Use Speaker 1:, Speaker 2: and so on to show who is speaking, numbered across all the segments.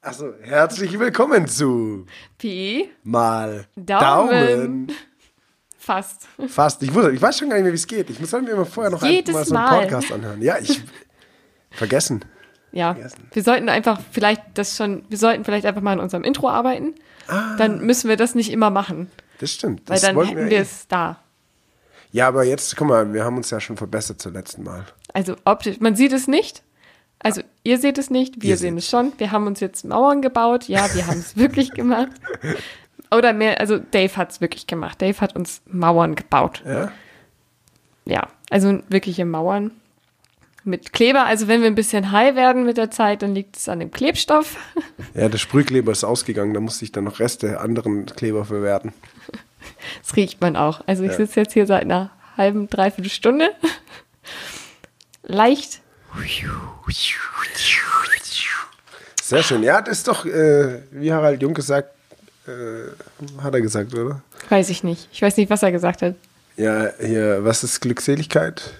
Speaker 1: Achso, Also, herzlich willkommen zu
Speaker 2: Pi,
Speaker 1: Mal
Speaker 2: Daumen. fast.
Speaker 1: Fast. Ich, wusste, ich weiß schon gar nicht mehr, wie es geht. Ich muss halt mir immer vorher noch
Speaker 2: Jedes
Speaker 1: einmal so einen
Speaker 2: Mal.
Speaker 1: Podcast anhören. Ja, ich. vergessen.
Speaker 2: Ja,
Speaker 1: Vergessen.
Speaker 2: wir sollten einfach vielleicht das schon, wir sollten vielleicht einfach mal an unserem Intro arbeiten. Dann müssen wir das nicht immer machen,
Speaker 1: Das stimmt.
Speaker 2: weil
Speaker 1: Ah. Das
Speaker 2: dann
Speaker 1: wollten
Speaker 2: hätten
Speaker 1: wir
Speaker 2: wir
Speaker 1: eh.
Speaker 2: es da.
Speaker 1: Ja, aber jetzt, guck mal, wir haben uns ja schon verbessert zum letzten Mal.
Speaker 2: Also optisch, man sieht es nicht. Also ihr seht es nicht, wir
Speaker 1: Ihr
Speaker 2: sehen
Speaker 1: seht
Speaker 2: es schon. Wir haben uns jetzt Mauern gebaut. Ja, wir haben es wirklich gemacht. Oder mehr, also Dave hat es wirklich gemacht. Dave hat uns Mauern gebaut.
Speaker 1: Ja?
Speaker 2: ja, also wirkliche Mauern mit Kleber. Also wenn wir ein bisschen high werden mit der Zeit, dann liegt es an dem Klebstoff.
Speaker 1: Ja, der Sprühkleber ist ausgegangen, da musste ich dann noch Reste anderen Kleber verwerten.
Speaker 2: Das riecht man auch. Also ich
Speaker 1: Ja.
Speaker 2: sitze jetzt hier seit einer halben, dreiviertel Stunde. Leicht.
Speaker 1: Sehr schön. Ja, das ist doch, äh, wie Harald Jung gesagt, äh, hat er gesagt, oder?
Speaker 2: Weiß ich nicht. Ich weiß nicht, was er gesagt hat.
Speaker 1: Ja, hier, was ist Glückseligkeit?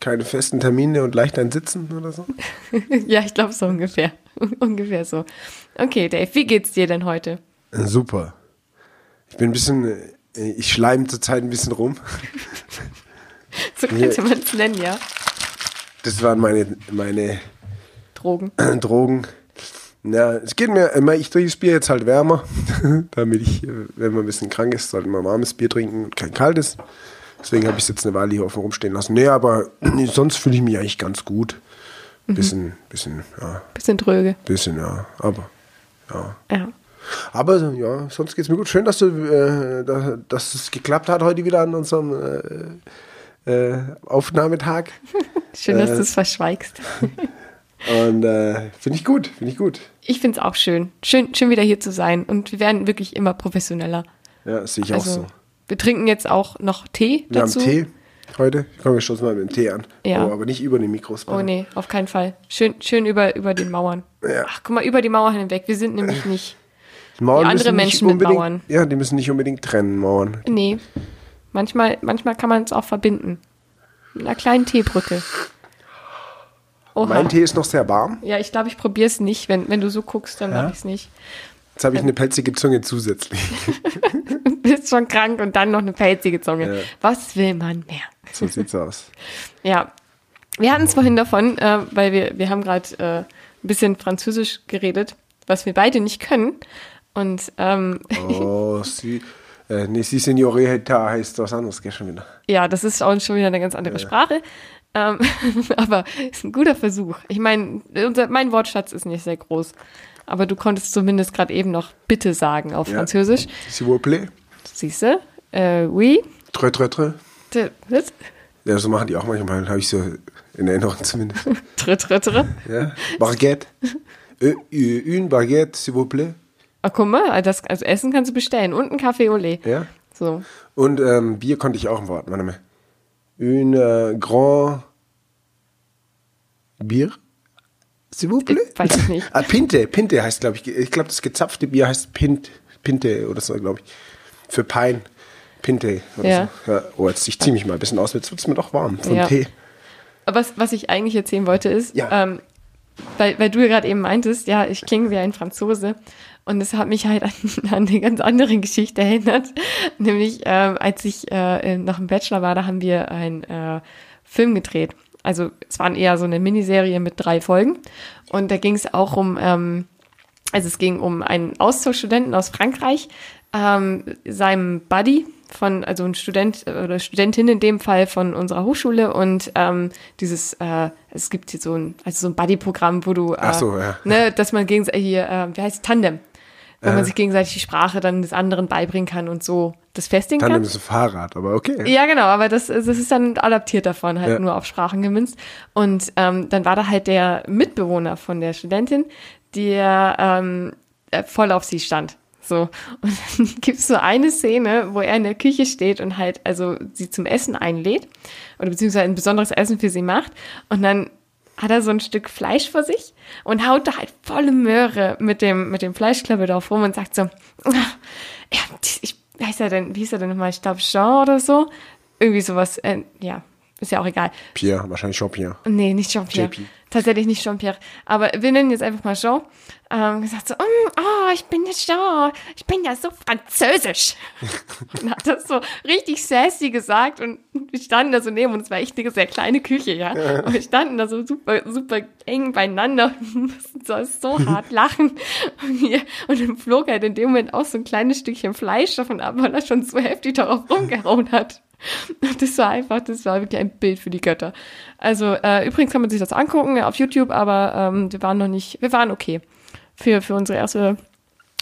Speaker 1: Keine festen Termine und leicht ein Sitzen oder so?
Speaker 2: ja, ich glaube so ungefähr. ungefähr so. Okay, Dave, wie geht's dir denn heute?
Speaker 1: Äh, Super. Ich bin ein bisschen, äh, ich schleim zurzeit ein bisschen rum.
Speaker 2: So könnte man es nennen, ja.
Speaker 1: Das waren meine, meine
Speaker 2: Drogen.
Speaker 1: Drogen. Na, es geht mir, immer, ich trinke das Bier jetzt halt wärmer, damit ich, äh, wenn man ein bisschen krank ist, sollte man warmes Bier trinken und kein kaltes. Deswegen habe ich es jetzt eine Weile hier offen rumstehen lassen. Nee, aber sonst fühle ich mich eigentlich ganz gut. Bisschen, bisschen, ja,
Speaker 2: Bisschen dröge.
Speaker 1: bisschen, ja, aber, ja.
Speaker 2: Ja.
Speaker 1: Aber ja, sonst geht's mir gut. Schön, dass du, äh, da, dass es geklappt hat heute wieder an unserem äh, äh, Aufnahmetag.
Speaker 2: Schön, dass
Speaker 1: Äh.
Speaker 2: du es verschweigst.
Speaker 1: Und äh, finde ich gut, finde ich gut.
Speaker 2: Ich find's auch schön. schön. Schön wieder hier zu sein. Und wir werden wirklich immer professioneller.
Speaker 1: Ja, das sehe ich auch so.
Speaker 2: Also, wir trinken jetzt auch noch Tee
Speaker 1: Wir
Speaker 2: dazu.
Speaker 1: haben Tee heute. Ich komme schon mal mit dem Tee an.
Speaker 2: Ja.
Speaker 1: Oh, aber nicht über den Mikros.
Speaker 2: Oh nee, auf keinen Fall. Schön, schön über, über den Mauern.
Speaker 1: Also Ja.
Speaker 2: Ach, guck mal, über die Mauer hinweg. Wir sind nämlich nicht.
Speaker 1: Mauern
Speaker 2: Wie andere
Speaker 1: müssen nicht
Speaker 2: Menschen mit
Speaker 1: unbedingt-
Speaker 2: Mauern.
Speaker 1: Ja, die müssen nicht unbedingt trennen, Mauern.
Speaker 2: Nee. Manchmal, manchmal kann man es auch verbinden. Mit einer kleinen Teebrücke. Oha.
Speaker 1: Mein Tee ist noch sehr warm.
Speaker 2: Ja, ich glaube, ich probiere es nicht. Wenn, wenn du so guckst, dann
Speaker 1: Ja?
Speaker 2: mach ich es nicht.
Speaker 1: Jetzt habe ich eine pelzige Zunge zusätzlich.
Speaker 2: Du bist schon krank und dann noch eine pelzige Zunge.
Speaker 1: Ja.
Speaker 2: Was will man mehr?
Speaker 1: So sieht's aus.
Speaker 2: Ja, wir hatten es vorhin davon, äh, weil wir, wir haben gerade äh, ein bisschen Französisch geredet, was wir beide nicht können. Und ähm,
Speaker 1: Oh, sie. Äh, nee, sie Seniorita heißt was anderes, gell, schon wieder.
Speaker 2: ja, das ist auch schon wieder eine ganz andere Sprache. Ähm, aber ist ein guter Versuch. Ich meine, unser- mein Wortschatz ist nicht sehr groß. Aber du konntest zumindest gerade eben noch bitte sagen auf
Speaker 1: Ja.
Speaker 2: Französisch.
Speaker 1: S'il vous plaît.
Speaker 2: Siehste? Äh, oui.
Speaker 1: Trö, trö, trö.
Speaker 2: T- Was?
Speaker 1: Ja, so machen die auch manchmal, habe ich so in Erinnerung zumindest.
Speaker 2: Tr, tr, tr.
Speaker 1: Ja. Baguette. Ö, ö, Une baguette, s'il vous plaît.
Speaker 2: Ach, Ah, guck mal, das, also Essen kannst du bestellen und ein Kaffee au lait.
Speaker 1: Ja.
Speaker 2: So.
Speaker 1: Und ähm, Bier konnte ich auch ein Wort, warte mal. Une äh, grand Bier? S'il vous plaît?
Speaker 2: Ich weiß es nicht.
Speaker 1: ah, Pinte, Pinte heißt, glaube ich. Ich glaube, das gezapfte Bier heißt Pint, Pinte oder so, glaube ich. Für Pein. Pinte oder
Speaker 2: Ja.
Speaker 1: so. Ja. Oh, jetzt ich ziehe mich mal ein bisschen aus, jetzt wird es mir doch warm vom
Speaker 2: Ja.
Speaker 1: Tee.
Speaker 2: Was, was ich eigentlich erzählen wollte ist,
Speaker 1: Ja.
Speaker 2: ähm, weil, weil du ja gerade eben meintest, ja, ich klinge wie ein Franzose. Und es hat mich halt an, an eine ganz andere Geschichte erinnert. Nämlich, ähm, als ich äh, in- noch im Bachelor war, da haben wir einen äh, Film gedreht. Also es waren eher so eine Miniserie mit drei Folgen. Und da ging es auch um... Ähm, also es ging um einen Austauschstudenten aus Frankreich, ähm, seinem Buddy von, also ein Student oder Studentin in dem Fall von unserer Hochschule und ähm, dieses, äh, es gibt hier so ein, also so ein Buddy-Programm, wo du, äh,
Speaker 1: Ach so, ja.
Speaker 2: ne, dass man gegenseitig hier, äh, wie heißt es? Tandem, wo
Speaker 1: Äh.
Speaker 2: man sich gegenseitig die Sprache dann des anderen beibringen kann und so das festigen
Speaker 1: Dann
Speaker 2: kann.
Speaker 1: nimmst du Fahrrad, aber okay.
Speaker 2: Ja, genau, aber das, das ist dann adaptiert davon, halt
Speaker 1: Ja.
Speaker 2: nur auf Sprachen gemünzt. Und ähm, dann war da halt der Mitbewohner von der Studentin, der ähm, äh, voll auf sie stand. So. Und dann gibt's so eine Szene, wo er in der Küche steht und halt also sie zum Essen einlädt oder beziehungsweise ein besonderes Essen für sie macht. Und dann hat er so ein Stück Fleisch vor sich und haut da halt volle Möhre mit dem, mit dem Fleischklappe drauf rum und sagt so, "Ah, ja, ich wie heißt er denn, wie hieß er denn nochmal? Ich glaube Jean oder so. Irgendwie sowas, äh, ja, ist ja auch egal.
Speaker 1: Pierre, wahrscheinlich Jean-Pierre.
Speaker 2: Nee, nicht Jean-Pierre.
Speaker 1: JP.
Speaker 2: tatsächlich nicht Jean-Pierre, aber wir nennen jetzt einfach mal Jean, ähm, gesagt so, "Mm, oh, ich bin jetzt Jean, ich bin ja so französisch. und hat das so richtig sassy gesagt und wir standen da so neben uns, war echt eine sehr kleine Küche, ja. Und wir standen da so super, super eng beieinander und mussten so, so hart lachen. Und, wir, und dann flog halt in dem Moment auch so ein kleines Stückchen Fleisch davon ab, weil er schon so heftig darauf rumgehauen hat. Und Das war einfach, das war wirklich ein Bild für die Götter. Also äh, übrigens kann man sich das angucken ja, auf YouTube, aber ähm, wir waren noch nicht, wir waren okay. Für, für unsere erste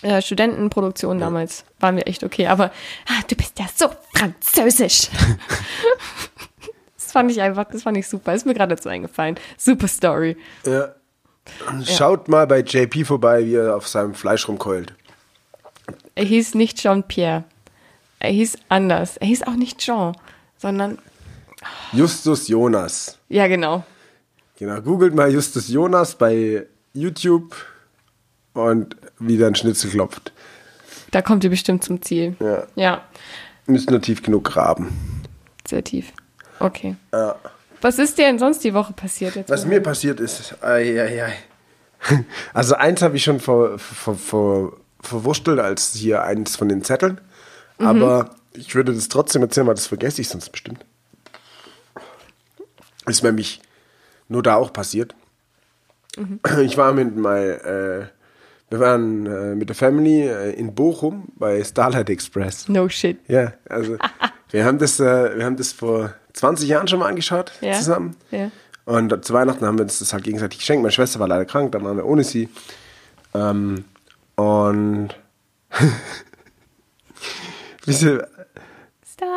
Speaker 2: äh, Studentenproduktion damals waren wir echt okay. Aber ah, du bist ja so französisch. das fand ich einfach, das fand ich super. Ist mir gerade dazu eingefallen. Super Story.
Speaker 1: Ja. Schaut mal bei JP vorbei, wie er auf seinem Fleisch rumkeult.
Speaker 2: Er hieß nicht Jean-Pierre. Er hieß anders. Er hieß auch nicht Jean, sondern,
Speaker 1: Justus Jonas.
Speaker 2: ja genau.
Speaker 1: Genau, googelt mal Justus Jonas bei YouTube und wie dann Schnitzel klopft.
Speaker 2: Da kommt ihr bestimmt zum Ziel.
Speaker 1: Ja.
Speaker 2: Ja,
Speaker 1: Müsst nur tief genug graben.
Speaker 2: sehr tief. Okay.
Speaker 1: Ja.
Speaker 2: Was ist dir denn sonst die Woche passiert? Jetzt
Speaker 1: Was
Speaker 2: mal?
Speaker 1: mir passiert ist, ei, ei, ei. also eins habe ich schon ver, ver, ver, verwurstelt als hier eins von den Zetteln,
Speaker 2: Mhm.
Speaker 1: aber ich würde das trotzdem erzählen, weil das vergesse ich sonst bestimmt. Ist nämlich nur da auch passiert.
Speaker 2: Mhm.
Speaker 1: Ich war mit mein, äh, wir waren äh, mit der Family äh, in Bochum bei Starlight Express.
Speaker 2: No shit.
Speaker 1: Ja, also wir haben das, äh, wir haben das vor 20 Jahren schon mal angeschaut
Speaker 2: Ja.
Speaker 1: zusammen.
Speaker 2: Ja.
Speaker 1: Und zu Weihnachten haben wir uns das halt gegenseitig geschenkt. Meine Schwester war leider krank, dann waren wir ohne sie. Ähm, und wir,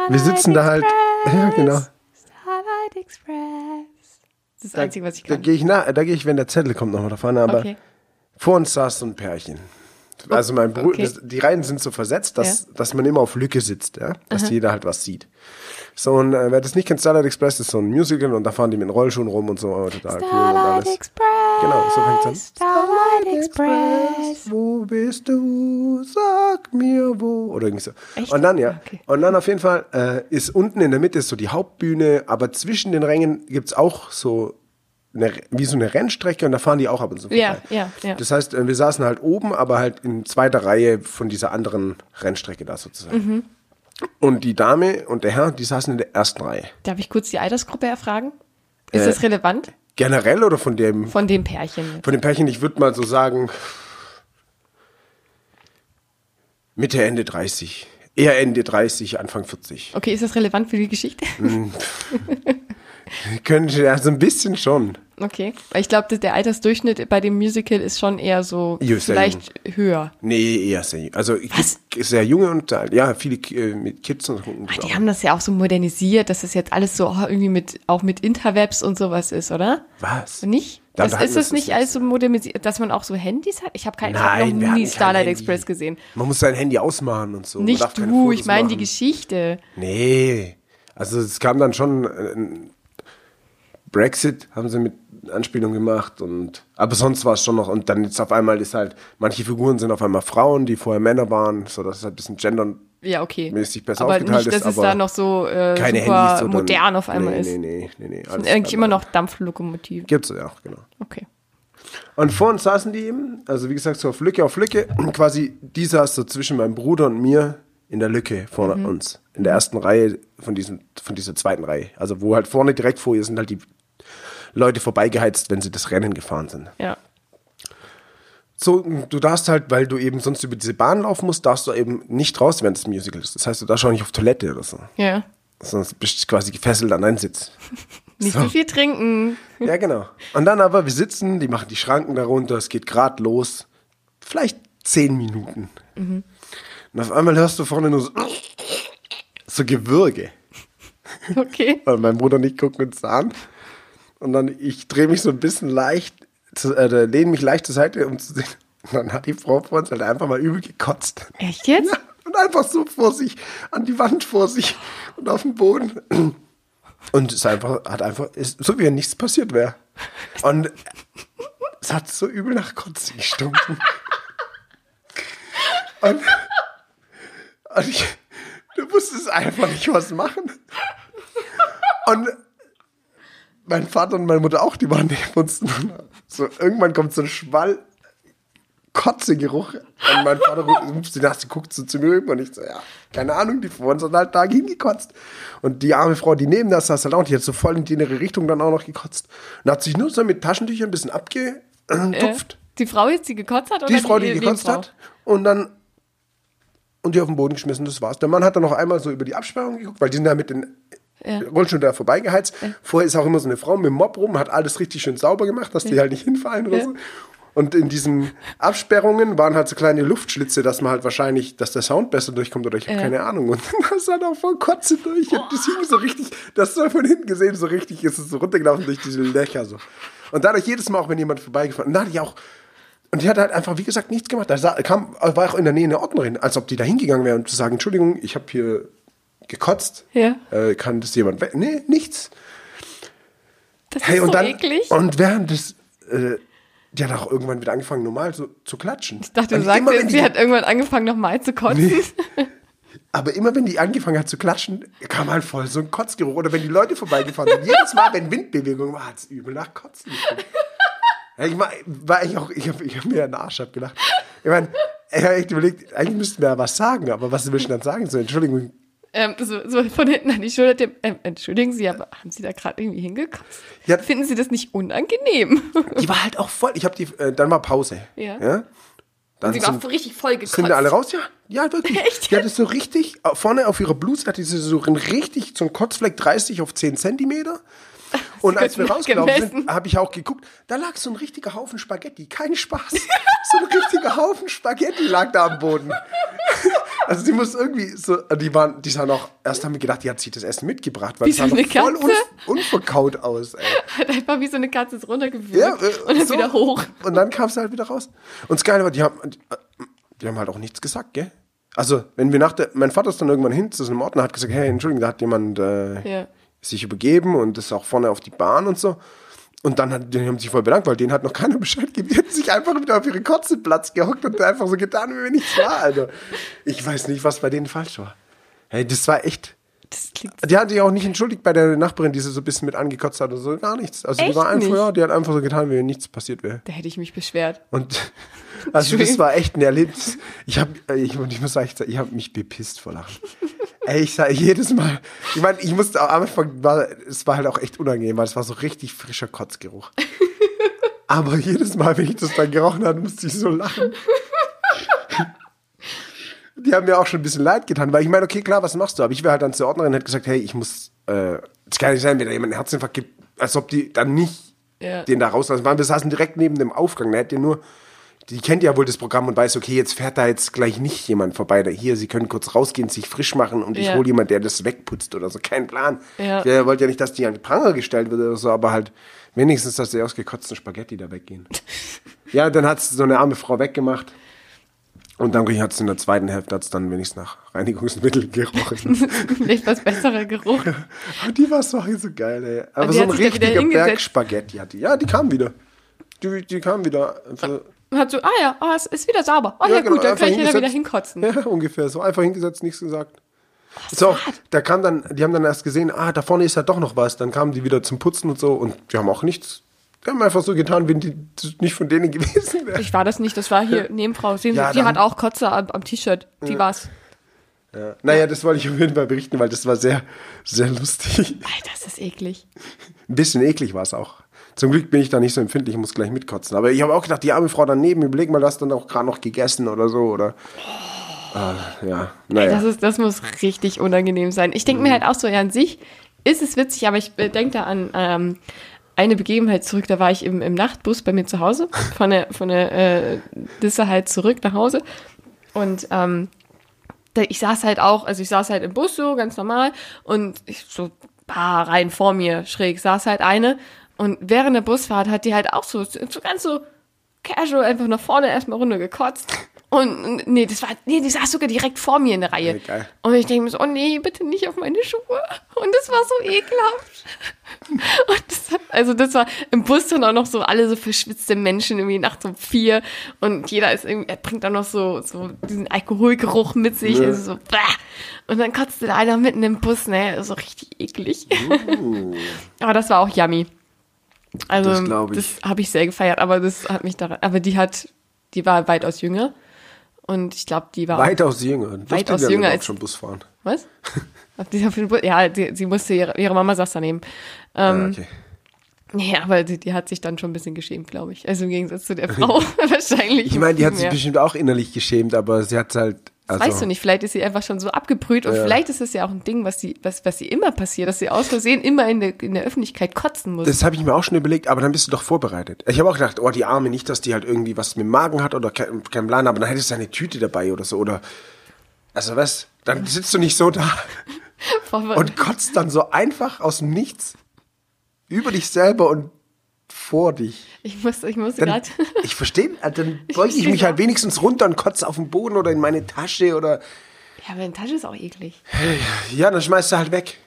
Speaker 1: wir sitzen da halt. Ja, genau.
Speaker 2: Starlight Express. Das ist das Einzige, was ich
Speaker 1: Da
Speaker 2: kann.
Speaker 1: gehe ich, nach- da geh ich, wenn der Zettel kommt, nochmal davon. Aber
Speaker 2: Okay.
Speaker 1: vor uns saß so ein Pärchen. Also mein Bruder,
Speaker 2: okay.
Speaker 1: das, die Reihen sind so versetzt, dass, dass man immer auf Lücke sitzt, ja? dass jeder halt was sieht. So, und äh, wer das nicht kennt, Starlight Express ist so ein Musical und da fahren die mit Rollschuhen rum und so, total cool und
Speaker 2: Starlight
Speaker 1: alles.
Speaker 2: Express.
Speaker 1: Genau, so fängt's an.
Speaker 2: Starlight Express.
Speaker 1: Wo bist du? Sag mir wo. Oder irgendwie so.
Speaker 2: Echt?
Speaker 1: Und dann, ja.
Speaker 2: Okay.
Speaker 1: Und dann auf jeden Fall äh, ist unten in der Mitte so die Hauptbühne, aber zwischen den Rängen gibt es auch so eine, wie so eine Rennstrecke und da fahren die auch ab und zu.
Speaker 2: Ja,
Speaker 1: vorbei.
Speaker 2: ja, ja.
Speaker 1: Das heißt, äh, wir saßen halt oben, aber halt in zweiter Reihe von dieser anderen Rennstrecke da sozusagen.
Speaker 2: Mhm.
Speaker 1: Und die Dame und der Herr, die saßen in der ersten Reihe.
Speaker 2: Darf ich kurz die Altersgruppe erfragen? Ist
Speaker 1: Äh.
Speaker 2: das relevant?
Speaker 1: Generell oder von dem,
Speaker 2: Von dem Pärchen.
Speaker 1: von dem Pärchen, ich würde mal so sagen, Mitte, Ende 30. Eher Ende 30, Anfang 40.
Speaker 2: Okay, ist das relevant für die Geschichte?
Speaker 1: Könnte ja so ein bisschen schon.
Speaker 2: Okay. Weil ich glaube, dass der Altersdurchschnitt bei dem Musical ist schon eher so
Speaker 1: Jünger.
Speaker 2: vielleicht höher.
Speaker 1: Nee, eher sehr jung. Also
Speaker 2: Was?
Speaker 1: sehr junge und sehr alt. ja, viele äh, mit Kids und so. gucken das
Speaker 2: Ach, die
Speaker 1: auch.
Speaker 2: haben das ja auch so modernisiert, dass das jetzt alles so oh, irgendwie mit, auch mit Interwebs und sowas ist, oder?
Speaker 1: Was?
Speaker 2: Nicht?
Speaker 1: Da-
Speaker 2: Das,
Speaker 1: da hatten
Speaker 2: ist
Speaker 1: wir
Speaker 2: es nicht
Speaker 1: das
Speaker 2: alles so modernisiert, dass man auch so Handys hat? Ich habe keinen, ich
Speaker 1: Nein,
Speaker 2: hab
Speaker 1: wir
Speaker 2: noch
Speaker 1: hatten
Speaker 2: nie
Speaker 1: kein
Speaker 2: Starlight
Speaker 1: Handy.
Speaker 2: Express gesehen.
Speaker 1: Man muss sein Handy ausmachen und so. Man darf
Speaker 2: Nicht
Speaker 1: keine
Speaker 2: du,
Speaker 1: Fotos
Speaker 2: ich meine die
Speaker 1: machen.
Speaker 2: Geschichte.
Speaker 1: Nee. Also es kam dann schon äh, ein Brexit haben sie mit Anspielung gemacht und aber sonst war es schon noch und dann jetzt auf einmal ist halt manche Figuren sind auf einmal Frauen, die vorher Männer waren, so dass es halt ein bisschen gendern
Speaker 2: Ja, okay.
Speaker 1: Mäßig besser
Speaker 2: aber
Speaker 1: aufgeteilt
Speaker 2: nicht,
Speaker 1: ist,
Speaker 2: dass es
Speaker 1: aber
Speaker 2: da noch so äh,
Speaker 1: keine
Speaker 2: super
Speaker 1: Handys oder
Speaker 2: modern auf einmal
Speaker 1: nee,
Speaker 2: ist.
Speaker 1: Nee, nee, nee, nee.
Speaker 2: Das
Speaker 1: alles
Speaker 2: sind eigentlich immer
Speaker 1: dabei.
Speaker 2: noch Dampflokomotiven.
Speaker 1: gibt's ja auch, genau.
Speaker 2: Okay.
Speaker 1: Und vor uns saßen die eben, also wie gesagt, so auf Lücke auf Lücke. Quasi, die saß so zwischen meinem Bruder und mir in der Lücke vor uns. In der ersten Reihe von, diesem, von dieser zweiten Reihe. Also wo halt vorne direkt vor ihr sind halt die Leute vorbeigeheizt, wenn sie das Rennen gefahren sind.
Speaker 2: Ja.
Speaker 1: So, du darfst halt, weil du eben sonst über diese Bahn laufen musst, darfst du eben nicht raus, während es ein Musical ist. Das heißt, du darfst auch nicht auf Toilette oder so.
Speaker 2: Ja.
Speaker 1: Sonst bist du quasi gefesselt an deinen Sitz.
Speaker 2: Nicht so viel trinken.
Speaker 1: Ja, genau. Und dann aber, wir sitzen, die machen die Schranken darunter, es geht grad los. Vielleicht zehn Minuten. Und auf einmal hörst du vorne nur so, so Gewürge.
Speaker 2: Okay.
Speaker 1: Und mein Bruder und ich gucken uns an. Und dann, ich drehe mich so ein bisschen leicht, zu, äh, lehne mich leicht zur Seite, um zu sehen. Und dann hat die Frau vor uns halt einfach mal übel gekotzt.
Speaker 2: Echt jetzt?
Speaker 1: Ja, und einfach so vor sich, an die Wand vor sich und auf den Boden. Und es einfach, hat einfach, ist, so wie wenn nichts passiert wäre. Und es hat so übel nach Kotzen gestunken. Und, und ich, du wusstest einfach nicht, was machen. Und mein Vater und meine Mutter auch, die waren neben uns. So, irgendwann kommt so ein Schwall Kotzegeruch. Und mein Vater ruft sie nach, sie guckt so zu mir rüber und ich so, ja, keine Ahnung, die vor uns hat halt da hingekotzt. Und die arme Frau, die neben das saß halt auch, die hat so voll in die innere Richtung dann auch noch gekotzt. Und hat sich nur so mit Taschentüchern ein bisschen abgetupft.
Speaker 2: Äh, Die Frau jetzt, die gekotzt hat?
Speaker 1: Äh, die
Speaker 2: oder
Speaker 1: Frau, die gekotzt
Speaker 2: Nebenfrau?
Speaker 1: hat. Und dann und die auf den Boden geschmissen, das war's. Der Mann hat dann noch einmal so über die Absperrung geguckt, weil die sind da mit den
Speaker 2: Ja.
Speaker 1: Rollstuhl da vorbeigeheizt. Vorher ist auch immer so eine Frau mit dem Mob rum, hat alles richtig schön sauber gemacht, dass die halt nicht hinfallen oder so. Und in diesen Absperrungen waren halt so kleine Luftschlitze, dass man halt wahrscheinlich, dass der Sound besser durchkommt oder ich habe keine Ahnung. Und dann ist halt auch voll Kotze durch. Und das hing so richtig, das war von hinten gesehen, so richtig ist es so runtergelaufen durch diese Löcher so. Und dadurch jedes Mal auch, wenn jemand vorbeigefahren, und da hatte ich auch, und die hat halt einfach, wie gesagt, nichts gemacht. Da sa- kam, war auch in der Nähe eine Ordnerin, als ob die da hingegangen wäre und zu sagen, Entschuldigung, ich habe hier gekotzt.
Speaker 2: Ja.
Speaker 1: Äh, kann das jemand weg? Nee, nichts.
Speaker 2: Das
Speaker 1: Hey,
Speaker 2: ist
Speaker 1: und
Speaker 2: so
Speaker 1: dann,
Speaker 2: eklig.
Speaker 1: und während des, äh, die hat auch irgendwann wieder angefangen, normal so zu klatschen.
Speaker 2: Ich dachte,
Speaker 1: Und
Speaker 2: du sagst
Speaker 1: immer, wenn
Speaker 2: jetzt,
Speaker 1: die-
Speaker 2: sie hat irgendwann angefangen, nochmal zu kotzen.
Speaker 1: Nee. Aber immer wenn die angefangen hat zu klatschen, kam halt voll so ein Kotzgeruch. Oder wenn die Leute vorbeigefahren sind. Jedes Mal, wenn Windbewegung war, hat es übel nach Kotzen geschmeckt. Ja, Ich war, war ich auch, ich habe ich hab mir einen Arsch abgelacht. Ich meine, ich habe echt überlegt, eigentlich müssten wir ja was sagen, aber was willst du dann sagen? So, Entschuldigung,
Speaker 2: Ähm, so, so von hinten an die Schulter. Dem, ähm, entschuldigen Sie, aber haben Sie da gerade irgendwie hingekotzt?
Speaker 1: Ja.
Speaker 2: Finden Sie das nicht unangenehm?
Speaker 1: die war halt auch voll. Ich habe die, äh, dann war Pause.
Speaker 2: Ja.
Speaker 1: Dann
Speaker 3: Sie war
Speaker 1: sind,
Speaker 3: so richtig voll gekotzt.
Speaker 1: sind wir alle raus, ja? Ja, wirklich.
Speaker 3: Echt?
Speaker 1: Die hat es so richtig, äh, vorne auf ihrer Bluse hatte sie so einen richtig, so einen Kotzfleck 30 auf 10 Zentimeter. Und als wir
Speaker 2: wird
Speaker 1: rausgelaufen sind,
Speaker 2: gemessen.
Speaker 1: habe ich auch geguckt, da lag so ein richtiger Haufen Spaghetti. Kein Spaß. so ein richtiger Haufen Spaghetti lag da am Boden. also die muss irgendwie so, äh, die waren, die sahen auch, erst haben wir gedacht, die hat sich das Essen mitgebracht, weil
Speaker 2: Wie
Speaker 1: die
Speaker 2: so
Speaker 1: sahen
Speaker 2: eine
Speaker 1: doch voll
Speaker 2: Katze.
Speaker 1: unver- unverkaut aus, ey.
Speaker 2: Hat einfach wie so eine Katze ist runtergewürgt
Speaker 1: Ja, äh,
Speaker 2: und dann
Speaker 1: so.
Speaker 2: wieder hoch.
Speaker 1: Und dann kam es halt wieder raus. Und das Geile war, die haben, die, äh, die haben halt auch nichts gesagt, gell? Also, wenn wir nach der, mein Vater ist dann irgendwann hin zu so einem Ordner, hat gesagt, hey, Entschuldigung, da hat jemand äh,
Speaker 2: Ja.
Speaker 1: sich übergeben und ist auch vorne auf die Bahn und so. Und dann hat, die haben sich voll bedankt, weil denen hat noch keiner Bescheid gegeben. Die hätten sich einfach wieder auf ihren Kotzenplatz gehockt und einfach so getan, wie wenn nichts war, Alter. Ich weiß nicht, was bei denen falsch war. Hey, das war echt.
Speaker 2: Das klingt
Speaker 1: Die hat sich auch nicht entschuldigt bei der Nachbarin, die sie so ein bisschen mit angekotzt hat oder so. Gar nichts. Also die
Speaker 2: Echt
Speaker 1: war einfach,
Speaker 2: nicht?
Speaker 1: ja, die hat einfach so getan, wie wenn nichts passiert wäre.
Speaker 2: Da hätte ich mich beschwert.
Speaker 1: Und also das
Speaker 2: Entschuldigung.
Speaker 1: war echt ein Erlebnis. Ich habe, ich, und ich muss sagen, ich habe mich bepisst vor Lachen. Ey, ich sage jedes Mal, ich meine, ich musste am Anfang, war, es war halt auch echt unangenehm, weil es war so richtig frischer Kotzgeruch. Aber jedes Mal, wenn ich das dann gerochen habe, musste ich so lachen. Die haben mir auch schon ein bisschen leid getan, weil ich meine, okay, klar, was machst du? Aber ich wäre halt dann zur Ordnerin und hätte gesagt, hey, ich muss, äh, es kann nicht sein, wenn da jemand einen Herzinfarkt gibt, als ob die dann nicht
Speaker 2: Ja.
Speaker 1: den da rauslassen. Weil wir saßen direkt neben dem Aufgang. Da hätte nur, die kennt ja wohl das Programm und weiß, okay, jetzt fährt da jetzt gleich nicht jemand vorbei. Da hier, sie können kurz rausgehen, sich frisch machen und ich
Speaker 2: Ja.
Speaker 1: hole jemanden, der das wegputzt oder so. Kein Plan.
Speaker 2: Ja.
Speaker 1: Ich äh, wollte ja nicht, dass die an den Pranger gestellt wird oder so, aber halt wenigstens, dass die ausgekotzten Spaghetti da weggehen. ja, dann hat es so eine arme Frau weggemacht. Und dann hat es in der zweiten Hälfte hat's dann wenigstens nach Reinigungsmittel gerochen.
Speaker 2: Vielleicht was besserer Geruch.
Speaker 1: Und die war so, so geil, ey. Aber
Speaker 2: Also die
Speaker 1: so ein
Speaker 2: hat sich da wieder
Speaker 1: richtiger
Speaker 2: hingesetzt.
Speaker 1: Bergspaghetti hat die. Ja, die kam wieder. Die, die kam wieder. Also,
Speaker 2: Und hat so, ah ja, ah, es ist wieder sauber. Ah
Speaker 1: Ja,
Speaker 2: ja,
Speaker 1: genau,
Speaker 2: gut, dann
Speaker 1: einfach
Speaker 2: kann ich ja da wieder
Speaker 1: hingesetzt.
Speaker 2: hinkotzen.
Speaker 1: ja, ungefähr so. Einfach hingesetzt, nichts gesagt. So, da kam dann, die haben dann erst gesehen, ah, da vorne ist ja doch noch was. Dann kamen die wieder zum Putzen und so und die haben auch nichts. Die haben einfach so getan, wenn die das nicht von denen gewesen wäre.
Speaker 2: Ich war das nicht, das war hier Nebenfrau. Sehen Sie,
Speaker 1: Ja,
Speaker 2: die
Speaker 1: dann-
Speaker 2: hat auch Kotze am, am T-Shirt. Die war's.
Speaker 1: Ja. Naja, das wollte ich auf jeden Fall berichten, weil das war sehr, sehr lustig.
Speaker 2: Alter, das ist eklig.
Speaker 1: Ein bisschen eklig war es auch. Zum Glück bin ich da nicht so empfindlich, muss gleich mitkotzen. Aber ich habe auch gedacht, die arme Frau daneben, überleg mal, du hast dann auch gerade noch gegessen oder so. Oder. Ah, ja, Mhm. naja.
Speaker 2: Oh. Das, ist, das muss richtig unangenehm sein. Ich denke mir halt auch so, ja, an sich ist es witzig, aber ich denke da an ähm, eine Begebenheit zurück. Da war ich im, im Nachtbus bei mir zu Hause, von der, von der äh, Disse halt zurück nach Hause. Und ähm, da, ich saß halt auch, also ich saß halt im Bus so ganz normal und ich, so ein paar Reihen vor mir schräg saß halt eine. Und während der Busfahrt hat die halt auch so, so ganz so casual einfach nach vorne erstmal runter gekotzt. Und und nee, das war, nee, die saß sogar direkt vor mir in der Reihe.
Speaker 1: Ja, geil.
Speaker 2: Und ich denke mir so, oh nee, bitte nicht auf meine Schuhe. Und das war so ekelhaft. Und das, also das war im Bus dann auch noch so alle so verschwitzte Menschen irgendwie nachts um vier. Und jeder ist irgendwie, er bringt dann noch so, so diesen Alkoholgeruch mit sich.
Speaker 1: Ja.
Speaker 2: Also so, bah. Und dann kotzte da einer mitten im Bus, ne, so richtig eklig. Aber das war auch yummy. Also
Speaker 1: Uh. Das
Speaker 2: das,
Speaker 1: glaub ich.
Speaker 2: habe ich sehr gefeiert, aber das hat mich daran, aber die hat, die war weitaus jünger. Und ich glaube, die war auch-
Speaker 1: Weitaus jünger. Durfte
Speaker 2: Weitaus
Speaker 1: die dann
Speaker 2: jünger
Speaker 1: überhaupt
Speaker 2: als-
Speaker 1: schon Bus fahren.
Speaker 2: was? Auf dieser auf den Bus- ja, die, sie musste, ihre, ihre Mama saß daneben.
Speaker 1: Ja,
Speaker 2: Ähm,
Speaker 1: Ah, okay.
Speaker 2: Nee, aber die, die hat sich dann schon ein bisschen geschämt, glaube ich. Also im Gegensatz zu der Frau wahrscheinlich.
Speaker 1: Ich meine, die hat sich
Speaker 2: mehr.
Speaker 1: bestimmt auch innerlich geschämt, aber sie hat halt.
Speaker 2: Das
Speaker 1: Also,
Speaker 2: weißt du nicht, vielleicht ist sie einfach schon so abgebrüht und
Speaker 1: Ja.
Speaker 2: vielleicht ist es ja auch ein Ding, was sie, was, was sie immer passiert, dass sie aus Versehen immer in der, in der Öffentlichkeit kotzen muss.
Speaker 1: Das habe ich mir auch schon überlegt, aber dann bist du doch vorbereitet. Ich habe auch gedacht, oh, die Arme, nicht, dass die halt irgendwie was mit dem Magen hat oder kein, kein Plan, aber dann hättest du eine Tüte dabei oder so. Oder. Also was? Dann sitzt du nicht so da
Speaker 2: Vor-
Speaker 1: und kotzt dann so einfach aus dem Nichts über dich selber und vor dich.
Speaker 2: ich muss, ich muss
Speaker 1: Dann,
Speaker 2: gerade.
Speaker 1: ich verstehe, dann beuge ich
Speaker 2: versteh
Speaker 1: mich halt
Speaker 2: auch.
Speaker 1: wenigstens runter und kotze auf den Boden oder in meine Tasche oder.
Speaker 2: Ja, meine Tasche ist auch eklig.
Speaker 1: Ja, dann schmeißt du halt weg.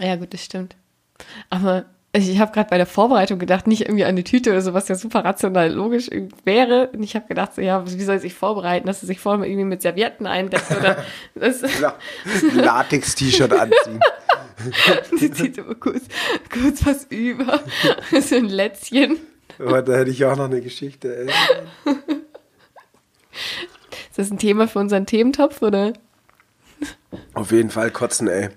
Speaker 2: Ja, gut, das stimmt. Aber ich, ich habe gerade bei der Vorbereitung gedacht, nicht irgendwie an eine Tüte oder so, was ja super rational logisch irgendwie wäre. Und ich habe gedacht, so, ja, wie soll sie sich vorbereiten, dass sie sich vorher mal irgendwie mit Servietten eindeckt oder das,
Speaker 1: Ja, Latex-T-Shirt anziehen.
Speaker 2: sie zieht immer kurz, kurz was über, so ein Lätzchen.
Speaker 1: Aber da hätte ich auch noch eine Geschichte. ey.
Speaker 2: Ist das ein Thema für unseren Thementopf oder?
Speaker 1: Auf jeden Fall kotzen, ey.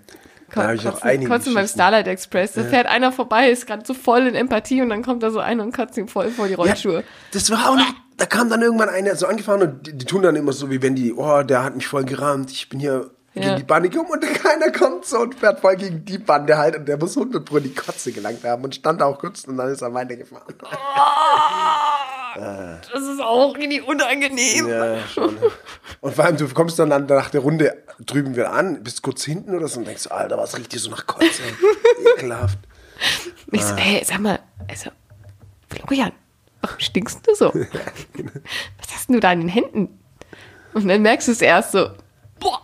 Speaker 1: Da habe ich noch
Speaker 2: Kotzen-
Speaker 1: einige
Speaker 2: Kotzen beim
Speaker 1: Geschichten.
Speaker 2: Starlight Express. Da fährt einer vorbei, ist gerade so voll in Empathie und dann kommt da so einer und kotzt ihm voll vor die Rollschuhe.
Speaker 1: Ja, das war auch noch, da kam dann irgendwann einer so angefahren und die, die tun dann immer so, wie wenn die, oh, der hat mich voll gerammt, ich bin hier gegen
Speaker 2: Ja.
Speaker 1: die Bande gekommen und keiner kommt so und fährt voll gegen die Bande halt und der muss 100 Pro in die Kotze gelangt haben und stand auch kurz und dann ist er weitergefahren.
Speaker 2: Das ist auch irgendwie unangenehm.
Speaker 1: Ah. Ja, schon. Und vor allem, du kommst dann an- nach der Runde drüben wieder an, bist kurz hinten oder so und denkst, Alter, was riecht hier so nach Kotze? Ekelhaft.
Speaker 2: Ich
Speaker 1: Ah.
Speaker 2: so, hey, sag mal, also, Florian, warum stinkst du so?
Speaker 1: genau.
Speaker 2: Was hast denn du da in den Händen? Und dann merkst du es erst so, boah.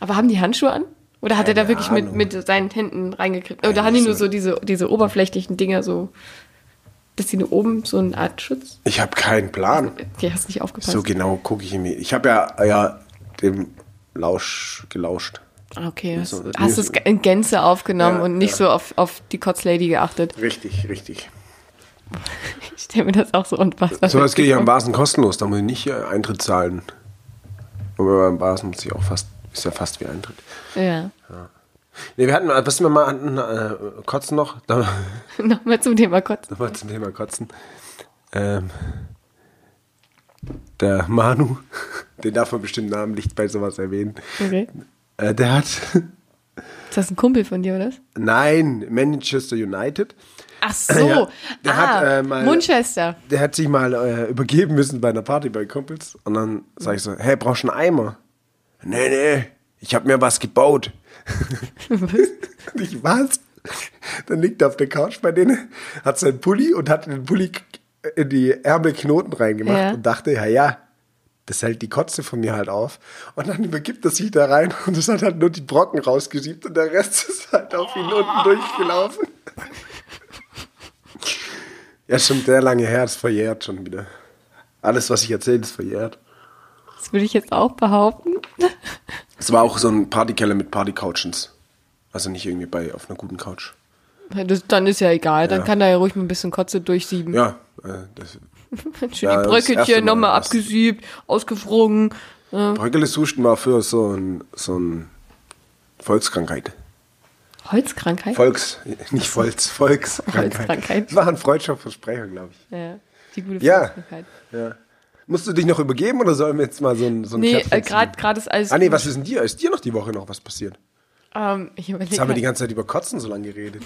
Speaker 2: Aber haben die Handschuhe an? Oder hat er da
Speaker 1: Ah. Keine
Speaker 2: wirklich
Speaker 1: Ahnung.
Speaker 2: mit, mit seinen Händen reingekriegt? Oder
Speaker 1: Eigentlich
Speaker 2: haben die nur
Speaker 1: so.
Speaker 2: so diese, diese oberflächlichen Dinger so, dass die nur oben so eine Art Schutz?
Speaker 1: Ich habe keinen Plan.
Speaker 2: Okay, hast nicht aufgepasst.
Speaker 1: So genau gucke ich mir. Ich habe ja, ja dem Lausch gelauscht.
Speaker 2: Ah, Okay, hast,
Speaker 1: So, das-
Speaker 2: hast es in Gänze aufgenommen
Speaker 1: Ja,
Speaker 2: und nicht
Speaker 1: ja.
Speaker 2: so auf, auf die Kotzlady geachtet.
Speaker 1: Richtig, richtig.
Speaker 2: Ich stelle mir das auch so unfassbar
Speaker 1: So was geht
Speaker 2: witzig
Speaker 1: ja am
Speaker 2: vor.
Speaker 1: Basen kostenlos, da muss ich nicht äh, Eintritt zahlen. Aber beim Basen muss ich auch fast, ist ja fast wie Eintritt.
Speaker 2: Ja.
Speaker 1: Ne, wir hatten, was wir mal hatten, äh, Kotzen noch, da-
Speaker 2: Nochmal zum Thema Kotzen.
Speaker 1: nochmal zum Thema Kotzen. Ähm, der Manu, den darf man bestimmt namentlich bei sowas erwähnen,
Speaker 2: Okay.
Speaker 1: äh, der hat,
Speaker 2: Ist das ein Kumpel von dir, oder? was?
Speaker 1: nein, Manchester United,
Speaker 2: Ach so.
Speaker 1: Ja, der
Speaker 2: ah,
Speaker 1: hat, äh, mal-
Speaker 2: Munchester.
Speaker 1: der hat sich mal äh, übergeben müssen bei einer Party bei Kumpels. Und dann sage ich so, hey, brauchst du einen Eimer? Nee, nee, ich habe mir was gebaut. Und ich was? Dann liegt er auf der Couch bei denen, hat seinen Pulli und hat den Pulli k- in die Ärmelknoten reingemacht
Speaker 2: Ja.
Speaker 1: und dachte, ja, ja, das hält die Kotze von mir halt auf. Und dann übergibt er sich da rein und es hat halt nur die Brocken rausgesiebt und der Rest ist halt auf ihn unten durchgelaufen. Ja, stimmt, der lange her ist verjährt schon wieder. Alles, was ich erzähle, ist verjährt.
Speaker 2: Das würde ich jetzt auch behaupten.
Speaker 1: Es war auch so ein Partykeller mit Partycouchens. Also nicht irgendwie bei auf einer guten Couch.
Speaker 2: Das, dann ist ja egal. Dann
Speaker 1: Ja.
Speaker 2: kann er ja ruhig mal ein bisschen Kotze durchsieben.
Speaker 1: Ja, äh, das
Speaker 2: Schön
Speaker 1: Ja,
Speaker 2: die
Speaker 1: das erste
Speaker 2: Bröckelchen
Speaker 1: Mal,
Speaker 2: nochmal
Speaker 1: das-
Speaker 2: abgesiebt, ausgefroren. Mhm.
Speaker 1: Bröckeles Husten war für so ein, so ein Volkskrankheit.
Speaker 2: Holzkrankheit?
Speaker 1: Volks, nicht Volks, Volkskrankheit.
Speaker 2: Volkskrankheit.
Speaker 1: Das war ein freudscher Versprecher, glaube ich.
Speaker 2: ja, die gute
Speaker 1: Ja.
Speaker 2: Volkskrankheit.
Speaker 1: Ja. Musst du dich noch übergeben oder sollen wir jetzt mal so ein, so ein
Speaker 2: Nee,
Speaker 1: Köpfchen
Speaker 2: äh, gerade
Speaker 1: ziehen?
Speaker 2: gerade ist alles.
Speaker 1: Ah nee, was ist denn dir? Ist dir noch die Woche noch was passiert?
Speaker 2: Ähm, ich überlege.
Speaker 1: Jetzt haben wir die ganze Zeit über Kotzen so lange geredet.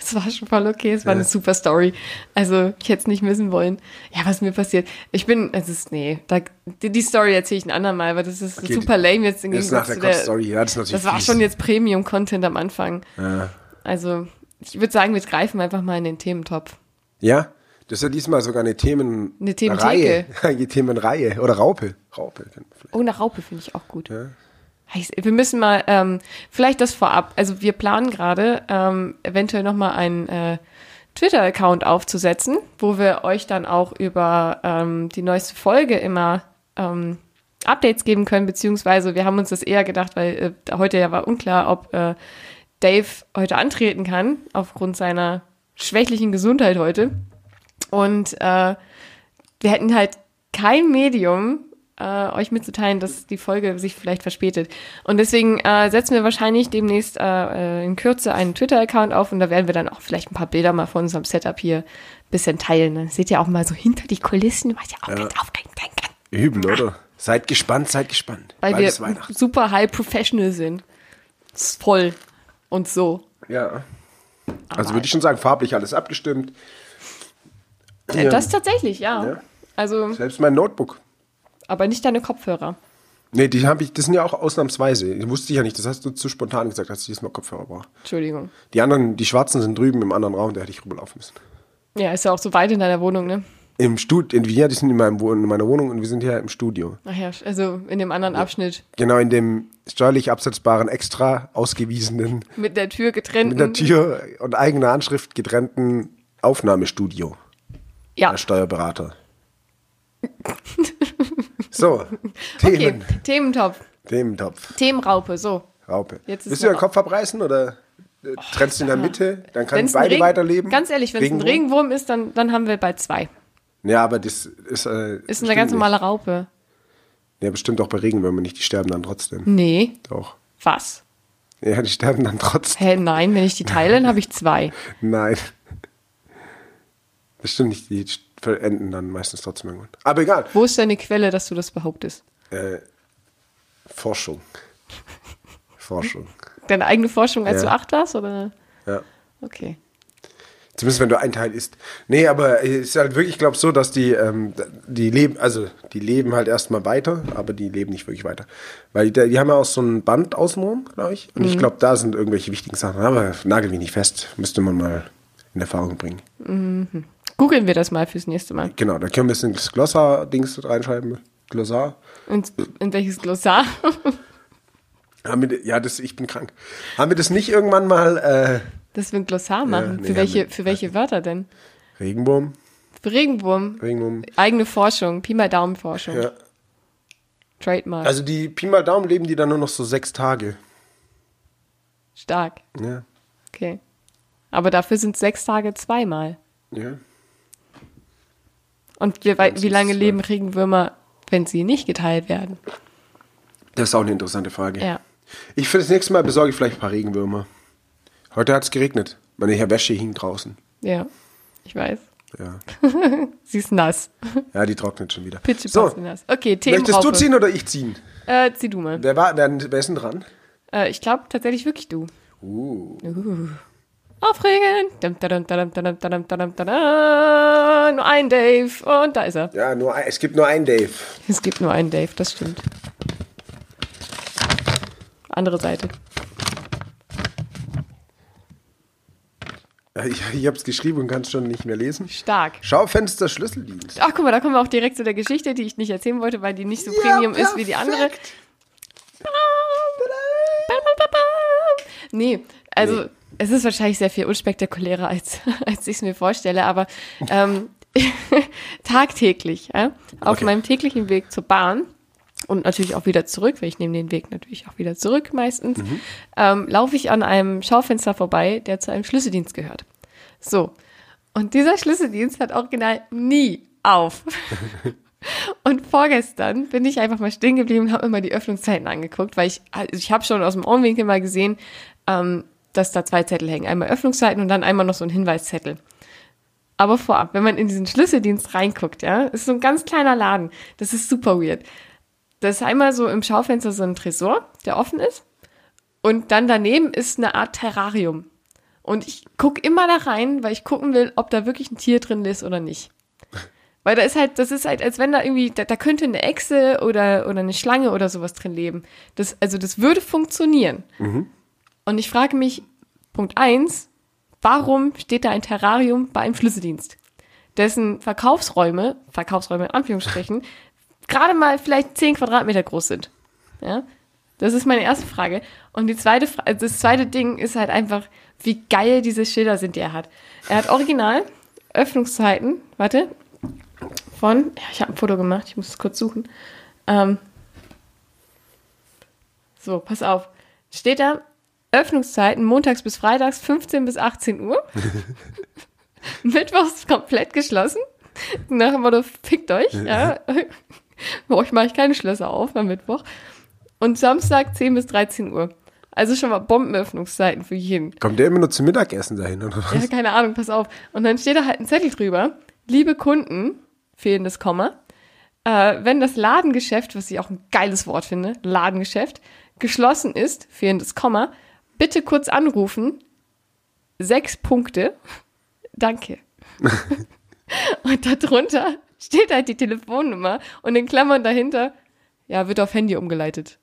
Speaker 2: Es war schon voll okay, es war eine super Story. Also, ich hätte es nicht missen wollen. Ja, was mir passiert. Ich bin, es ist, nee, da, die, die Story erzähle ich ein andermal, weil das ist
Speaker 1: Okay,
Speaker 2: super lame jetzt im
Speaker 1: Jetzt nach
Speaker 2: Gegensatz
Speaker 1: der
Speaker 2: zu der,
Speaker 1: Kotzstory, ja, das ist natürlich
Speaker 2: Das war
Speaker 1: fies.
Speaker 2: schon jetzt Premium-Content am Anfang.
Speaker 1: Ja.
Speaker 2: Also, ich würde sagen, wir greifen einfach mal in den Thementopf.
Speaker 1: ja? Das ist ja diesmal sogar eine Themenreihe.
Speaker 2: Eine Thementheke.
Speaker 1: Eine Themenreihe. Oder Raupe. Raupe. können wir vielleicht.
Speaker 2: Oh, nach Raupe finde ich auch gut.
Speaker 1: Ja.
Speaker 2: Heiß- Wir müssen mal, ähm, vielleicht das vorab. Also wir planen gerade, ähm, eventuell nochmal einen äh, Twitter-Account aufzusetzen, wo wir euch dann auch über ähm, die neueste Folge immer ähm, Updates geben können, beziehungsweise wir haben uns das eher gedacht, weil äh, heute ja war unklar, ob äh, Dave heute antreten kann, aufgrund seiner schwächlichen Gesundheit heute. Und äh, wir hätten halt kein Medium, äh, euch mitzuteilen, dass die Folge sich vielleicht verspätet. Und deswegen äh, setzen wir wahrscheinlich demnächst äh, äh, in Kürze einen Twitter-Account auf und da werden wir dann auch vielleicht ein paar Bilder mal von unserem Setup hier ein bisschen teilen. Dann seht ihr auch mal so hinter die Kulissen, was ja auch ganz aufregend sein kann.
Speaker 1: Übel, oder? Seid gespannt, seid gespannt.
Speaker 2: Weil
Speaker 1: Bald ist
Speaker 2: wir
Speaker 1: Weihnachten.
Speaker 2: super high professional sind. Ist Voll und so.
Speaker 1: Ja. Also würde ich schon sagen, farblich alles abgestimmt.
Speaker 2: Äh, Das tatsächlich, ja.
Speaker 1: Ja.
Speaker 2: Also,
Speaker 1: Selbst mein Notebook.
Speaker 2: aber nicht deine Kopfhörer.
Speaker 1: Nee, die habe ich, das sind ja auch ausnahmsweise. Die wusste ich ja nicht. Das hast du zu spontan gesagt, dass ich diesmal Kopfhörer brauche.
Speaker 2: Entschuldigung.
Speaker 1: Die anderen, die schwarzen sind drüben im anderen Raum, da hätte ich rüberlaufen müssen.
Speaker 2: Ja, ist ja auch so weit in deiner Wohnung, ne?
Speaker 1: Im Studio, in Wien, die sind in, meinem, Wohn- in meiner Wohnung und wir sind hier im Studio.
Speaker 2: Ach ja, also in dem anderen Abschnitt.
Speaker 1: Genau in dem steuerlich absetzbaren, extra ausgewiesenen,
Speaker 2: Mit der Tür getrennt.
Speaker 1: mit einer Tür und eigener Anschrift getrennten Aufnahmestudio.
Speaker 2: Ja.
Speaker 1: Der Steuerberater. so, Themen.
Speaker 2: Okay, Thementopf.
Speaker 1: Thementopf.
Speaker 2: Themenraupe, so.
Speaker 1: Raupe.
Speaker 2: Jetzt ist
Speaker 1: Willst du den
Speaker 2: noch- Oh,
Speaker 1: Kopf abreißen oder äh, trennst du in der Mitte? Dann können
Speaker 2: Wenn's ein
Speaker 1: beide
Speaker 2: Regen-
Speaker 1: weiterleben.
Speaker 2: Ganz ehrlich, wenn es ein
Speaker 1: Regenwurm?
Speaker 2: Regenwurm ist, dann, dann haben wir bald zwei.
Speaker 1: Ja, aber das ist. Äh,
Speaker 2: Ist
Speaker 1: bestimmt
Speaker 2: eine ganz normale
Speaker 1: Nicht.
Speaker 2: Raupe.
Speaker 1: Ja, bestimmt auch bei Regenwürmern nicht. Die sterben dann
Speaker 2: Hm.
Speaker 1: trotzdem.
Speaker 2: Nee.
Speaker 1: Doch.
Speaker 2: Was?
Speaker 1: Ja, die sterben dann trotzdem.
Speaker 2: Hä, nein, wenn ich die teile, dann habe ich zwei.
Speaker 1: Nein. Das stimmt nicht. Die verenden dann meistens trotzdem irgendwann. Aber egal.
Speaker 2: Wo ist deine Quelle, dass du das behauptest?
Speaker 1: Äh, Forschung. Forschung.
Speaker 2: Deine eigene Forschung, als
Speaker 1: Ja.
Speaker 2: du acht warst? Oder?
Speaker 1: Ja.
Speaker 2: Okay.
Speaker 1: Zumindest wenn du einen Teil isst. Nee, aber es ist halt wirklich, ich glaube so, dass die, ähm, die leben, also die leben halt erstmal weiter, aber die leben nicht wirklich weiter. Weil die, die haben ja auch so ein Band außenrum, glaube ich. Und ich glaube, da sind irgendwelche wichtigen Sachen. Aber nagel mich nicht fest, müsste man mal in Erfahrung bringen.
Speaker 2: Googeln wir das mal fürs nächste Mal.
Speaker 1: Genau, da können wir ein bisschen das Glossar-Dings reinschreiben. Glossar.
Speaker 2: Und in welches Glossar?
Speaker 1: Haben wir, ja, das, ich bin krank. Haben wir das nicht irgendwann mal, äh,
Speaker 2: Dass wir ein Glossar machen.
Speaker 1: nee,
Speaker 2: für,
Speaker 1: haben
Speaker 2: welche,
Speaker 1: wir-
Speaker 2: für welche Wörter denn?
Speaker 1: äh, Regenwurm?
Speaker 2: Für Regenwurm.
Speaker 1: Regenwurm.
Speaker 2: Eigene Forschung. Pi mal Daumenforschung.
Speaker 1: Ja.
Speaker 2: Trademark.
Speaker 1: Also die Pi mal Daumen leben die dann nur noch so sechs Tage.
Speaker 2: Stark.
Speaker 1: Ja.
Speaker 2: Okay. Aber dafür sind sechs Tage zweimal.
Speaker 1: Ja.
Speaker 2: Und wie, wei- wie lange
Speaker 1: ist,
Speaker 2: leben Regenwürmer, wenn sie nicht geteilt werden?
Speaker 1: Das ist auch eine interessante Frage.
Speaker 2: Ja.
Speaker 1: Ich für das nächste Mal besorge ich vielleicht ein paar Regenwürmer. Heute hat es geregnet. Meine Wäsche hing draußen.
Speaker 2: Ja, ich weiß.
Speaker 1: Ja,
Speaker 2: Sie ist nass.
Speaker 1: ja die trocknet schon wieder.
Speaker 2: Pitsche
Speaker 1: so,
Speaker 2: nass. Okay,
Speaker 1: möchtest du
Speaker 2: Themenraupe.
Speaker 1: ziehen oder ich ziehen?
Speaker 2: Äh, zieh du mal.
Speaker 1: Wer, war, wer, wer ist denn dran?
Speaker 2: Äh, ich glaube tatsächlich wirklich du.
Speaker 1: Uh,
Speaker 2: Aufregend. Dum, dadum, dadum, dadum, dadum, dadum, dadum. Nur ein Dave. Und da ist er.
Speaker 1: ja, nur ein, es gibt nur einen Dave.
Speaker 2: Es gibt nur einen Dave, das stimmt. Andere Seite.
Speaker 1: Ich, ich habe es geschrieben und kann es schon nicht mehr lesen.
Speaker 2: Stark.
Speaker 1: Schaufenster Schlüsseldienst.
Speaker 2: Ach, guck mal, da kommen wir auch direkt zu der Geschichte, die ich nicht erzählen wollte, weil die nicht so
Speaker 1: Ja,
Speaker 2: Premium ist wie die
Speaker 1: perfekt.
Speaker 2: andere. Bam, bam, bam. Nee, also
Speaker 1: Nee.
Speaker 2: es ist wahrscheinlich sehr viel unspektakulärer, als, als ich es mir vorstelle, aber ähm, tagtäglich, äh, auf
Speaker 1: Okay.
Speaker 2: meinem täglichen Weg zur Bahn und natürlich auch wieder zurück, weil ich nehme den Weg natürlich auch wieder zurück meistens, ähm, laufe ich an einem Schaufenster vorbei, der zu einem Schlüsseldienst gehört. So, und dieser Schlüsseldienst hat original nie auf. Und vorgestern bin ich einfach mal stehen geblieben und habe mir mal die Öffnungszeiten angeguckt, weil ich, also ich habe schon aus dem Augenwinkel mal gesehen, ähm, dass da zwei Zettel hängen. Einmal Öffnungszeiten und dann einmal noch so ein Hinweiszettel. Aber vorab, wenn man in diesen Schlüsseldienst reinguckt, ja, ist so ein ganz kleiner Laden. Das ist super weird. Da ist einmal so im Schaufenster so ein Tresor, der offen ist. Und dann daneben ist eine Art Terrarium. Und ich guck immer da rein, weil ich gucken will, ob da wirklich ein Tier drin ist oder nicht. Weil da ist halt, das ist halt, als wenn da irgendwie, da, da könnte eine Echse oder, oder eine Schlange oder sowas drin leben. Das, also das würde funktionieren. Und ich frage mich, Punkt eins: warum steht da ein Terrarium bei einem Schlüsseldienst? dessen Verkaufsräume, Verkaufsräume in Anführungsstrichen, gerade mal vielleicht 10 Quadratmeter groß sind. Ja? Das ist meine erste Frage. Und die zweite, Fra- also das zweite Ding ist halt einfach, wie geil diese Schilder sind, die er hat. Er hat original Öffnungszeiten, warte, von, ja, ich habe ein Foto gemacht, ich muss es kurz suchen. Ähm, so, pass auf. Steht da Öffnungszeiten montags bis freitags 15 bis 18 Uhr. Mittwochs komplett geschlossen. Nach dem Motto, fickt euch. Ja. Bei euch mache ich keine Schlösser auf am Mittwoch. Und Samstag 10 bis 13 Uhr. Also schon mal Bombenöffnungszeiten für jeden.
Speaker 1: Kommt der immer nur zum Mittagessen dahin oder was?
Speaker 2: Ja, keine Ahnung, pass auf. Und dann steht da halt ein Zettel drüber. Liebe Kunden, fehlendes Komma, äh, wenn das Ladengeschäft, was ich auch ein geiles Wort finde, Ladengeschäft, geschlossen ist, fehlendes Komma, bitte kurz anrufen. Sechs Punkte. Danke. und darunter steht halt die Telefonnummer und in Klammern dahinter, ja, wird auf Handy umgeleitet.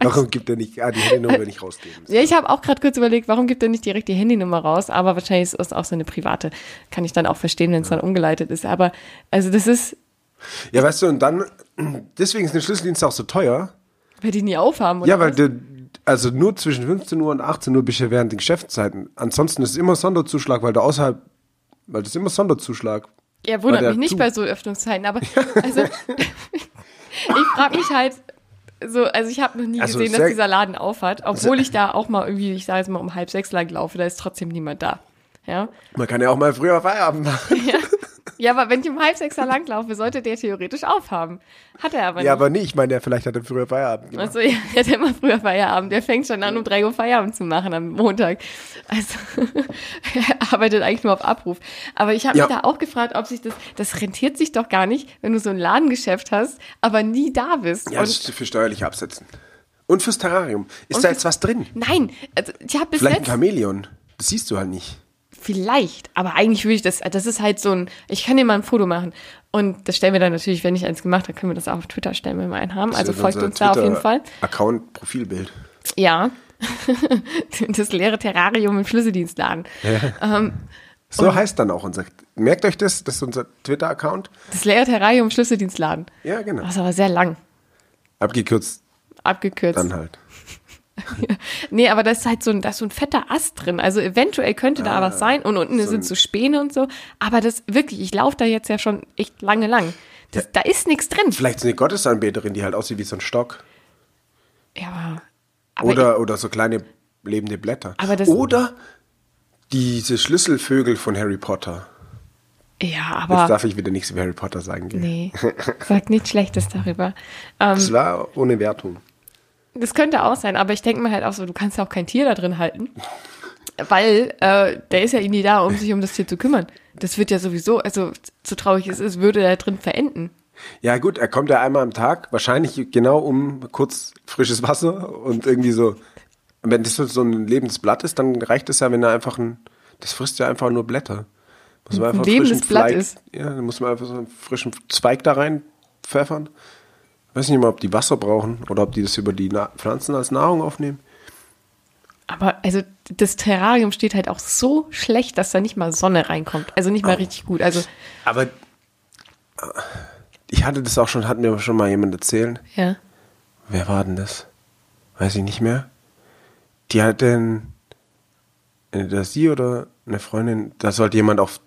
Speaker 1: Warum gibt er nicht ah, die Handynummer nicht rausgeben?
Speaker 2: Ja, ich habe auch gerade kurz überlegt, warum gibt er nicht direkt die Handynummer raus, aber wahrscheinlich ist es auch seine private. Kann ich dann auch verstehen, wenn es dann umgeleitet ist. Aber also das ist,
Speaker 1: Ja, weißt du, und dann, deswegen ist eine Schlüsseldienst auch so teuer.
Speaker 2: weil die nie aufhaben. Oder
Speaker 1: Ja, weil
Speaker 2: was?
Speaker 1: der, also nur zwischen 15 Uhr und 18 Uhr bist du ja während den Geschäftszeiten. Ansonsten ist immer Sonderzuschlag, weil du außerhalb, weil das ist immer Sonderzuschlag.
Speaker 2: er
Speaker 1: weil
Speaker 2: wundert
Speaker 1: der
Speaker 2: mich nicht
Speaker 1: zu-
Speaker 2: bei so Öffnungszeiten, aber also ich frage mich halt so, also ich habe noch nie
Speaker 1: Also
Speaker 2: gesehen,
Speaker 1: sehr-
Speaker 2: dass dieser Laden aufhat, obwohl ich da auch mal irgendwie, ich sage jetzt mal um halb sechs lang laufe, da ist trotzdem niemand da. Ja.
Speaker 1: Man kann ja auch mal früher Feierabend machen.
Speaker 2: Ja, ja aber wenn ich um halb sechs da lang laufe, sollte der theoretisch aufhaben. Hat er aber nicht.
Speaker 1: Ja, aber nee, ich meine, ja, vielleicht hat er früher Feierabend gemacht.
Speaker 2: Also ja, der hat immer früher Feierabend. Der fängt schon an, um 3 Uhr Feierabend zu machen am Montag. Also er arbeitet eigentlich nur auf Abruf. Aber ich habe
Speaker 1: Ja.
Speaker 2: mich da auch gefragt, ob sich das, das rentiert sich doch gar nicht, wenn du so ein Ladengeschäft hast, aber nie da bist.
Speaker 1: Ja,
Speaker 2: Und-
Speaker 1: das ist für steuerliche Absetzen. Und fürs Terrarium. Ist
Speaker 2: Und
Speaker 1: da
Speaker 2: fürs-
Speaker 1: jetzt was drin?
Speaker 2: Nein, also ich habe bis
Speaker 1: Vielleicht ein
Speaker 2: jetzt
Speaker 1: Chamäleon. Das siehst du halt nicht.
Speaker 2: vielleicht, aber eigentlich würde ich das, das ist halt so ein, ich kann dir mal ein Foto machen und das stellen wir dann natürlich, wenn ich eins gemacht habe, können wir das auch auf Twitter stellen, wenn wir einen haben, also folgt uns da auf jeden Fall.
Speaker 1: Account Profilbild.
Speaker 2: Ja, das leere Terrarium im Schlüsseldienstladen.
Speaker 1: So heißt dann auch unser. Merkt euch das? Das ist unser Twitter-Account.
Speaker 2: Das leere Terrarium Schlüsseldienstladen.
Speaker 1: Ja, genau.
Speaker 2: Das ist aber sehr lang.
Speaker 1: Abgekürzt
Speaker 2: Abgekürzt.
Speaker 1: dann halt.
Speaker 2: Nee, aber da ist halt so ein, da ist so ein fetter Ast drin. Also eventuell könnte da was sein. Und unten
Speaker 1: Ah, so ein-
Speaker 2: sind so Späne und so. Aber das wirklich, ich laufe da jetzt ja schon echt lange lang. Das, Da ist nichts drin.
Speaker 1: Vielleicht so eine Gottesanbeterin, die halt aussieht wie so ein Stock.
Speaker 2: Ja, aber- aber
Speaker 1: Oder, oder so kleine lebende Blätter.
Speaker 2: Aber das-
Speaker 1: oder diese Schlüsselvögel von Harry Potter.
Speaker 2: Ich, ja,
Speaker 1: Jetzt
Speaker 2: aber.
Speaker 1: darf ich wieder nichts über Harry Potter sagen. gell?
Speaker 2: Nee, sag nichts Schlechtes darüber. Ähm,
Speaker 1: Das war ohne Wertung.
Speaker 2: Das könnte auch sein, aber ich denke mir halt auch so, du kannst ja auch kein Tier da drin halten. Weil äh, der ist ja eh nie da, um sich um das Tier zu kümmern. Das wird ja sowieso, also so traurig es ist, würde da drin verenden.
Speaker 1: Ja gut, er kommt ja einmal am Tag, wahrscheinlich genau um kurz frisches Wasser und irgendwie so. Wenn das so ein lebendes Blatt ist, dann reicht es ja, wenn er einfach ein, das frisst ja einfach nur Blätter. Muss man
Speaker 2: Ein
Speaker 1: einfach
Speaker 2: lebendes
Speaker 1: frischen
Speaker 2: Blatt
Speaker 1: Fleig-
Speaker 2: ist.
Speaker 1: Ja, dann muss man einfach so einen frischen Zweig da rein pfeffern. Weiß nicht mal, ob die Wasser brauchen oder ob die das über die Na Pflanzen als Nahrung aufnehmen.
Speaker 2: Aber also das Terrarium steht halt auch so schlecht, dass da nicht mal Sonne reinkommt. Also nicht mal richtig gut. Also
Speaker 1: Aber äh, ich hatte das auch schon, hat mir schon mal jemand erzählt.
Speaker 2: ja,
Speaker 1: Wer war denn das? Weiß ich nicht mehr. Die hat denn, entweder sie oder eine Freundin, da sollte jemand aufs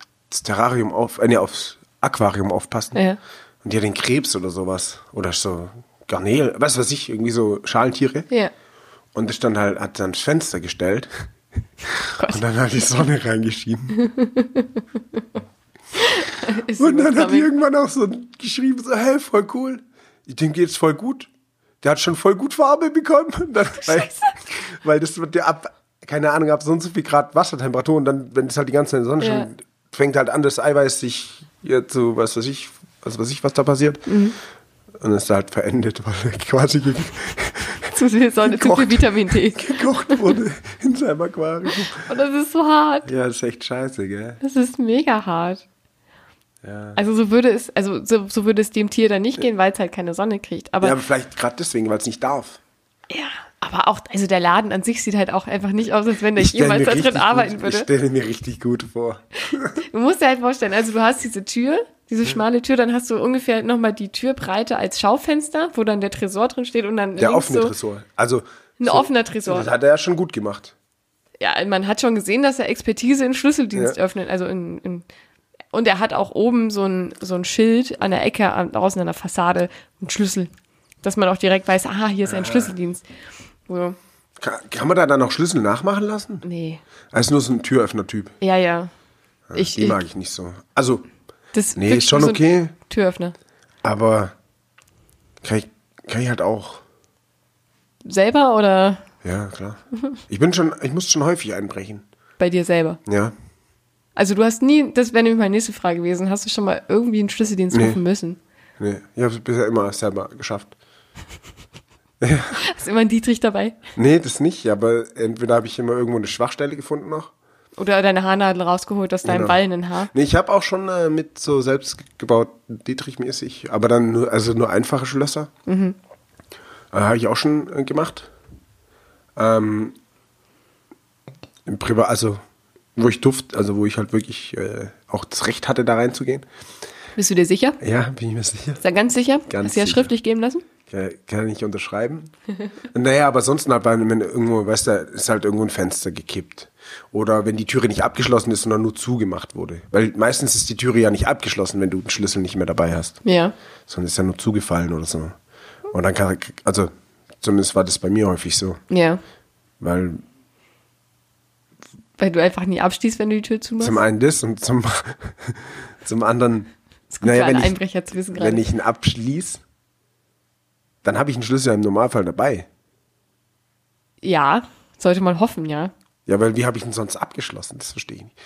Speaker 1: Terrarium auf, äh, nee, aufs Aquarium aufpassen.
Speaker 2: Ja.
Speaker 1: Und die hat den Krebs oder sowas. Oder so Garnelen, was weiß ich, irgendwie so Schalentiere.
Speaker 2: ja.
Speaker 1: Und das stand halt, hat dann das Fenster gestellt.
Speaker 2: Gott.
Speaker 1: Und dann hat die Sonne reingeschieden.
Speaker 2: Ist
Speaker 1: Und dann hat die
Speaker 2: überwältigend.
Speaker 1: irgendwann auch so geschrieben, so, hey, voll cool. Dem geht's voll gut. Der hat schon voll gut Farbe bekommen. Und Dann, weil, weil das wird ja ab, keine Ahnung, ab so und so viel Grad Wassertemperatur und dann, wenn es halt die ganze Zeit in der Sonne
Speaker 2: Ja.
Speaker 1: schon, fängt halt an, das Eiweiß sich hier zu, was weiß ich, was weiß ich, was da passiert. Und ist halt verendet, weil er quasi ge
Speaker 2: zu viel Sonne, zu viel
Speaker 1: gekocht.
Speaker 2: Vitamin D.
Speaker 1: gekocht wurde in seinem Aquarium.
Speaker 2: Und das ist so hart.
Speaker 1: Ja, das ist echt scheiße, gell?
Speaker 2: Das ist mega hart.
Speaker 1: Ja.
Speaker 2: Also so würde es, also so, so würde es dem Tier dann nicht gehen, weil es halt keine Sonne kriegt. Aber
Speaker 1: Ja, aber vielleicht gerade deswegen, weil es nicht darf.
Speaker 2: Ja, Aber auch, also der Laden an sich sieht halt auch einfach nicht aus, als wenn ich,
Speaker 1: stell
Speaker 2: jemals
Speaker 1: mir
Speaker 2: da drin
Speaker 1: richtig
Speaker 2: arbeiten
Speaker 1: gut,
Speaker 2: würde.
Speaker 1: Ich stelle mir richtig gut vor.
Speaker 2: Du musst dir halt vorstellen, also du hast diese Tür, diese schmale Tür, dann hast du ungefähr nochmal die Türbreite als Schaufenster, wo dann der Tresor drin steht und dann
Speaker 1: Der
Speaker 2: links
Speaker 1: offene
Speaker 2: so
Speaker 1: Tresor. Also,
Speaker 2: ein offener Tresor.
Speaker 1: das hat er ja schon gut gemacht.
Speaker 2: Ja, man hat schon gesehen, dass er Expertise in Schlüsseldienst
Speaker 1: Ja.
Speaker 2: öffnet, also in, in und er hat auch oben so ein, so ein Schild an der Ecke, an, außen an der Fassade, einen Schlüssel, dass man auch direkt weiß, aha, hier
Speaker 1: Ah.
Speaker 2: ist ein Schlüsseldienst. So,
Speaker 1: Kann, kann man da dann noch Schlüssel nachmachen lassen?
Speaker 2: nee,
Speaker 1: Er ist nur so ein Türöffner-Typ.
Speaker 2: ja, ja.
Speaker 1: Ah,
Speaker 2: Ich,
Speaker 1: Die
Speaker 2: ich,
Speaker 1: mag ich nicht so. Also,
Speaker 2: das
Speaker 1: nee,
Speaker 2: wirklich
Speaker 1: ist schon
Speaker 2: nur so ein
Speaker 1: okay.
Speaker 2: Türöffner.
Speaker 1: aber kann ich, kann ich halt auch.
Speaker 2: Selber oder
Speaker 1: Ja, klar. Ich bin schon, ich muss schon häufig einbrechen.
Speaker 2: bei dir selber?
Speaker 1: Ja.
Speaker 2: Also du hast nie, das wäre nämlich meine nächste Frage gewesen, hast du schon mal irgendwie einen Schlüsseldienst
Speaker 1: Nee.
Speaker 2: rufen müssen?
Speaker 1: Nee, ich habe es bisher immer selber geschafft.
Speaker 2: Hast immer einen Dietrich dabei?
Speaker 1: Nee, das nicht, aber entweder habe ich immer irgendwo eine Schwachstelle gefunden noch.
Speaker 2: Oder deine Haarnadel rausgeholt aus deinem
Speaker 1: Genau.
Speaker 2: wallenden Haar?
Speaker 1: Nee, ich habe auch schon äh, mit so selbstgebauten Dietrich-mäßig, aber dann nur, also nur einfache Schlösser. Äh, habe ich auch schon äh, gemacht. Ähm, im Privat, also wo ich Duft, also wo ich halt wirklich äh, auch das Recht hatte, da reinzugehen.
Speaker 2: Bist du dir sicher?
Speaker 1: Ja, bin ich mir sicher.
Speaker 2: Ist er ganz sicher?
Speaker 1: Ganz
Speaker 2: Hast du ja
Speaker 1: sicher.
Speaker 2: schriftlich geben lassen?
Speaker 1: Kann, kann ich unterschreiben. naja, aber sonst halt, wenn wenn irgendwo, weißt du, ist halt irgendwo ein Fenster gekippt. Oder wenn die Türe nicht abgeschlossen ist, sondern nur zugemacht wurde. Weil meistens ist die Türe ja nicht abgeschlossen, wenn du den Schlüssel nicht mehr dabei hast.
Speaker 2: Ja.
Speaker 1: Sondern ist ja nur zugefallen oder so. Und dann kann, also zumindest war das bei mir häufig so.
Speaker 2: Ja.
Speaker 1: Weil
Speaker 2: Weil du einfach nie abstießt, wenn du die Tür zumachst.
Speaker 1: zum einen das und zum, zum anderen,
Speaker 2: Das ist gut für alle Einbrecher zu wissen gerade.
Speaker 1: wenn ich ihn abschließ, dann habe ich einen Schlüssel ja im Normalfall dabei.
Speaker 2: ja, sollte man hoffen, ja.
Speaker 1: Ja, weil wie habe ich ihn sonst abgeschlossen? Das verstehe ich nicht.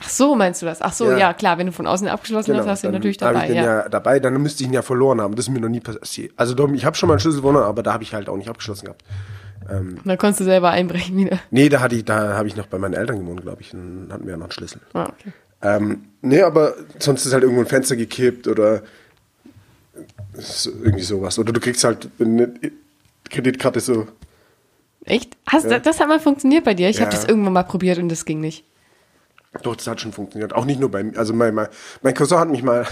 Speaker 2: Ach so, meinst du das? Ach so, ja,
Speaker 1: Ja.
Speaker 2: klar, wenn du von außen abgeschlossen hast, hast du ihn
Speaker 1: Genau, dann
Speaker 2: natürlich
Speaker 1: hab
Speaker 2: dabei,
Speaker 1: ich den
Speaker 2: ja.
Speaker 1: ja. dabei, dann müsste ich ihn ja verloren haben. Das ist mir noch nie passiert. Also doch, ich habe schon mal einen Schlüssel verloren, aber da habe ich halt auch nicht abgeschlossen gehabt.
Speaker 2: Und dann konntest du selber einbrechen wieder.
Speaker 1: Nee, da hatte ich, da habe ich noch bei meinen Eltern gewohnt, glaube ich. Dann hatten wir ja noch einen Schlüssel.
Speaker 2: Ah, okay.
Speaker 1: Ähm, nee, aber sonst ist halt irgendwo ein Fenster gekippt oder so- irgendwie sowas. Oder du kriegst halt eine Kreditkarte so.
Speaker 2: Echt? Hast,
Speaker 1: Ja.
Speaker 2: Das hat mal funktioniert bei dir. Ich habe
Speaker 1: Ja.
Speaker 2: das irgendwann mal probiert und das ging nicht.
Speaker 1: Doch, das hat schon funktioniert. Auch nicht nur bei mir. Also mein, mein, mein Cousin hat mich mal.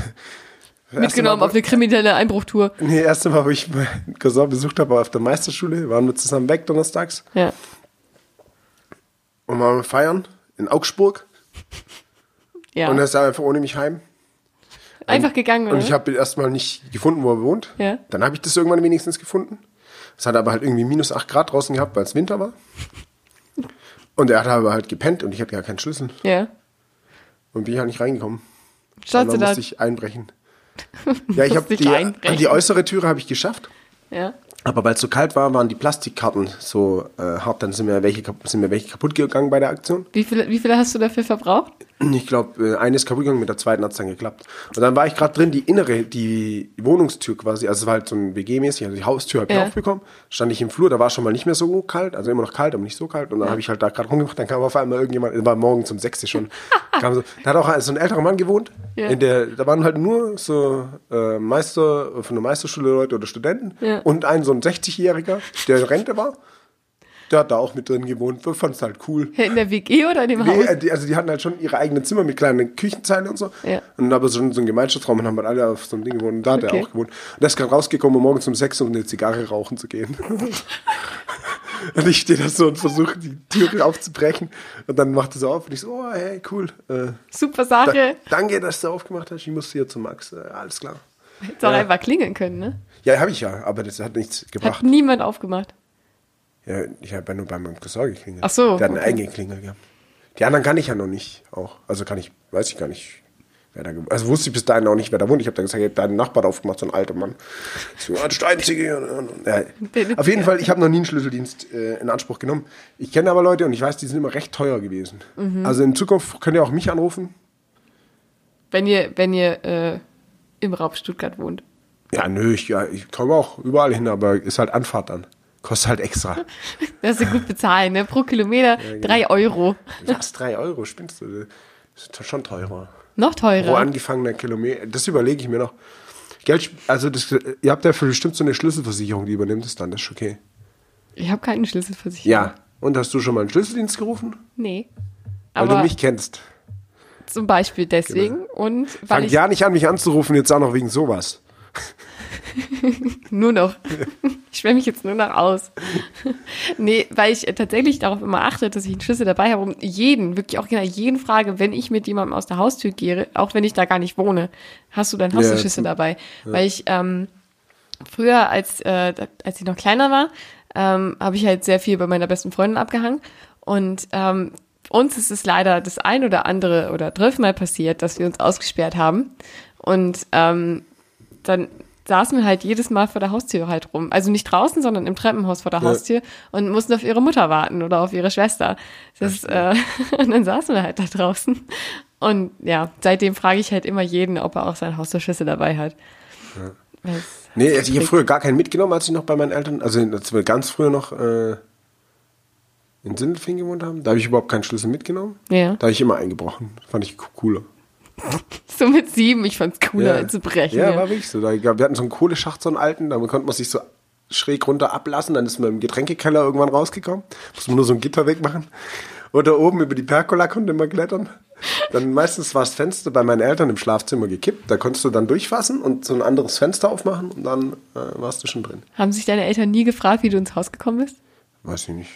Speaker 2: Mitgenommen auf eine kriminelle Einbruchtour.
Speaker 1: Nee, das erste Mal, wo ich meinen Cousin besucht habe, war auf der Meisterschule, waren wir zusammen weg donnerstags.
Speaker 2: Ja.
Speaker 1: Und waren wir feiern in Augsburg.
Speaker 2: ja.
Speaker 1: Und er ist einfach ohne mich heim.
Speaker 2: Einfach gegangen, oder?
Speaker 1: Und ich habe erstmal nicht gefunden, wo er wohnt.
Speaker 2: Ja.
Speaker 1: Dann habe ich das irgendwann wenigstens gefunden. Es hat aber halt irgendwie minus 8 Grad draußen gehabt, weil es Winter war. Und er hat aber halt gepennt und ich hatte gar keinen Schlüssel.
Speaker 2: ja.
Speaker 1: Und bin ich halt nicht reingekommen.
Speaker 2: Schaust du
Speaker 1: und dann
Speaker 2: da?
Speaker 1: musste ich einbrechen. Ja, ich habe
Speaker 2: Musst
Speaker 1: die,
Speaker 2: dich einbrechen.
Speaker 1: die äußere Türe habe ich geschafft.
Speaker 2: Ja.
Speaker 1: Aber weil es so kalt war, waren die Plastikkarten so äh, hart. Dann sind mir, welche, kap- sind mir welche kaputt gegangen bei der Aktion.
Speaker 2: Wie viele, wie viele hast du dafür verbraucht?
Speaker 1: Ich äh, glaube, eine ist kaputt gegangen, mit der zweiten hat es dann geklappt. Und dann war ich gerade drin, die innere, die Wohnungstür quasi, also es war halt so ein WG-mäßig, also die Haustür habe ich
Speaker 2: Ja.
Speaker 1: aufbekommen, stand ich im Flur, da war schon mal nicht mehr so kalt, also immer noch kalt, aber nicht so kalt. Und dann habe ich halt da gerade rumgemacht, dann kam auf einmal irgendjemand, war morgen zum Sechste schon, kam so, da hat auch so ein älterer Mann gewohnt,
Speaker 2: Ja.
Speaker 1: in der, da waren halt nur so äh, Meister, von der Meisterschule Leute oder Studenten
Speaker 2: Ja.
Speaker 1: und ein so ein 60-Jähriger, der in Rente war, der hat da auch mit drin gewohnt, wir fanden es halt cool.
Speaker 2: Ja, In der WG oder in dem
Speaker 1: Nee,
Speaker 2: Haus?
Speaker 1: äh, die, also die hatten halt schon ihre eigenen Zimmer mit kleinen Küchenzeile und so.
Speaker 2: Ja.
Speaker 1: Und aber so, so ein Gemeinschaftsraum und haben halt alle auf so einem Ding gewohnt. Und da hat
Speaker 2: Okay.
Speaker 1: er auch gewohnt. Und der ist gerade rausgekommen, um morgens um sechs, um eine Zigarre rauchen zu gehen. und ich stehe da so und versuche, die Türe aufzubrechen. Und dann macht er so auf und ich so, oh, hey, cool. Äh,
Speaker 2: Super
Speaker 1: da,
Speaker 2: Sache.
Speaker 1: danke, dass du aufgemacht hast. Ich muss hier zu Max. Äh, alles klar.
Speaker 2: Hättest auch einfach klingeln können, ne?
Speaker 1: Ja, habe ich ja, aber das hat nichts
Speaker 2: Hat
Speaker 1: gebracht.
Speaker 2: niemand aufgemacht.
Speaker 1: Ja, ich habe ja nur bei meinem Cousin geklingelt.
Speaker 2: Ach so,
Speaker 1: Der hat eine
Speaker 2: okay.
Speaker 1: eigene Klingel gehabt. Die anderen kann ich ja noch nicht auch. Also kann ich, weiß ich gar nicht, wer da gewohnt Also wusste ich bis dahin auch nicht, wer da wohnt. Ich habe dann gesagt, ich hab deinen Nachbar da aufgemacht, so ein alter Mann. So, ah, das ist der Einzige. Und, und, und. Ja.
Speaker 2: Den-
Speaker 1: Auf jeden Fall, ich habe noch nie einen Schlüsseldienst äh, in Anspruch genommen. Ich kenne aber Leute und ich weiß, die sind immer recht teuer gewesen.
Speaker 2: Mhm.
Speaker 1: Also in Zukunft könnt ihr auch mich anrufen.
Speaker 2: Wenn ihr, wenn ihr äh, im Raum Stuttgart wohnt.
Speaker 1: Ja, nö, ich, ja, ich komme auch überall hin, aber ist halt Anfahrt dann. Kostet halt extra.
Speaker 2: Das ist gut bezahlen, ne? Pro Kilometer
Speaker 1: genau.
Speaker 2: drei Euro.
Speaker 1: Was, drei Euro? Spinnst du? Das ist schon teurer.
Speaker 2: Noch
Speaker 1: Pro
Speaker 2: teurer.
Speaker 1: angefangener Kilometer. Das überlege ich mir noch. Geld, also das, ihr habt ja für bestimmt so eine Schlüsselversicherung, die übernimmt es dann, das ist okay.
Speaker 2: Ich habe keinen Schlüssel für sich.
Speaker 1: Ja. Und hast du schon mal einen Schlüsseldienst gerufen?
Speaker 2: Nee.
Speaker 1: Weil
Speaker 2: Aber
Speaker 1: du mich kennst.
Speaker 2: zum Beispiel deswegen und weil
Speaker 1: Fang
Speaker 2: ich
Speaker 1: ja nicht an, mich anzurufen, jetzt auch noch wegen sowas.
Speaker 2: nur noch, ich schwemme mich jetzt nur noch aus. nee, weil ich tatsächlich darauf immer achte, dass ich einen Schlüssel dabei habe und jeden, wirklich auch genau jeden frage, wenn ich mit jemandem aus der Haustür gehe, auch wenn ich da gar nicht wohne, hast du deinen Haustürschlüssel dabei? Weil ich ähm, früher, als, äh, da- als ich noch kleiner war, ähm, habe ich halt sehr viel bei meiner besten Freundin abgehangen. Und ähm, uns ist es leider das ein oder andere oder drittmal passiert, dass wir uns ausgesperrt haben. Und ähm, dann saßen wir halt jedes Mal vor der Haustür halt rum. Also nicht draußen, sondern im Treppenhaus vor der
Speaker 1: Ja.
Speaker 2: Haustür und mussten auf ihre Mutter warten oder auf ihre Schwester. Das, äh, und dann saßen wir halt da draußen. Und ja, seitdem frage ich halt immer jeden, ob er auch seinen Haustürschlüssel dabei hat. Weil es-
Speaker 1: Nee, also ich habe früher gar keinen mitgenommen, als ich noch bei meinen Eltern, also als wir ganz früher noch äh, in Sindelfingen gewohnt haben, da habe ich überhaupt keinen Schlüssel mitgenommen.
Speaker 2: Ja.
Speaker 1: Da habe ich immer eingebrochen. Fand ich co- cooler.
Speaker 2: So mit sieben, ich fand's cooler
Speaker 1: Ja.
Speaker 2: zu brechen.
Speaker 1: Ja,
Speaker 2: ja.
Speaker 1: war wirklich so. Da, gab- wir hatten so einen Kohleschacht, so einen alten, da konnte man sich so schräg runter ablassen, dann ist man im Getränkekeller irgendwann rausgekommen. Musste man nur so ein Gitter wegmachen. Und da oben über die Pergola konnte man klettern. Dann meistens war das Fenster bei meinen Eltern im Schlafzimmer gekippt. Da konntest du dann durchfassen und so ein anderes Fenster aufmachen und dann äh, warst du schon drin.
Speaker 2: Haben sich deine Eltern nie gefragt, wie du ins Haus gekommen bist?
Speaker 1: Weiß ich nicht.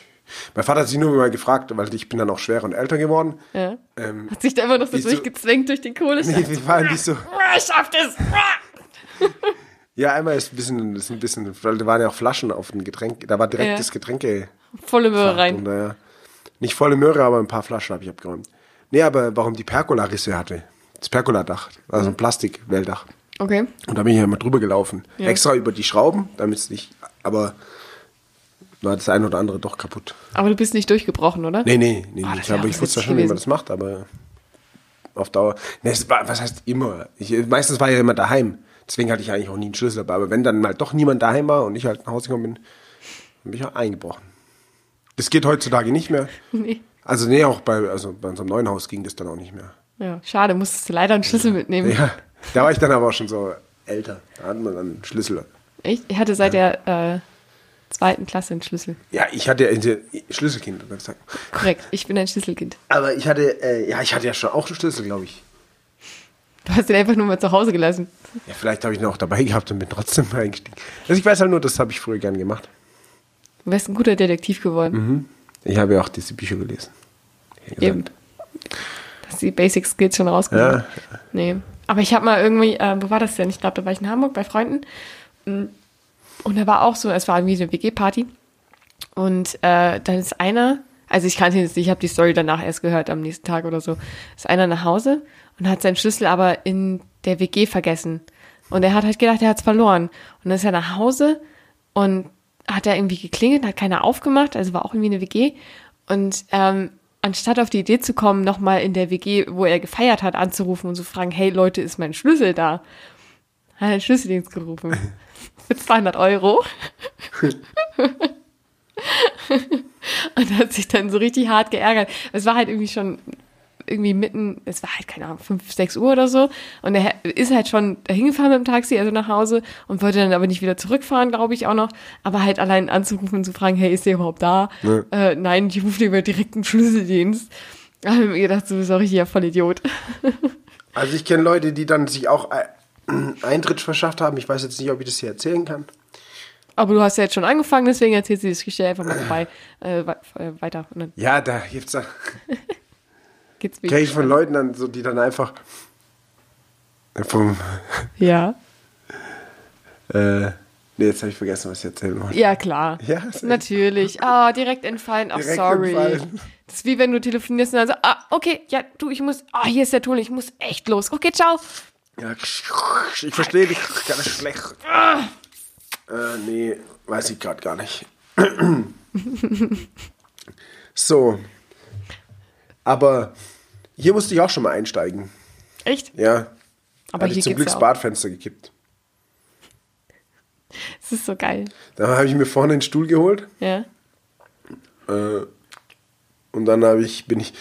Speaker 1: Mein Vater hat sich nur mal gefragt, weil ich bin dann auch schwerer und älter geworden.
Speaker 2: Ja.
Speaker 1: Ähm,
Speaker 2: Hat sich da immer noch so
Speaker 1: Wieso?
Speaker 2: durchgezwängt durch den Kohleschacht?
Speaker 1: nee, wir waren nicht so.
Speaker 2: Ah, Ich schaff das! Ah!
Speaker 1: Ja, einmal ist ein bisschen, ist ein bisschen, weil da waren ja auch Flaschen auf dem Getränk. Da war direkt
Speaker 2: Ja.
Speaker 1: das Getränke.
Speaker 2: Volle Möhre rein.
Speaker 1: Daher. Nicht volle Möhre, aber ein paar Flaschen habe ich abgeräumt. Nee, aber warum die Pergola-Risse hatte. Das Pergoladach, also ein Plastikwelldach.
Speaker 2: Okay.
Speaker 1: Und da bin ich ja immer drüber gelaufen.
Speaker 2: Ja.
Speaker 1: Extra über die Schrauben, damit es nicht, aber war das ein oder andere doch kaputt.
Speaker 2: Aber du bist nicht durchgebrochen, oder?
Speaker 1: Nee, nee, nee.
Speaker 2: Ah,
Speaker 1: nee.
Speaker 2: das
Speaker 1: ich
Speaker 2: wär
Speaker 1: glaube,
Speaker 2: auch
Speaker 1: ich wusste
Speaker 2: witzig
Speaker 1: schon, wie
Speaker 2: gewesen.
Speaker 1: man das macht, aber auf Dauer. Nee, es war, was heißt immer? Ich, meistens war ja immer daheim. Deswegen hatte ich eigentlich auch nie einen Schlüssel dabei. Aber wenn dann mal doch niemand daheim war und ich halt nach Hause gekommen bin, dann bin ich halt eingebrochen. Das geht heutzutage nicht mehr.
Speaker 2: Nee.
Speaker 1: Also, nee, auch bei, also bei unserem neuen Haus ging das dann auch nicht mehr.
Speaker 2: Ja, schade, musstest du leider einen Schlüssel mitnehmen.
Speaker 1: Ja, da war ich dann aber auch schon so älter. Da hat man dann einen Schlüssel.
Speaker 2: Ich ich hatte seit der äh, zweiten Klasse einen Schlüssel.
Speaker 1: Ja, ich hatte ja Schlüsselkind, oder gesagt.
Speaker 2: Korrekt, ich bin ein Schlüsselkind.
Speaker 1: Aber ich hatte, äh, ja, ich hatte ja schon auch einen Schlüssel, glaube ich.
Speaker 2: Du hast ihn einfach nur mal zu Hause gelassen.
Speaker 1: Ja, vielleicht habe ich ihn auch dabei gehabt und bin trotzdem mal eingestiegen. Also ich weiß halt nur, das habe ich früher gern gemacht.
Speaker 2: Du wärst ein guter Detektiv geworden.
Speaker 1: Mhm. Ich habe ja auch diese Bücher gelesen. Wie gesagt.
Speaker 2: Eben. Hast die Basic Skills schon rausgenommen.
Speaker 1: Ja.
Speaker 2: Nee. Aber ich habe mal irgendwie, äh, wo war das denn? Ich glaube, da war ich in Hamburg bei Freunden. Mm. Und da war auch so, es war irgendwie eine WG-Party. Und äh, dann ist einer, also ich kannte ihn jetzt nicht, ich habe die Story danach erst gehört am nächsten Tag oder so, ist einer nach Hause und hat seinen Schlüssel aber in der WG vergessen. Und er hat halt gedacht, er hat's verloren. Und dann ist er nach Hause und hat da irgendwie geklingelt, hat keiner aufgemacht, also war auch irgendwie eine WG. Und ähm, anstatt auf die Idee zu kommen, nochmal in der WG, wo er gefeiert hat, anzurufen und zu fragen, hey Leute, ist mein Schlüssel da? Hat er den Schlüsseldienst gerufen. Für 200 Euro. und hat sich dann so richtig hart geärgert. Es war halt irgendwie schon irgendwie mitten, es war halt, keine Ahnung, 5, 6 Uhr oder so. Und er ist halt schon hingefahren mit dem Taxi, also nach Hause und wollte dann aber nicht wieder zurückfahren, glaube ich auch noch. Aber halt allein anzurufen und zu fragen, hey, ist der überhaupt da?
Speaker 1: Ja.
Speaker 2: Äh, nein, ich rufe dir über direkten Schlüsseldienst. Da habe ich mir gedacht, du bist auch hier voll Idiot.
Speaker 1: Also ich kenne Leute, die dann sich auch äh, Eintritt verschafft haben. Ich weiß jetzt nicht, ob ich das hier erzählen kann.
Speaker 2: Aber du hast ja jetzt schon angefangen, deswegen erzählst du die Geschichte einfach mal vorbei. Äh, wei- äh, weiter. Und dann
Speaker 1: Ja, da gibt's dann.
Speaker 2: geht's wieder.
Speaker 1: Kenne ich von Leuten dann so, die dann einfach äh, vom.
Speaker 2: Ja.
Speaker 1: Äh, nee, jetzt habe ich vergessen, was ich erzählen wollte.
Speaker 2: Ja, klar.
Speaker 1: Ja, sehr.
Speaker 2: Natürlich. Ah, direkt entfallen. Ach,
Speaker 1: Direkt
Speaker 2: sorry.
Speaker 1: entfallen.
Speaker 2: Das ist wie wenn du telefonierst und dann so, ah, okay, ja, du, ich muss, ah, hier ist der Ton, ich muss echt los. Okay, ciao.
Speaker 1: Ja, ich verstehe dich ganz schlecht. Äh, nee, weiß ich gerade gar nicht. so. Aber hier musste ich auch schon mal einsteigen.
Speaker 2: Echt?
Speaker 1: Ja.
Speaker 2: Aber
Speaker 1: Hatte
Speaker 2: hier
Speaker 1: ich zum
Speaker 2: geht's
Speaker 1: Glück
Speaker 2: ja
Speaker 1: das
Speaker 2: auch.
Speaker 1: Badfenster gekippt.
Speaker 2: Das ist so geil.
Speaker 1: Dann habe ich mir vorne einen Stuhl geholt
Speaker 2: Ja.
Speaker 1: äh, und dann habe ich, bin ich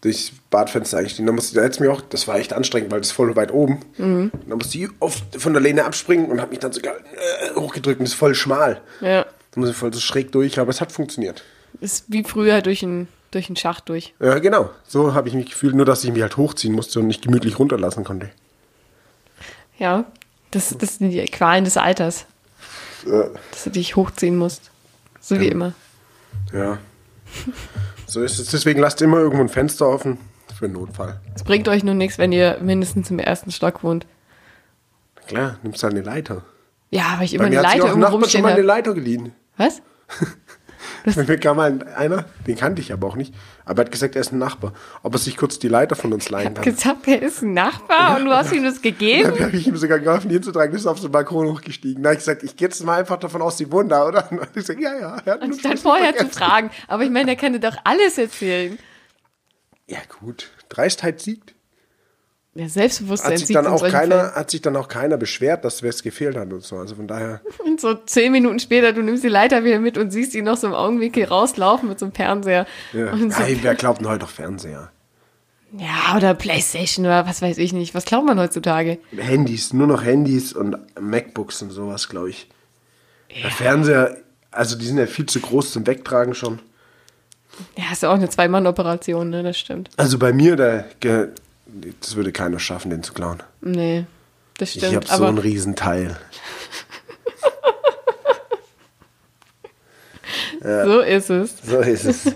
Speaker 1: durchs Badfenster eingestiegen. Dann musste ich, da hätte mir auch, das war echt anstrengend, weil das ist voll weit oben.
Speaker 2: Mhm.
Speaker 1: Dann musste ich auf, von der Lehne abspringen und habe mich dann sogar äh, hochgedrückt und das ist voll schmal.
Speaker 2: Ja.
Speaker 1: Da muss ich voll so schräg durch, aber es hat funktioniert.
Speaker 2: Ist wie früher durch einen durch einen Schacht durch.
Speaker 1: Ja, genau. So habe ich mich gefühlt, nur dass ich mich halt hochziehen musste und nicht gemütlich runterlassen konnte.
Speaker 2: Ja, das, das sind die Qualen des Alters,
Speaker 1: Äh,
Speaker 2: dass du dich hochziehen musst. So wie immer.
Speaker 1: Ja. So ist es. Deswegen lasst immer irgendwo ein Fenster offen für einen Notfall.
Speaker 2: Es bringt euch nur nichts, wenn ihr mindestens im ersten Stock wohnt.
Speaker 1: Klar, nimmst halt eine Leiter.
Speaker 2: Ja, weil ich immer
Speaker 1: Bei
Speaker 2: eine
Speaker 1: mir hat sich
Speaker 2: Leiter
Speaker 1: auch ein
Speaker 2: irgendwo
Speaker 1: Nachbar schon
Speaker 2: rumstehen
Speaker 1: mal eine
Speaker 2: habe.
Speaker 1: Leiter geliehen.
Speaker 2: Was?
Speaker 1: Bei mir kam mal einer, den kannte ich aber auch nicht, aber er hat gesagt, er ist ein Nachbar. Ob er sich kurz die Leiter von uns leihen kann.
Speaker 2: Gesagt, er ist ein Nachbar und du hast ihm das gegeben?
Speaker 1: Dann habe ich ihm sogar geholfen, ihn zu tragen, ist auf den Balkon hochgestiegen. Da habe ich gesagt, ich gehe jetzt mal einfach davon aus, die wohnen da, oder? Und dann hat er gesagt, ja, ja. Er hat nur
Speaker 2: Anstatt
Speaker 1: Schlüssel
Speaker 2: vorher zu
Speaker 1: vergessen.
Speaker 2: fragen. Aber ich meine, er könnte doch alles erzählen.
Speaker 1: Ja, gut. Dreistheit siegt.
Speaker 2: Ja,
Speaker 1: Hat
Speaker 2: Selbstbewusstsein
Speaker 1: sich,
Speaker 2: sieht
Speaker 1: dann
Speaker 2: in
Speaker 1: auch
Speaker 2: solchen
Speaker 1: keiner, hat sich dann auch keiner beschwert, dass wer es gefehlt hat und so. Also von daher,
Speaker 2: Fällen. Und so zehn Minuten später, du nimmst die Leiter wieder mit und siehst ihn noch so im Augenwinkel rauslaufen mit so einem Fernseher.
Speaker 1: ja.
Speaker 2: Und so,
Speaker 1: Nein, wer glaubt denn heute noch Fernseher?
Speaker 2: ja, oder Playstation oder was weiß ich nicht. Was glaubt man heutzutage?
Speaker 1: Handys, nur noch Handys und MacBooks und sowas, glaube ich. Der Fernseher, also die sind ja viel zu groß zum Wegtragen schon.
Speaker 2: Ja, ist ja auch eine Zwei-Mann-Operation, ne? Das stimmt.
Speaker 1: Also bei mir, da, ge- das würde keiner schaffen, den zu klauen.
Speaker 2: Nee, das
Speaker 1: ich
Speaker 2: stimmt.
Speaker 1: habe so
Speaker 2: Aber
Speaker 1: einen Riesenteil.
Speaker 2: so ist es.
Speaker 1: So ist es.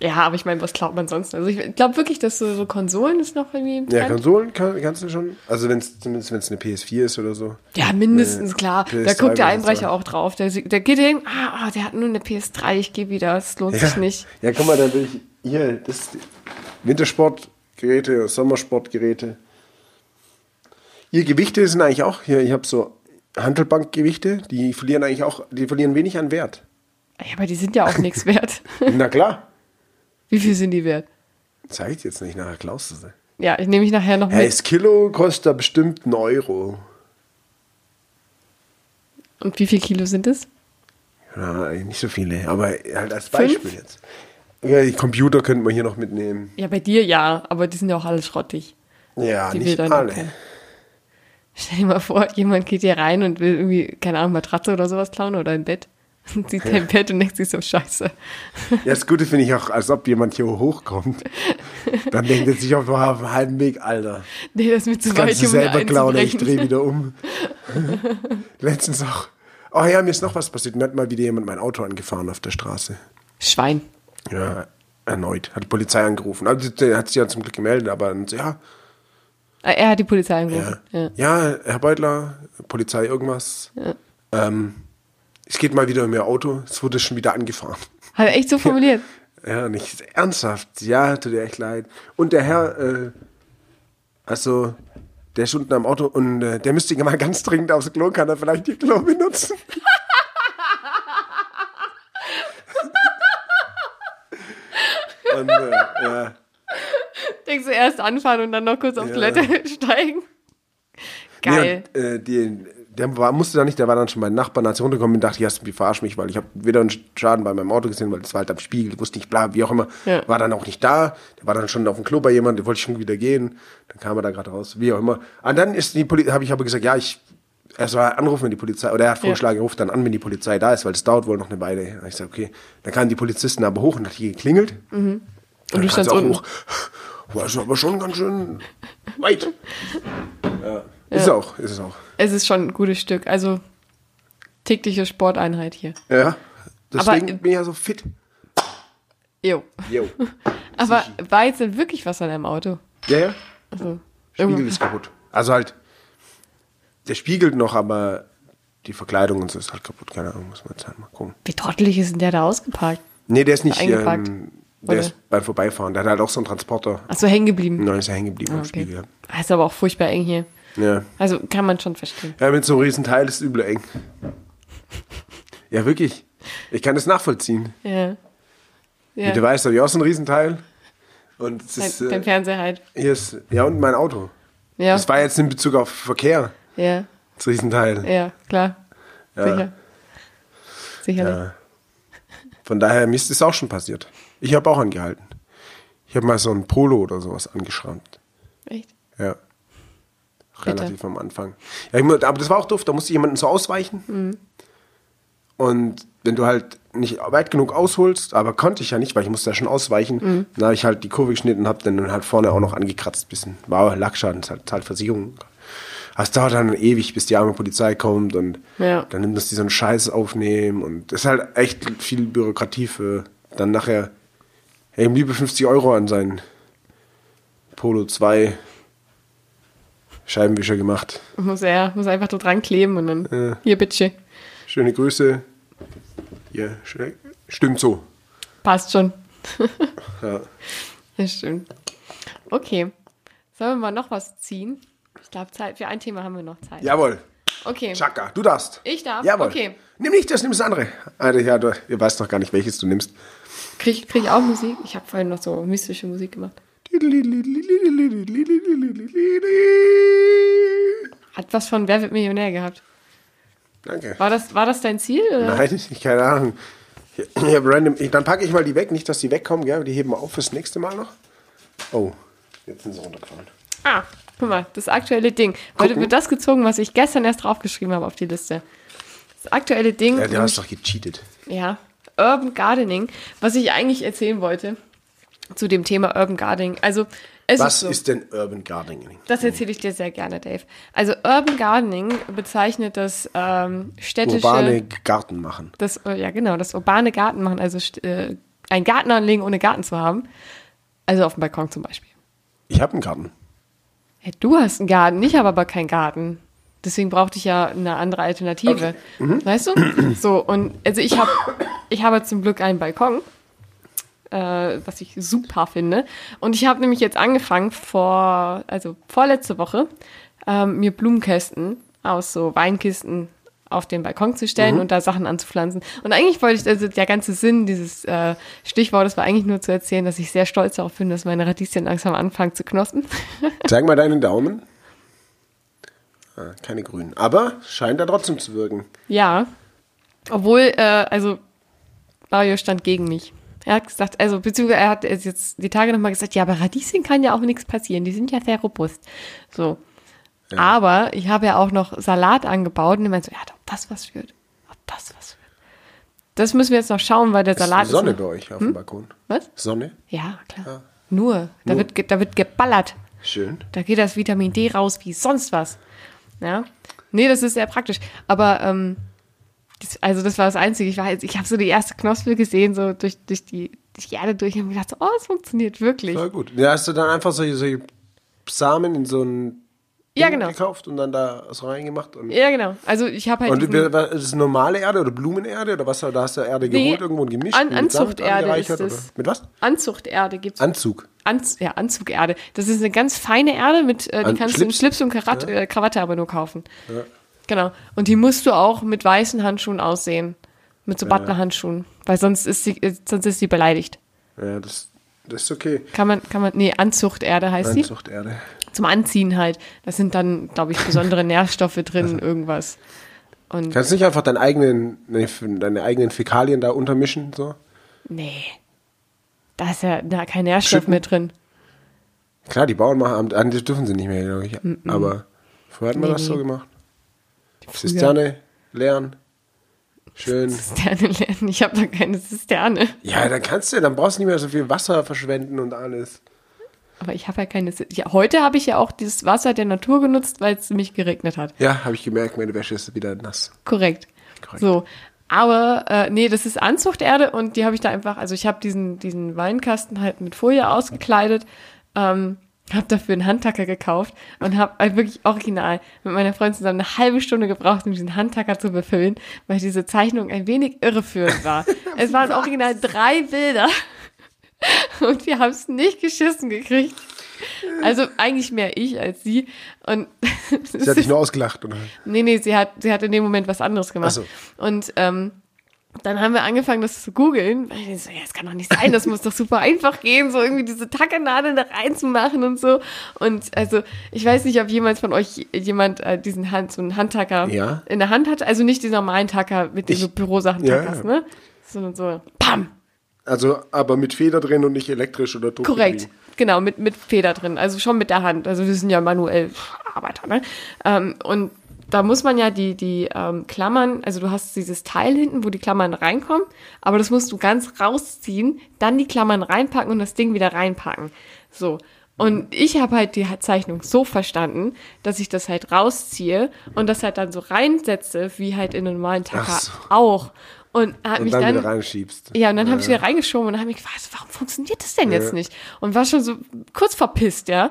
Speaker 2: Ja, aber ich meine, was glaubt man sonst? Also ich glaube wirklich, dass so, so Konsolen ist noch irgendwie im
Speaker 1: ja,
Speaker 2: Trend.
Speaker 1: Konsolen kann, kannst du schon. Also wenn's, zumindest wenn es eine PS4 ist oder so.
Speaker 2: Ja, mindestens, klar.
Speaker 1: PS3
Speaker 2: da guckt der
Speaker 1: würde ich
Speaker 2: Einbrecher
Speaker 1: sagen.
Speaker 2: auch drauf. Der, der geht hin, ah, ah, der hat nur eine PS3, ich gehe wieder, es lohnt sich nicht.
Speaker 1: Ja, guck mal, dann will ich hier das Wintersportgeräte, Sommersportgeräte. Hier Gewichte sind eigentlich auch hier. Ich habe so Handelbankgewichte, die verlieren eigentlich auch, die verlieren wenig an Wert.
Speaker 2: Ja, aber die sind ja auch nichts wert.
Speaker 1: Na klar.
Speaker 2: Wie viel sind die wert?
Speaker 1: Zeig ich jetzt nicht, nachher klaust du sie.
Speaker 2: Ja, ich nehme ich nachher noch
Speaker 1: Hey,
Speaker 2: mit.
Speaker 1: das Kilo kostet da bestimmt einen Euro.
Speaker 2: Und wie viel Kilo sind es?
Speaker 1: Ja, nicht so viele, aber halt als
Speaker 2: Fünf?
Speaker 1: Beispiel jetzt. Ja, die Computer könnte man hier noch mitnehmen.
Speaker 2: Ja, bei dir ja, aber die sind ja auch alle schrottig.
Speaker 1: Ja,
Speaker 2: Die
Speaker 1: nicht
Speaker 2: dann
Speaker 1: alle.
Speaker 2: auch keiner. Stell dir mal vor, jemand geht hier rein und will irgendwie, keine Ahnung, Matratze oder sowas klauen oder ein Bett. Und sieht dein Bett und denkt sich so, scheiße.
Speaker 1: Ja, das Gute finde ich auch, als ob jemand hier hochkommt. Dann denkt er sich auf, oh, auf dem halben Weg, Alter.
Speaker 2: Nee, das ist mir zu
Speaker 1: Das
Speaker 2: weit,
Speaker 1: kannst du
Speaker 2: um da
Speaker 1: selber klauen, ey, ich
Speaker 2: einzubrechen.
Speaker 1: drehe wieder um. Letztens auch. Oh ja, mir ist noch was passiert. Mir hat mal wieder jemand mein Auto angefahren auf der Straße.
Speaker 2: Schwein.
Speaker 1: Ja, erneut. Hat die Polizei angerufen. Also, der hat sich ja zum Glück gemeldet, aber dann so, ja,
Speaker 2: Ah, Er hat die Polizei
Speaker 1: ja,
Speaker 2: angerufen. Ja.
Speaker 1: ja, Herr Beutler, Polizei, irgendwas. Ähm, es geht mal wieder um Ihr Auto. Es wurde schon wieder angefahren.
Speaker 2: Hat er echt so formuliert?
Speaker 1: Ja, nicht ernsthaft. Ja, tut dir echt leid. Und der Herr, äh, also, der ist unten am Auto und äh, der müsste mal ganz dringend aufs Klo, kann er vielleicht ihr Klo benutzen? und, äh, ja.
Speaker 2: Denkst du erst anfahren und dann noch kurz aufs
Speaker 1: Ja.
Speaker 2: Toilette steigen? Geil.
Speaker 1: Nee, und, äh, die, der war, musste da nicht, der war dann schon mein Nachbarn, als ich runtergekommen bin, dachte ich, erst, wie verarsch mich, weil ich habe weder einen Schaden bei meinem Auto gesehen, weil das war halt am Spiegel, wusste ich, bla, wie auch immer.
Speaker 2: Ja.
Speaker 1: War dann auch nicht da, der war dann schon auf dem Klo bei jemandem, der wollte schon wieder gehen, dann kam er da gerade raus, wie auch immer. Und dann ist die Polizei, habe ich aber gesagt, ja, ich, erst war anrufen, wenn die Polizei, oder er hat vorgeschlagen, ruft dann an, wenn die Polizei da ist, weil es dauert wohl noch eine Weile. Und ich sage, okay. Dann kamen die Polizisten aber hoch und hat hier geklingelt.
Speaker 2: und du
Speaker 1: Dann
Speaker 2: standst
Speaker 1: hat's auch
Speaker 2: unten.
Speaker 1: Hoch. War es aber schon ganz schön weit. Ja. Ist auch, ist es auch.
Speaker 2: Es ist schon ein gutes Stück. Also tägliche Sporteinheit hier.
Speaker 1: Ja. Deswegen
Speaker 2: Aber-
Speaker 1: bin ich ja so fit.
Speaker 2: Jo.
Speaker 1: Jo.
Speaker 2: Aber war jetzt denn wirklich was an deinem Auto?
Speaker 1: Ja, ja.
Speaker 2: Also,
Speaker 1: Spiegel
Speaker 2: irgendwo-
Speaker 1: ist kaputt. Also halt, der spiegelt noch, aber die Verkleidung und so ist halt kaputt. Keine Ahnung, muss man jetzt halt mal gucken.
Speaker 2: wie trottelig ist denn der da ausgeparkt?
Speaker 1: Nee, der ist nicht,
Speaker 2: Eingeparkt.
Speaker 1: ähm, der
Speaker 2: Oder?
Speaker 1: ist beim Vorbeifahren. Der hat halt auch so einen Transporter.
Speaker 2: Achso, hängen geblieben.
Speaker 1: Nein, ist ja hängen geblieben am
Speaker 2: Okay.
Speaker 1: Spiegel.
Speaker 2: Ah, Ist aber auch furchtbar eng hier.
Speaker 1: Ja.
Speaker 2: Also kann man schon verstehen.
Speaker 1: ja, mit so einem riesen Teil ist es übel eng. Ja, wirklich. Ich kann das nachvollziehen.
Speaker 2: Ja.
Speaker 1: Wie du
Speaker 2: ja.
Speaker 1: weißt, habe ich auch so einen Riesenteil. Und es ist,
Speaker 2: Dein, dein
Speaker 1: äh,
Speaker 2: Fernseher halt.
Speaker 1: hier ist, ja, und mein Auto.
Speaker 2: Ja.
Speaker 1: Das war jetzt in Bezug auf Verkehr,
Speaker 2: Ja.
Speaker 1: das Riesenteil.
Speaker 2: Ja, klar. Sicher. Sicherlich.
Speaker 1: Ja. Von daher, mir ist es auch schon passiert. Ich habe auch angehalten. Ich habe mal so ein Polo oder sowas angeschrammt.
Speaker 2: Echt?
Speaker 1: Ja. Relativ am Anfang. Ja, ich mu- aber das war auch doof, da musste ich jemanden so ausweichen. Und wenn du halt nicht weit genug ausholst, aber konnte ich ja nicht, weil ich musste ja schon ausweichen, dann habe ich halt die Kurve geschnitten und habe dann halt vorne auch noch angekratzt bisschen. War Lackschaden, ist halt, zahlt Versicherung. Aber es dauert dann ewig, bis die arme Polizei kommt und
Speaker 2: Ja.
Speaker 1: dann nimmt das die so einen Scheiß aufnehmen und ist halt echt viel Bürokratie für dann nachher eben liebe 50 Euro an seinen Polo 2 Scheibenwischer gemacht.
Speaker 2: Muss er, muss einfach da dran kleben und dann, hier, bitte,
Speaker 1: Schöne Grüße. Ja, schön- stimmt so.
Speaker 2: passt schon.
Speaker 1: Ja.
Speaker 2: Ja, stimmt. Okay. Sollen wir mal noch was ziehen? Ich glaube, Zeit für ein Thema haben wir noch Zeit.
Speaker 1: Jawohl.
Speaker 2: Okay.
Speaker 1: Chaka, du darfst.
Speaker 2: Ich darf?
Speaker 1: Jawohl.
Speaker 2: Okay.
Speaker 1: Nimm nicht das, nimm das andere. Alter, ja, du, ihr weißt noch gar nicht, welches du nimmst.
Speaker 2: Krieg, krieg ich auch Musik? Ich habe vorhin noch so mystische Musik gemacht. Hat was von Wer wird Millionär gehabt?
Speaker 1: Danke.
Speaker 2: War das, war das dein Ziel? Oder?
Speaker 1: Nein, ich, keine Ahnung. Ich, ich hab random, ich, dann packe ich mal die weg, nicht, dass die wegkommen, gell? Die heben wir auf fürs nächste Mal noch. Oh, jetzt sind sie runtergefallen.
Speaker 2: Ah, guck mal, das aktuelle Ding. Heute
Speaker 1: Gucken.
Speaker 2: wird das gezogen, was ich gestern erst draufgeschrieben habe auf die Liste. Das aktuelle Ding.
Speaker 1: Ja, du hast doch gecheatet.
Speaker 2: Ja, Urban Gardening. Was ich eigentlich erzählen wollte zu dem Thema Urban Gardening. Also, es ist,
Speaker 1: Was
Speaker 2: so.
Speaker 1: ist denn Urban Gardening?
Speaker 2: Das erzähle ich dir sehr gerne, Dave. Also Urban Gardening bezeichnet das ähm, städtische,
Speaker 1: Urbane Garten machen.
Speaker 2: das äh, ja genau, das urbane Garten machen, also st- äh, ein Garten anlegen, ohne Garten zu haben. Also auf dem Balkon zum Beispiel.
Speaker 1: Ich habe einen Garten.
Speaker 2: Hey, du hast einen Garten, ich habe aber keinen Garten. Deswegen brauchte ich ja eine andere Alternative. Weißt du? So, und also ich habe ich habe zum Glück einen Balkon, äh, was ich super finde. Und ich habe nämlich jetzt angefangen, vor, also vorletzte Woche, ähm, mir Blumenkästen aus so Weinkisten auf den Balkon zu stellen und da Sachen anzupflanzen. Und eigentlich wollte ich, also der ganze Sinn dieses äh, Stichwortes war eigentlich nur zu erzählen, dass ich sehr stolz darauf bin, dass meine Radieschen langsam anfangen zu knospen.
Speaker 1: Zeig mal deinen Daumen. Ah, keine grünen. Aber scheint da trotzdem zu wirken.
Speaker 2: Ja. Obwohl, äh, also Mario stand gegen mich. Er hat gesagt, also beziehungsweise er hat es jetzt die Tage nochmal gesagt, ja, aber Radieschen kann ja auch nichts passieren, die sind ja sehr robust. So. Aber ich habe ja auch noch Salat angebaut und er meinte so, ja, ob das was wird. Ob das was wird. Das müssen wir jetzt noch schauen, weil der Salat
Speaker 1: ist Sonne
Speaker 2: ist.
Speaker 1: bei
Speaker 2: noch-
Speaker 1: euch auf dem Balkon.
Speaker 2: Was?
Speaker 1: Sonne.
Speaker 2: Ja, klar.
Speaker 1: Ja.
Speaker 2: Nur. Da,
Speaker 1: Nur.
Speaker 2: Wird, ge- da wird geballert.
Speaker 1: Schön.
Speaker 2: Da geht das Vitamin D raus wie sonst was. Ja. Nee, das ist sehr praktisch. Aber ähm, das, also das war das Einzige. Ich, war jetzt- ich habe so die erste Knospe gesehen, so durch, durch, die, durch die Erde durch und hab mir gedacht, so, oh, es funktioniert wirklich.
Speaker 1: Voll gut. Ja, hast du dann einfach solche, solche Samen in so ein
Speaker 2: Ja,
Speaker 1: Ding
Speaker 2: genau.
Speaker 1: gekauft und dann da was reingemacht? Und,
Speaker 2: Ja, genau. Also ich habe halt
Speaker 1: und
Speaker 2: diesen,
Speaker 1: wir- war- ist es normale Erde oder Blumenerde oder was? Da hast du Erde
Speaker 2: Nee,
Speaker 1: geholt irgendwo und gemischt?
Speaker 2: An-
Speaker 1: und mit Saft
Speaker 2: Anzuchterde
Speaker 1: angereichert
Speaker 2: ist es.
Speaker 1: oder- Mit was?
Speaker 2: Anzuchterde gibt es.
Speaker 1: Anzug.
Speaker 2: Anz ja, Anzugerde. Das ist eine ganz feine Erde, mit, äh, die
Speaker 1: An-
Speaker 2: kannst du in
Speaker 1: Schlips?
Speaker 2: Schlips und Karat äh, Krawatte aber nur kaufen. Genau. Und die musst du auch mit weißen Handschuhen aussehen. Mit so Butlerhandschuhen. Weil sonst ist sie, äh, sonst ist sie beleidigt.
Speaker 1: Ja, das, das ist okay.
Speaker 2: Kann man, kann man, nee, Anzuchterde heißt sie.
Speaker 1: Anzuchterde.
Speaker 2: Zum Anziehen halt. Da sind dann, glaube ich, besondere Nährstoffe drin, irgendwas. Und
Speaker 1: Kannst du nicht einfach deinen eigenen, nee, deine eigenen Fäkalien da untermischen? So?
Speaker 2: nee. Da ist ja na, kein Nährstoff
Speaker 1: Schippen?
Speaker 2: mehr drin.
Speaker 1: Klar, die Bauern machen Amt, ah, das dürfen sie nicht mehr, glaube ich. Aber vorher hat man
Speaker 2: Nee,
Speaker 1: das
Speaker 2: nee.
Speaker 1: so gemacht. Zisterne leeren. Schön.
Speaker 2: Zisterne lernen. Ich habe da keine Zisterne.
Speaker 1: Ja, dann kannst du, dann brauchst du nicht mehr so viel Wasser verschwenden und alles.
Speaker 2: Aber ich habe ja keine. Si- Ja, heute habe ich ja auch dieses Wasser der Natur genutzt, weil es nämlich geregnet hat.
Speaker 1: Ja, habe ich gemerkt, meine Wäsche ist wieder nass.
Speaker 2: Korrekt.
Speaker 1: Korrekt.
Speaker 2: So. Aber äh, nee, das ist Anzuchterde und die habe ich da einfach, also ich habe diesen, diesen Weinkasten halt mit Folie ausgekleidet, ähm, habe dafür einen Handtacker gekauft und habe äh, wirklich original mit meiner Freundin zusammen eine halbe Stunde gebraucht, um diesen Handtacker zu befüllen, weil diese Zeichnung ein wenig irreführend war. es waren original drei Bilder und wir haben es nicht geschissen gekriegt. Also eigentlich mehr ich als sie. Und
Speaker 1: Sie hat dich nur ausgelacht. Oder?
Speaker 2: Nee, nee, sie hat, sie hat in dem Moment was anderes gemacht.
Speaker 1: Ach
Speaker 2: Und ähm, dann haben wir angefangen, das zu googeln. Weil ich so, ja, das kann doch nicht sein, das muss doch super einfach gehen, so irgendwie diese Tackernadeln da reinzumachen und so. Und also, ich weiß nicht, ob jemals von euch jemand äh, diesen Hand, so einen Handtacker
Speaker 1: Ja.
Speaker 2: in der Hand hat. Also nicht diesen normalen Tacker, mit dem
Speaker 1: Ich-
Speaker 2: du Bürosachen
Speaker 1: Ja,
Speaker 2: tackerst,
Speaker 1: ja.
Speaker 2: ne? Sondern so, bam!
Speaker 1: Also, aber mit Feder drin und nicht elektrisch oder Druck.
Speaker 2: Korrekt, genau, mit, mit Feder drin. Also schon mit der Hand. Also wir sind ja manuell Arbeiter, ne? Ähm, und da muss man ja die, die ähm, Klammern, also du hast dieses Teil hinten, wo die Klammern reinkommen, aber das musst du ganz rausziehen, dann die Klammern reinpacken und das Ding wieder reinpacken. So. Und ich habe halt die Zeichnung so verstanden, dass ich das halt rausziehe und das halt dann so reinsetze, wie halt in einem normalen Tacker
Speaker 1: Ach so.
Speaker 2: auch. Und hat
Speaker 1: Und
Speaker 2: mich
Speaker 1: dann
Speaker 2: dann,
Speaker 1: wieder reinschiebst.
Speaker 2: ja, und dann habe ich wieder reingeschoben und habe mich gefragt, also warum funktioniert das denn jetzt nicht? Und war schon so kurz verpisst, ja.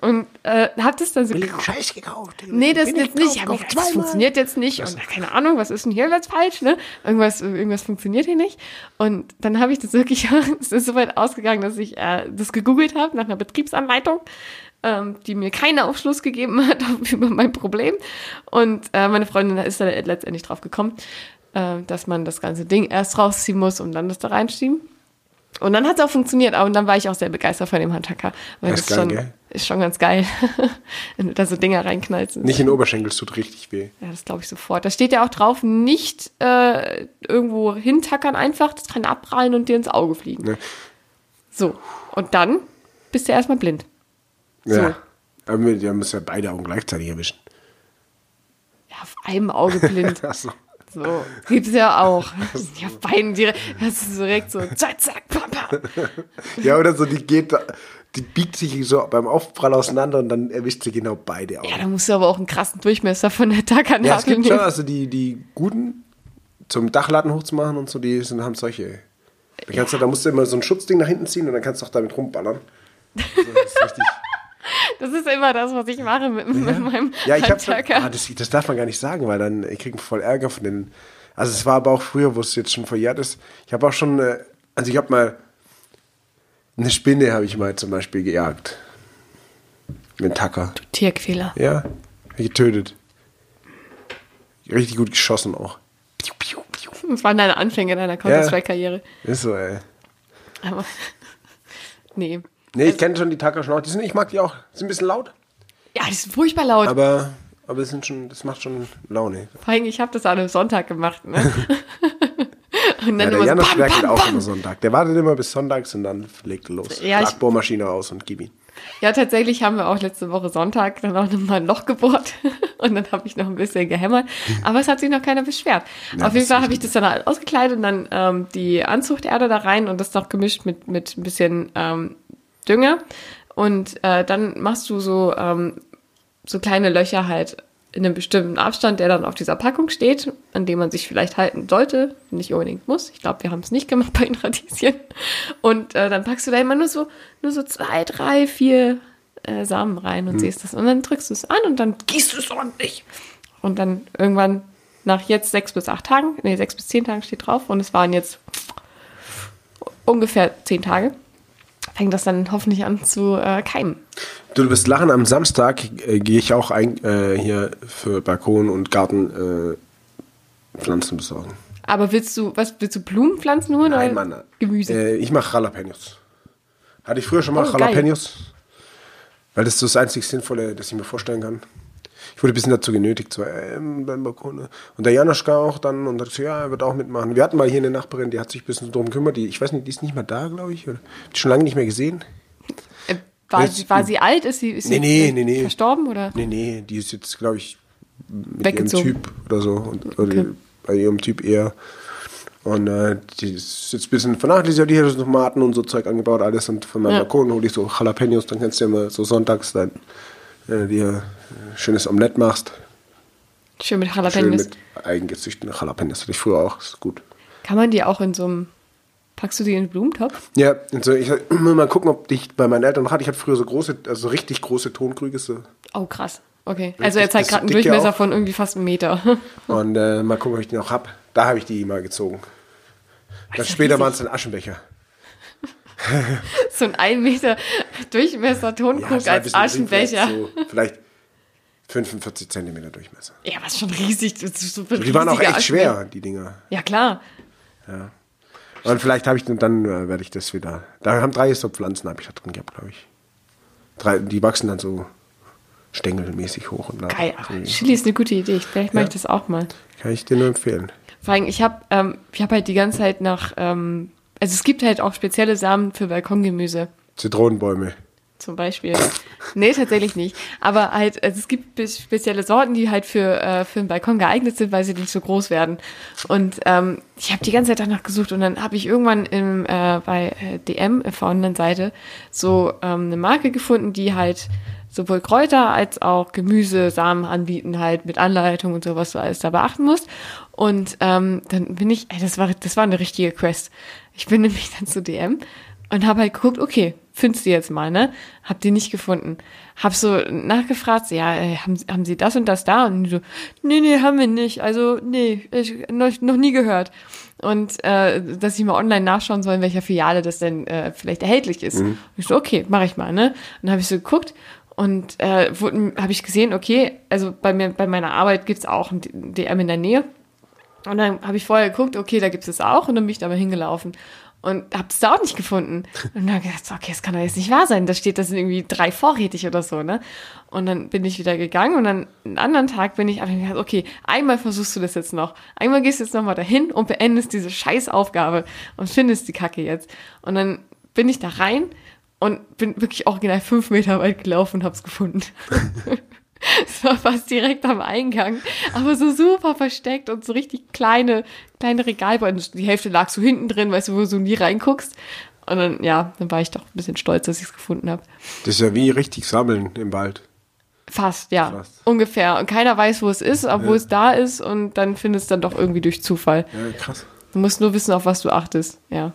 Speaker 2: Und äh, hab das dann so
Speaker 1: Scheiß gekauft.
Speaker 2: Nee, das jetzt nicht. Ich hab mir gedacht, das funktioniert jetzt nicht. Und keine Ahnung, was ist denn hier jetzt falsch? Ne? Irgendwas, irgendwas funktioniert hier nicht. Und dann habe ich das wirklich, es ist so weit ausgegangen, dass ich äh, das gegoogelt habe nach einer Betriebsanleitung, ähm, die mir keinen Aufschluss gegeben hat auf, über mein Problem. Und äh, meine Freundin ist dann letztendlich drauf gekommen, äh, dass man das ganze Ding erst rausziehen muss und dann das da reinschieben. Und dann hat es auch funktioniert. Aber- Und dann war ich auch sehr begeistert von dem Handhacker. Weil
Speaker 1: Das
Speaker 2: das,
Speaker 1: ist
Speaker 2: schon,
Speaker 1: geil, gell?
Speaker 2: ist schon ganz geil, wenn du da so Dinger reinknallst.
Speaker 1: Nicht in den Oberschenkel, es tut richtig weh.
Speaker 2: Ja, das glaube ich sofort. Da steht ja auch drauf, nicht äh, irgendwo hintackern einfach, das kann abprallen und dir ins Auge fliegen.
Speaker 1: Ne?
Speaker 2: So, und dann bist du erstmal blind.
Speaker 1: Ja. Aber wir, wir müssen ja beide Augen gleichzeitig erwischen.
Speaker 2: Ja, auf einem Auge blind.
Speaker 1: Achso.
Speaker 2: So, gibt's ja auch. Ja, auf beiden direkt, das ist direkt so, zack, zack, pam, pam.
Speaker 1: Ja, oder so, die geht, da- die biegt sich so beim Aufprall auseinander und dann erwischt sie genau beide Augen.
Speaker 2: Ja, da musst du aber auch einen krassen Durchmesser von der Tackernadel
Speaker 1: Ja, es gibt schon,
Speaker 2: nehmen.
Speaker 1: also die, die guten zum Dachladen hochzumachen und so, die sind, haben solche. Da, kannst du, da musst du immer so ein Schutzding nach hinten ziehen und dann kannst du auch damit rumballern. Also, das ist richtig.
Speaker 2: Das ist immer das, was ich mache mit, mit meinem
Speaker 1: Ja, ich habe
Speaker 2: Handtacker.
Speaker 1: ah, das, das darf man gar nicht sagen, weil dann ich krieg voll Ärger von den. Also es war aber auch früher, wo es jetzt schon verjährt ist. Ich habe auch schon, äh, also ich habe mal eine Spinne habe ich mal zum Beispiel gejagt mit dem Tacker.
Speaker 2: Tierquäler.
Speaker 1: Ja, getötet. Richtig gut geschossen auch. Piu, piu, piu.
Speaker 2: Das waren deine Anfänge deiner Counter-Strike-Karriere.
Speaker 1: Ist so, ey.
Speaker 2: Aber, nee.
Speaker 1: Nee, ich kenne schon die Tacker schon auch. Die sind, ich mag die auch. Sind ein bisschen laut,
Speaker 2: Ja, das ist furchtbar laut.
Speaker 1: aber, aber es sind schon, das macht schon Laune.
Speaker 2: Vor allem, ich habe das an einem Sonntag gemacht. Ne? und
Speaker 1: Ja, der
Speaker 2: dann immer
Speaker 1: Janusz
Speaker 2: so bam,
Speaker 1: werkelt
Speaker 2: bam,
Speaker 1: auch immer
Speaker 2: bam.
Speaker 1: Sonntag. Der wartet immer bis Sonntags und dann legt er los.
Speaker 2: Ja,
Speaker 1: Ja,
Speaker 2: ich-
Speaker 1: Schlagbohrmaschine raus und gib ihn.
Speaker 2: Ja, tatsächlich haben wir auch letzte Woche Sonntag dann auch nochmal ein Loch gebohrt. und dann habe ich noch ein bisschen gehämmert. Aber es hat sich noch keiner beschwert.
Speaker 1: Ja,
Speaker 2: Auf jeden
Speaker 1: das
Speaker 2: Fall
Speaker 1: ist
Speaker 2: habe ich das dann halt ausgekleidet und dann ähm, die Anzuchterde da rein und das noch gemischt mit, mit ein bisschen ähm, Dünger. Und äh, dann machst du so ähm, so kleine Löcher halt in einem bestimmten Abstand, der dann auf dieser Packung steht, an dem man sich vielleicht halten sollte, nicht unbedingt muss. Ich glaube, wir haben es nicht gemacht bei den Radieschen. Und äh, dann packst du da immer nur so, nur so zwei, drei, vier äh, Samen rein und siehst das. Und dann drückst du es an und dann gießt du es ordentlich. Und dann irgendwann nach jetzt sechs bis acht Tagen, nee, sechs bis zehn Tagen steht drauf und es waren jetzt ungefähr zehn Tage, fängt das dann hoffentlich an zu äh, keimen.
Speaker 1: Du, du wirst lachen, am Samstag äh, gehe ich auch ein, äh, hier für Balkon und Garten äh, Pflanzen besorgen.
Speaker 2: Aber willst du, was, willst du Blumenpflanzen holen
Speaker 1: Nein,
Speaker 2: oder
Speaker 1: Mann.
Speaker 2: Gemüse?
Speaker 1: Äh, ich mache Jalapenos. Hatte ich früher schon mal
Speaker 2: Oh, geil.
Speaker 1: Jalapenos. Weil das ist so das einzig Sinnvolle, das ich mir vorstellen kann. Ich wurde ein bisschen dazu genötigt, so, ähm, beim Balkon. ne? Und der Janoschka auch dann und hat gesagt, ja, er wird auch mitmachen. Wir hatten mal hier eine Nachbarin, die hat sich ein bisschen drum gekümmert. Die, ich weiß nicht, die ist nicht mehr da, glaube ich. Oder, die schon lange nicht mehr gesehen.
Speaker 2: Äh, war,
Speaker 1: willst
Speaker 2: sie,
Speaker 1: du-
Speaker 2: war sie alt? Ist sie, ist
Speaker 1: Nee,
Speaker 2: sie
Speaker 1: nee,
Speaker 2: äh,
Speaker 1: nee, nee.
Speaker 2: verstorben oder?
Speaker 1: Nee, nee, die ist jetzt, glaube ich, mit
Speaker 2: Weggezogen.
Speaker 1: ihrem Typ oder so. Und, oder
Speaker 2: Okay.
Speaker 1: bei ihrem Typ eher. Und äh, die ist jetzt ein bisschen vernachlässigt, die hat so Tomaten und so Zeug angebaut, alles. Und von meinem
Speaker 2: Ja.
Speaker 1: Balkon hole ich so Jalapenos, dann kannst du ja mal so sonntags dann äh, dir äh, schönes Omelett machst.
Speaker 2: Schön mit
Speaker 1: Schön
Speaker 2: Jalapenos.
Speaker 1: mit eigengezüchteten Jalapenos. Hatte ich früher auch, ist gut.
Speaker 2: Kann man die auch in so einem, packst du die in einen Blumentopf?
Speaker 1: Ja, und so, ich muss mal gucken, ob ich bei meinen Eltern noch hatte. Ich hatte früher so große, also richtig große Tonkrüge. So.
Speaker 2: Oh, krass. Okay, also er
Speaker 1: Richtig,
Speaker 2: zeigt
Speaker 1: das
Speaker 2: gerade einen
Speaker 1: dicke
Speaker 2: Durchmesser
Speaker 1: auch.
Speaker 2: von irgendwie fast einem Meter.
Speaker 1: Und äh, mal gucken, ob ich die noch hab. Da habe ich die mal gezogen. Dann
Speaker 2: ist ja
Speaker 1: später
Speaker 2: riesig.
Speaker 1: waren es dann Aschenbecher.
Speaker 2: so ein ein Meter Durchmesser Tonkrug
Speaker 1: es war halt ein
Speaker 2: als
Speaker 1: bisschen riesig,
Speaker 2: Aschenbecher.
Speaker 1: Vielleicht, so, vielleicht 45 Zentimeter Durchmesser.
Speaker 2: Ja, was schon riesig. Das ist so ein
Speaker 1: Die waren auch
Speaker 2: riesiger
Speaker 1: echt
Speaker 2: Aschenbecher.
Speaker 1: schwer, die Dinger.
Speaker 2: Ja, klar.
Speaker 1: Und vielleicht habe ich dann, dann äh, werde ich das wieder. Da haben drei so Pflanzen habe ich da drin gehabt, glaube ich. Drei, die wachsen dann so stängelmäßig hoch und dann-
Speaker 2: Geil. aber
Speaker 1: so-
Speaker 2: Chili ist eine gute Idee. Vielleicht mache
Speaker 1: Ja.
Speaker 2: ich das auch mal.
Speaker 1: Kann ich dir nur empfehlen.
Speaker 2: Vor allem, ich habe ähm, ich hab halt die ganze Zeit nach, ähm, also es gibt halt auch spezielle Samen für Balkongemüse.
Speaker 1: Zitronenbäume.
Speaker 2: zum Beispiel. nee, tatsächlich nicht. Aber halt, also es gibt bis- spezielle Sorten, die halt für, äh, für den Balkon geeignet sind, weil sie nicht so groß werden. Und ähm, ich habe die ganze Zeit danach gesucht und dann habe ich irgendwann im, äh, bei äh, DM auf der Online-Seite so ähm, eine Marke gefunden, die halt sowohl Kräuter als auch Gemüse, Samen anbieten, halt mit Anleitung und so, was du alles da beachten musst. Und ähm, dann bin ich, ey, das war, das war eine richtige Quest. Ich bin nämlich dann zu DM und habe halt geguckt, okay, findest du jetzt mal, ne? Hab die nicht gefunden. Hab so nachgefragt, so, ja, äh, haben, Sie- haben sie das und das da? Und die so, nee, nee, haben wir nicht. Also, nee, ich, noch, noch nie gehört. Und äh, dass ich mal online nachschauen soll, in welcher Filiale das denn äh, vielleicht erhältlich ist. Und ich so, okay, mache ich mal, ne? Und dann habe ich so geguckt und äh, habe ich gesehen, okay, also bei mir, bei meiner Arbeit gibt's auch ein DM in der Nähe. Und dann habe ich vorher geguckt, okay, da gibt's das auch. Und dann bin ich da mal hingelaufen und habe es da auch nicht gefunden. Und dann hab ich gedacht, so, okay, das kann doch jetzt nicht wahr sein. Da steht, das sind irgendwie drei vorrätig oder so, ne? Und dann bin ich wieder gegangen und dann einen anderen Tag bin ich, aber ich hab gedacht, okay, einmal versuchst du das jetzt noch. Einmal gehst du jetzt nochmal dahin und beendest diese scheiß Aufgabe und findest die Kacke jetzt. Und dann bin ich da rein und bin wirklich original fünf Meter weit gelaufen und hab's gefunden. Es war fast direkt am Eingang, aber so super versteckt und so richtig kleine, kleine Regalbäume. Die Hälfte lag so hinten drin, weißt du, wo du nie reinguckst. Und dann, ja, dann war ich doch ein bisschen stolz, dass ich es gefunden habe.
Speaker 1: Das ist ja wie richtig sammeln im Wald.
Speaker 2: Fast, ja.
Speaker 1: Fast.
Speaker 2: Ungefähr. Und keiner weiß, wo es ist, aber wo es da ist und dann findest du dann doch irgendwie durch Zufall.
Speaker 1: Ja, krass.
Speaker 2: Du musst nur wissen, auf was du achtest, ja.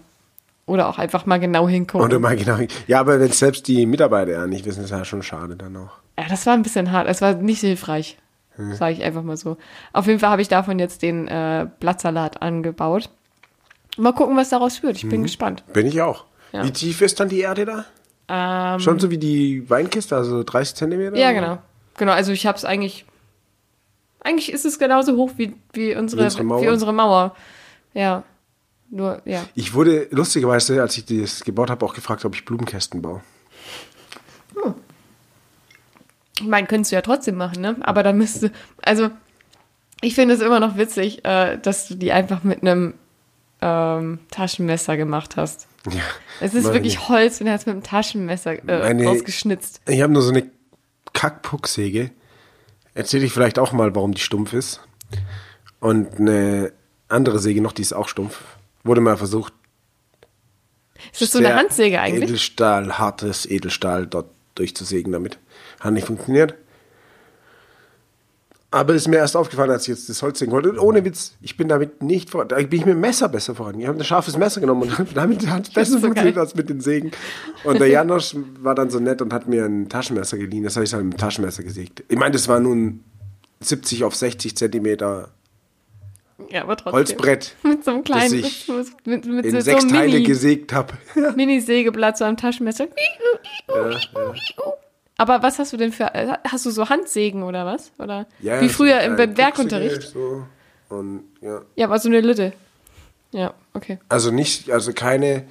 Speaker 2: Oder auch einfach mal genau hingucken.
Speaker 1: Oder mal genau. Ja, aber wenn selbst die Mitarbeiter ja nicht wissen, ist ja schon schade dann auch.
Speaker 2: Ja, das war ein bisschen hart. Es war nicht hilfreich,
Speaker 1: Hm.
Speaker 2: sage ich einfach mal so. Auf jeden Fall habe ich davon jetzt den äh, Blattsalat angebaut. Mal gucken, was daraus wird. Ich bin
Speaker 1: Mhm.
Speaker 2: gespannt.
Speaker 1: Bin ich auch.
Speaker 2: Ja.
Speaker 1: Wie tief ist dann die Erde da?
Speaker 2: Ähm,
Speaker 1: Schon so wie die Weinkiste, also 30 Zentimeter?
Speaker 2: ja, genau. Genau, also ich habe es eigentlich. Eigentlich ist es genauso hoch wie, wie, unsere,
Speaker 1: Wie unsere Mauer.
Speaker 2: wie unsere Mauer. Ja. Nur, ja.
Speaker 1: Ich wurde lustigerweise, als ich das gebaut habe, auch gefragt, ob ich Blumenkästen baue.
Speaker 2: Ich meine, könntest du ja trotzdem machen, ne? Aber dann müsste. Also, ich finde es immer noch witzig, äh, dass du die einfach mit einem ähm, Taschenmesser gemacht hast.
Speaker 1: Ja.
Speaker 2: Es ist
Speaker 1: Meine-
Speaker 2: wirklich Holz und er hat es mit dem Taschenmesser äh,
Speaker 1: Meine-
Speaker 2: rausgeschnitzt.
Speaker 1: Ich habe nur so eine Kackpucksäge. Erzähle ich vielleicht auch mal, warum die stumpf ist. Und eine andere Säge noch, die ist auch stumpf. Wurde mal versucht.
Speaker 2: Ist das so eine
Speaker 1: sehr
Speaker 2: Handsäge eigentlich?
Speaker 1: Edelstahl, hartes Edelstahl dort durchzusägen damit. Hat nicht funktioniert. Aber ist mir erst aufgefallen, als ich jetzt das Holz sehen wollte. Und ohne Witz, ich bin damit nicht voran. Da bin ich mit dem Messer besser voran. Ich habe ein scharfes Messer genommen und damit hat es besser
Speaker 2: so
Speaker 1: funktioniert
Speaker 2: geil.
Speaker 1: als mit den Sägen. Und der Janosch war dann so nett und hat mir ein Taschenmesser geliehen. Das habe ich halt mit dem Taschenmesser gesägt. Ich meine, das war nun 70 auf 60 Zentimeter
Speaker 2: Ja, aber trotzdem.
Speaker 1: Holzbrett,
Speaker 2: Mit so einem
Speaker 1: das
Speaker 2: kleinen,
Speaker 1: ich
Speaker 2: mit, mit, mit
Speaker 1: in
Speaker 2: so
Speaker 1: sechs
Speaker 2: einem
Speaker 1: Teile
Speaker 2: Mini,
Speaker 1: gesägt habe.
Speaker 2: Mini-Sägeblatt so einem Taschenmesser. Aber was hast du denn für, äh, hast du so Handsägen oder was? Oder
Speaker 1: Ja,
Speaker 2: wie
Speaker 1: so
Speaker 2: früher
Speaker 1: eine
Speaker 2: im
Speaker 1: kleine
Speaker 2: Werkunterricht?
Speaker 1: Puxige, So. Und, ja.
Speaker 2: Ja, aber so eine Lütte. Ja, okay.
Speaker 1: Also nicht, also keine.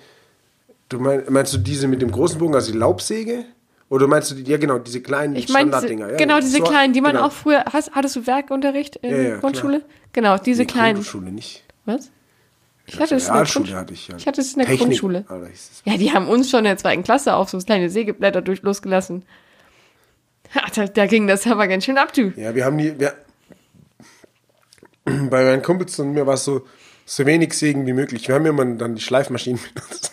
Speaker 1: Du mein, meinst du diese mit dem großen Bogen, also die Laubsäge? Oder meinst du die, ja genau, diese kleinen
Speaker 2: Ich meine, diese,
Speaker 1: Standarddinger? ja,
Speaker 2: genau diese
Speaker 1: so-
Speaker 2: kleinen, die man
Speaker 1: genau.
Speaker 2: auch früher, hast, hattest du Werkunterricht in
Speaker 1: Ja, ja,
Speaker 2: der Grundschule? Genau, diese
Speaker 1: Nee,
Speaker 2: kleinen.
Speaker 1: Grundschule nicht.
Speaker 2: Was? Ich hatte es in der
Speaker 1: Realschule
Speaker 2: Grundschule.
Speaker 1: hatte ich ja.
Speaker 2: Ich hatte es in der
Speaker 1: Technik,
Speaker 2: Grundschule.
Speaker 1: Alter, hieß es.
Speaker 2: Ja, die haben uns schon in der zweiten Klasse auf so kleine Sägeblätter durch losgelassen. Ha, da, da ging das aber ganz schön ab, du.
Speaker 1: Ja, wir haben die. Wir, bei meinen Kumpels und mir war es so, so wenig Sägen wie möglich. Wir haben immer dann die Schleifmaschinen benutzt.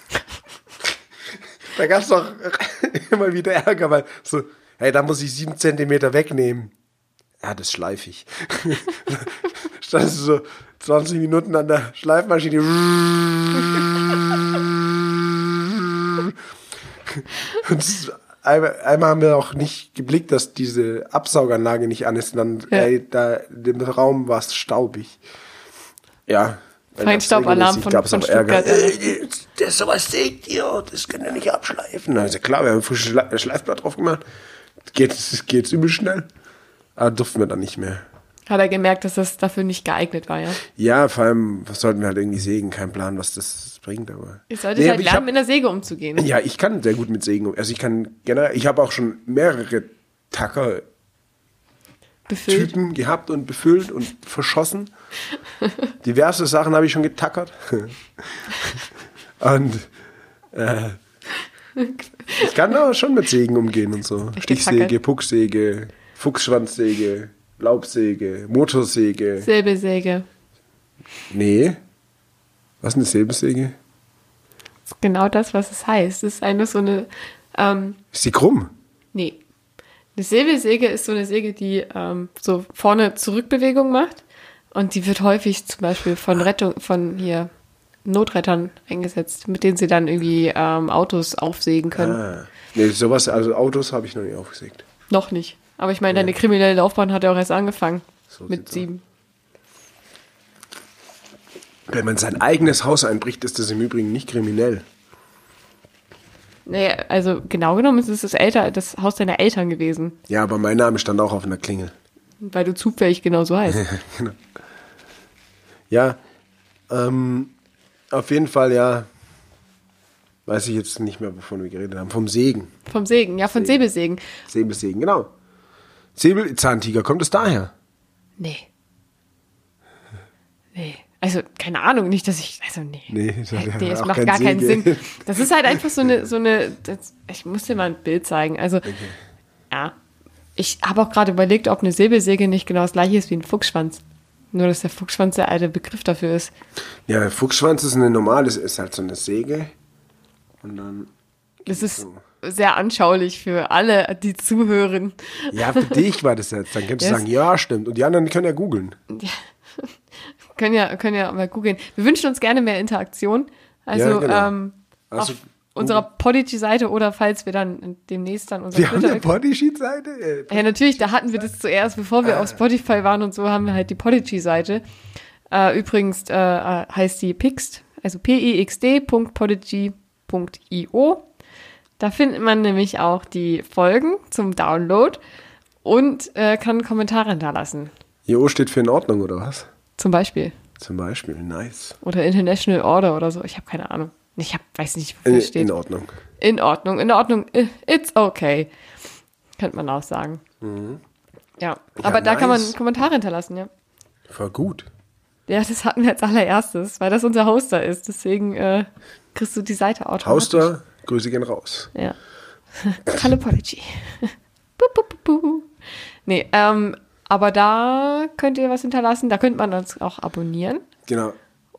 Speaker 1: da gab es doch immer wieder Ärger, weil so, hey, da muss ich sieben Zentimeter wegnehmen. Ja, das schleife ich. Standest du so 20 Minuten an der Schleifmaschine. Und s- einmal, einmal haben wir auch nicht geblickt, dass diese Absauganlage nicht an ist. Und dann,
Speaker 2: Ja.
Speaker 1: ey, da in dem Raum war es staubig. Ja.
Speaker 2: Fein Staubalarm von-
Speaker 1: Gab's
Speaker 2: von
Speaker 1: auch Ärger.
Speaker 2: Stuttgart,
Speaker 1: Äh, Das ist sowas seht ihr, das könnt ihr nicht abschleifen. Also klar, wir haben ein frisches Schla- Schleifblatt drauf gemacht. Geht's, geht's übel schnell. Aber durften wir dann nicht mehr.
Speaker 2: Hat er gemerkt, dass das dafür nicht geeignet war, ja.
Speaker 1: Ja, vor allem was sollten wir halt irgendwie sägen. Kein Plan, was das bringt, aber.
Speaker 2: Ihr solltet
Speaker 1: Nee,
Speaker 2: halt
Speaker 1: aber ich
Speaker 2: lernen,
Speaker 1: hab-
Speaker 2: mit einer Säge umzugehen.
Speaker 1: Ja, ich kann sehr gut mit Sägen. um- Also ich kann generell, ich habe auch schon mehrere Tacker-Typen
Speaker 2: Befüllt.
Speaker 1: gehabt und befüllt und verschossen. Diverse Sachen habe ich schon getackert. und äh, Ich kann da schon mit Sägen umgehen und so.
Speaker 2: Echte
Speaker 1: Stichsäge,
Speaker 2: Fackel.
Speaker 1: Pucksäge, Fuchsschwanzsäge, Laubsäge, Motorsäge.
Speaker 2: Säbelsäge.
Speaker 1: Nee. Was ist eine Säbelsäge?
Speaker 2: Das ist genau das, was es heißt. Es ist eine so eine, ähm,
Speaker 1: Ist die krumm?
Speaker 2: nee. Eine Säbelsäge ist so eine Säge, die ähm, so vorne Zurückbewegung macht. Und die wird häufig zum Beispiel von Rettung, von hier Notrettern eingesetzt, mit denen sie dann irgendwie ähm, Autos aufsägen können.
Speaker 1: Ah. Nee, sowas, also Autos habe ich noch nie aufgesägt.
Speaker 2: Noch nicht. Aber ich meine, deine kriminelle Laufbahn hat ja auch erst angefangen.
Speaker 1: So
Speaker 2: mit
Speaker 1: sieht's
Speaker 2: sieben.
Speaker 1: Wenn man sein eigenes Haus einbricht, ist das im Übrigen nicht kriminell.
Speaker 2: Nee, also genau genommen ist es das, Elter, das Haus deiner Eltern gewesen,
Speaker 1: Ja, aber mein Name stand auch auf einer Klingel.
Speaker 2: weil du zufällig genau so heißt.
Speaker 1: genau. Ja, ähm, auf jeden Fall, ja. Weiß ich jetzt nicht mehr, wovon wir geredet haben. Vom Segen.
Speaker 2: Vom Segen, ja, von Säbelsägen.
Speaker 1: Säbelsägen, genau. Säbelzahntiger, kommt es daher?
Speaker 2: Nee. Nee. Also, keine Ahnung, nicht, dass ich. Also, nee.
Speaker 1: Nee, das hat ja
Speaker 2: nee es
Speaker 1: auch
Speaker 2: macht
Speaker 1: keinen
Speaker 2: gar keinen
Speaker 1: Sinn,
Speaker 2: Sinn.
Speaker 1: gell?
Speaker 2: Das ist halt einfach so eine. So eine das, ich muss dir mal ein Bild zeigen. Also, ja. Ich habe auch gerade überlegt, ob eine Säbelsäge nicht genau das gleiche ist wie ein Fuchsschwanz. Nur, dass der Fuchsschwanz der alte Begriff dafür ist.
Speaker 1: Ja, der Fuchsschwanz ist eine normale, ist halt so eine Säge. Und dann.
Speaker 2: Das ist sehr anschaulich für alle, die zuhören.
Speaker 1: Ja, für dich war das jetzt. Dann kannst du
Speaker 2: Yes.
Speaker 1: sagen, ja, stimmt. Und die anderen können ja googeln.
Speaker 2: Können ja, können ja mal googeln. Wir wünschen uns gerne mehr Interaktion. Also
Speaker 1: Ja, genau.
Speaker 2: ähm,
Speaker 1: Also,
Speaker 2: auf unserer Podigy-Seite oder falls wir dann demnächst dann unser
Speaker 1: Wir haben eine
Speaker 2: Twitter.
Speaker 1: Bodysheet-Seite? Äh,
Speaker 2: Ja, natürlich, da hatten wir das zuerst, bevor wir
Speaker 1: Ah.
Speaker 2: auf Spotify waren und so, haben wir halt die Podigy-Seite. Äh, übrigens äh, äh, heißt die Pixt, also pixd.podigy.io. Da findet man nämlich auch die Folgen zum Download und äh, kann Kommentare hinterlassen.
Speaker 1: IO Äh, steht für in Ordnung, oder was?
Speaker 2: Zum Beispiel.
Speaker 1: Zum Beispiel, nice.
Speaker 2: Oder International Order oder so. Ich habe keine Ahnung. Ich hab, weiß nicht, wofür
Speaker 1: Äh, In,
Speaker 2: es steht.
Speaker 1: in Ordnung.
Speaker 2: In Ordnung, in Ordnung. eh, It's okay. Könnte man auch sagen. Ja, aber da kann man
Speaker 1: Mhm. nice.
Speaker 2: Kommentare hinterlassen, ja.
Speaker 1: Voll gut.
Speaker 2: Ja, das hatten wir als allererstes, weil das unser Hoster ist. Deswegen äh, kriegst du die Seite automatisch.
Speaker 1: Hauster, Grüße gehen raus.
Speaker 2: Ja. Kalle Podigy. bu, bu, bu, bu. Nee, ähm, aber da könnt ihr was hinterlassen. Da könnt man uns auch abonnieren.
Speaker 1: Genau.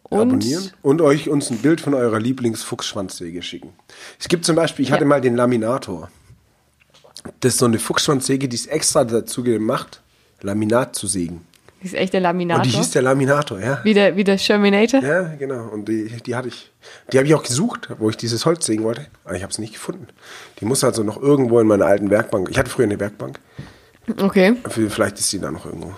Speaker 2: Und-
Speaker 1: Abonnieren und euch uns ein Bild von eurer Lieblingsfuchsschwanzsäge schicken. Es gibt zum Beispiel, ich hatte
Speaker 2: Ja.
Speaker 1: mal den Laminator. Das ist so eine Fuchsschwanzsäge, die ist extra dazu gemacht, Laminat zu sägen.
Speaker 2: Die ist echt der Laminator.
Speaker 1: Und die hieß der Laminator, ja.
Speaker 2: wie, der, wie der Sherminator.
Speaker 1: Ja, genau. Und die, die hatte ich, die habe ich auch gesucht, wo ich dieses Holz sägen wollte. Aber ich habe es nicht gefunden. Die muss also noch irgendwo in meiner alten Werkbank. Ich hatte früher eine Werkbank.
Speaker 2: Okay.
Speaker 1: Vielleicht ist die da noch irgendwo.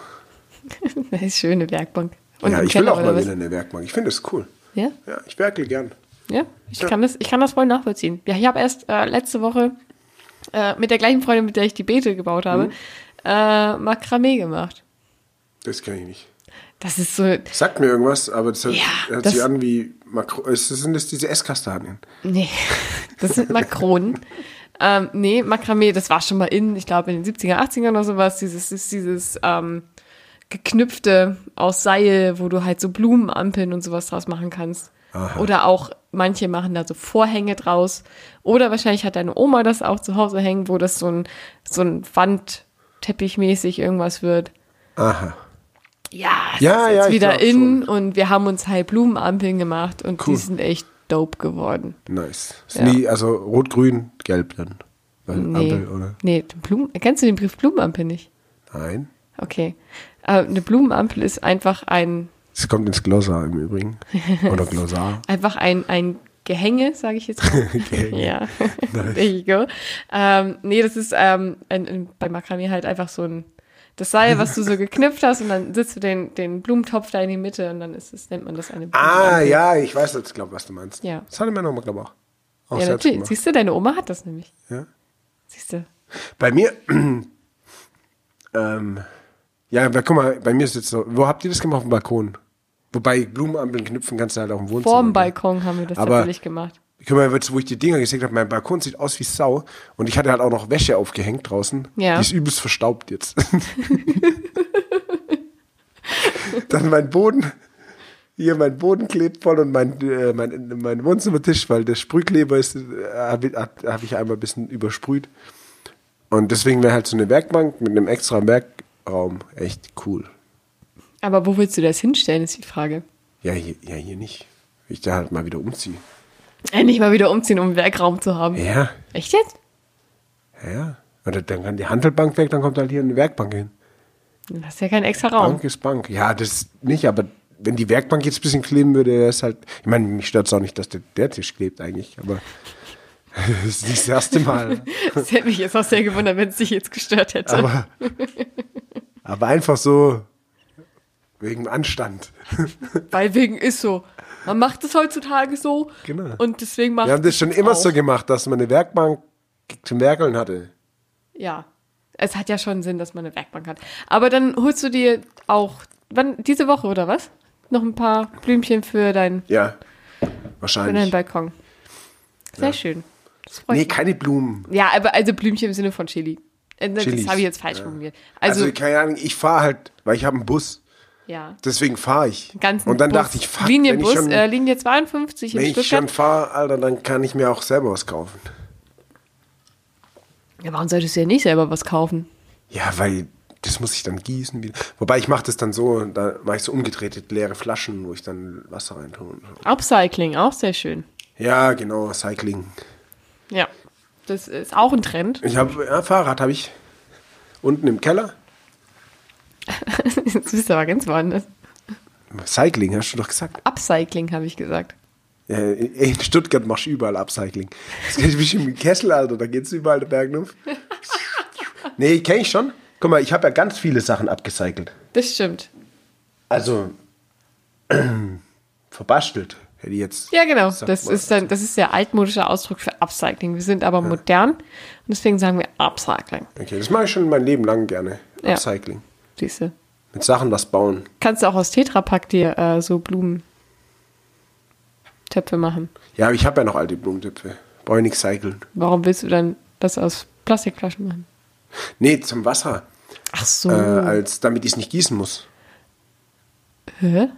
Speaker 2: Das ist schöne Werkbank.
Speaker 1: ja,
Speaker 2: im
Speaker 1: ich will
Speaker 2: Keller
Speaker 1: auch
Speaker 2: oder
Speaker 1: mal
Speaker 2: was?
Speaker 1: wieder eine Werkbank. Ich finde das cool.
Speaker 2: Ja,
Speaker 1: Ja, ich werkel gern.
Speaker 2: ja. Ich,
Speaker 1: Ja.
Speaker 2: Kann das, ich kann das voll nachvollziehen. Ja, ich habe erst äh, letzte Woche äh, mit der gleichen Freundin, mit der ich die Beete gebaut habe,
Speaker 1: Mhm.
Speaker 2: äh, Makramee gemacht.
Speaker 1: Das kenne ich nicht.
Speaker 2: Das ist so,
Speaker 1: Sagt mir irgendwas, aber das hört,
Speaker 2: Ja,
Speaker 1: hört
Speaker 2: das-
Speaker 1: sich an wie Makro. Es sind das diese Esskastanien.
Speaker 2: nee, das sind Makronen. ähm, nee, Makramee, das war schon mal in, ich glaube in den 70er, 80ern oder sowas, dieses, ist dieses ähm, geknüpfte aus Seil, wo du halt so Blumenampeln und sowas draus machen kannst.
Speaker 1: Aha.
Speaker 2: Oder auch manche machen da so Vorhänge draus. Oder wahrscheinlich hat deine Oma das auch zu Hause hängen, wo das so ein, so ein Wandteppichmäßig irgendwas wird.
Speaker 1: Aha.
Speaker 2: Ja, das
Speaker 1: Ja,
Speaker 2: ist
Speaker 1: ja,
Speaker 2: jetzt
Speaker 1: ich
Speaker 2: wieder
Speaker 1: glaub
Speaker 2: in und wir haben uns halt Blumenampeln gemacht und
Speaker 1: Cool.
Speaker 2: die sind echt dope geworden.
Speaker 1: Nice.
Speaker 2: Ja.
Speaker 1: Sind die, also rot, grün, gelb dann. Weil Ampel, oder?
Speaker 2: nee den Blumen, kennst du den Brief Blumenampel nicht?
Speaker 1: Nein.
Speaker 2: Okay. Äh, eine Blumenampel ist einfach ein,
Speaker 1: Es kommt ins Glossar im Übrigen. Oder Glossar.
Speaker 2: einfach ein, ein Gehänge, sage ich jetzt mal.
Speaker 1: Gehänge.
Speaker 2: Ja, there you go. Ähm, nee, das ist ähm, ein, ein, bei Makramee halt einfach so ein, das Seil, was du so geknüpft hast und dann sitzt du den, den Blumentopf da in die Mitte und dann ist es, nennt man das eine
Speaker 1: Ah,
Speaker 2: Blumenampel.
Speaker 1: ja, ich weiß jetzt, glaub, was du meinst.
Speaker 2: Ja.
Speaker 1: Das hatte meine Oma, glaube ich, auch. Auch
Speaker 2: Ja,
Speaker 1: selbst
Speaker 2: natürlich.
Speaker 1: gemacht.
Speaker 2: Siehst du, deine Oma hat das nämlich.
Speaker 1: Ja.
Speaker 2: Siehst du.
Speaker 1: Bei mir, ähm, ja, aber guck mal, bei mir ist jetzt so, wo habt ihr das gemacht? Auf dem Balkon. Wobei Blumenampeln knüpfen kannst du halt auch im Wohnzimmer.
Speaker 2: Vorm
Speaker 1: ne?
Speaker 2: Balkon haben wir das
Speaker 1: Aber-
Speaker 2: natürlich gemacht.
Speaker 1: Guck mal, jetzt, wo ich die Dinger gesägt habe, mein Balkon sieht aus wie Sau und ich hatte halt auch noch Wäsche aufgehängt draußen.
Speaker 2: Ja.
Speaker 1: Die ist übelst verstaubt jetzt. Dann mein Boden. Hier, mein Boden klebt voll und mein, äh, mein, mein Wohnzimmertisch, weil der Sprühkleber ist, äh, habe hab, hab ich einmal ein bisschen übersprüht. Und deswegen wäre halt so eine Werkbank mit einem extra Werkraum echt cool.
Speaker 2: Aber wo willst du das hinstellen, ist die Frage.
Speaker 1: Ja, hier, ja, hier nicht. Ich da halt mal wieder umziehe.
Speaker 2: Endlich mal wieder umziehen, um einen Werkraum zu haben.
Speaker 1: Ja,
Speaker 2: Echt jetzt?
Speaker 1: ja. Und dann kann die Handelbank weg, dann kommt halt hier eine Werkbank hin.
Speaker 2: Du hast ja keinen extra Raum.
Speaker 1: Bank ist Bank. Ja, das nicht, aber wenn die Werkbank jetzt ein bisschen kleben würde, wäre es halt. Ich meine, mich stört es auch nicht, dass der, der Tisch klebt eigentlich, aber das ist nicht das erste Mal.
Speaker 2: Das hätte mich jetzt auch sehr gewundert, wenn es dich jetzt gestört hätte.
Speaker 1: Aber, aber einfach so wegen Anstand.
Speaker 2: Weil wegen ist so. Man macht es heutzutage so.
Speaker 1: Genau.
Speaker 2: Und deswegen macht
Speaker 1: Wir haben das schon
Speaker 2: es
Speaker 1: immer
Speaker 2: auch.
Speaker 1: so gemacht, dass man eine Werkbank zum Werkeln hatte.
Speaker 2: Ja. Es hat ja schon Sinn, dass man eine Werkbank hat. Aber dann holst du dir auch, wann, diese Woche oder was? Noch ein paar Blümchen für, dein,
Speaker 1: Ja,
Speaker 2: für deinen
Speaker 1: wahrscheinlich.
Speaker 2: Balkon. Sehr schön. Das freut
Speaker 1: Nee,
Speaker 2: mich.
Speaker 1: keine Blumen.
Speaker 2: Ja, aber also Blümchen im Sinne von Chili. Äh, Das
Speaker 1: Chilis,
Speaker 2: habe ich jetzt falsch
Speaker 1: ja.
Speaker 2: formuliert.
Speaker 1: Also,
Speaker 2: Also,
Speaker 1: keine Ahnung, ich fahre halt, weil ich habe einen Bus.
Speaker 2: ja.
Speaker 1: Deswegen fahre ich.
Speaker 2: Ganzen
Speaker 1: Und dann
Speaker 2: Bus.
Speaker 1: dachte ich, fuck, wenn
Speaker 2: Linienbus,
Speaker 1: ich schon,
Speaker 2: äh, Linie 52 in
Speaker 1: wenn ich schon
Speaker 2: Stuttgart.
Speaker 1: fahre, Alter, dann kann ich mir auch selber was kaufen.
Speaker 2: Ja, warum solltest du ja nicht selber was kaufen?
Speaker 1: Ja, weil das muss ich dann gießen. wieder. Wobei ich mache das dann so, da mache ich so umgedrehte leere Flaschen, wo ich dann Wasser reintue. und so.
Speaker 2: Upcycling, auch sehr schön.
Speaker 1: Ja, genau, Cycling.
Speaker 2: Ja. Das ist auch ein Trend.
Speaker 1: Ich habe ja, Fahrrad habe ich unten im Keller.
Speaker 2: Jetzt bist du aber ganz woanders.
Speaker 1: Cycling, hast du doch gesagt.
Speaker 2: Upcycling, habe ich gesagt.
Speaker 1: Ja, in Stuttgart machst du überall Upcycling. Das geht bestimmt im Kessel, Alter, da geht's überall der Bergnuff. Nee, kenne ich schon. Guck mal, ich habe ja ganz viele Sachen abgecycelt.
Speaker 2: Das stimmt.
Speaker 1: Also verbastelt, hätte ich jetzt.
Speaker 2: Ja, genau.
Speaker 1: sagt
Speaker 2: Das
Speaker 1: man.
Speaker 2: ist, ein, das ist der altmodische Ausdruck für Upcycling. Wir sind aber modern und deswegen sagen wir Upcycling.
Speaker 1: Okay, das mache ich schon mein Leben lang gerne.
Speaker 2: Ja.
Speaker 1: Upcycling.
Speaker 2: Siehst du?
Speaker 1: Mit Sachen was bauen.
Speaker 2: Kannst du auch aus Tetrapack dir äh, so Blumentöpfe machen.
Speaker 1: Ja, aber ich habe ja noch alte Blumentöpfe. Brauche ich nicht cyclen.
Speaker 2: Warum willst du dann das aus Plastikflaschen machen?
Speaker 1: Nee, zum Wasser.
Speaker 2: Ach so.
Speaker 1: Äh, als, damit ich es nicht gießen muss.
Speaker 2: Hä?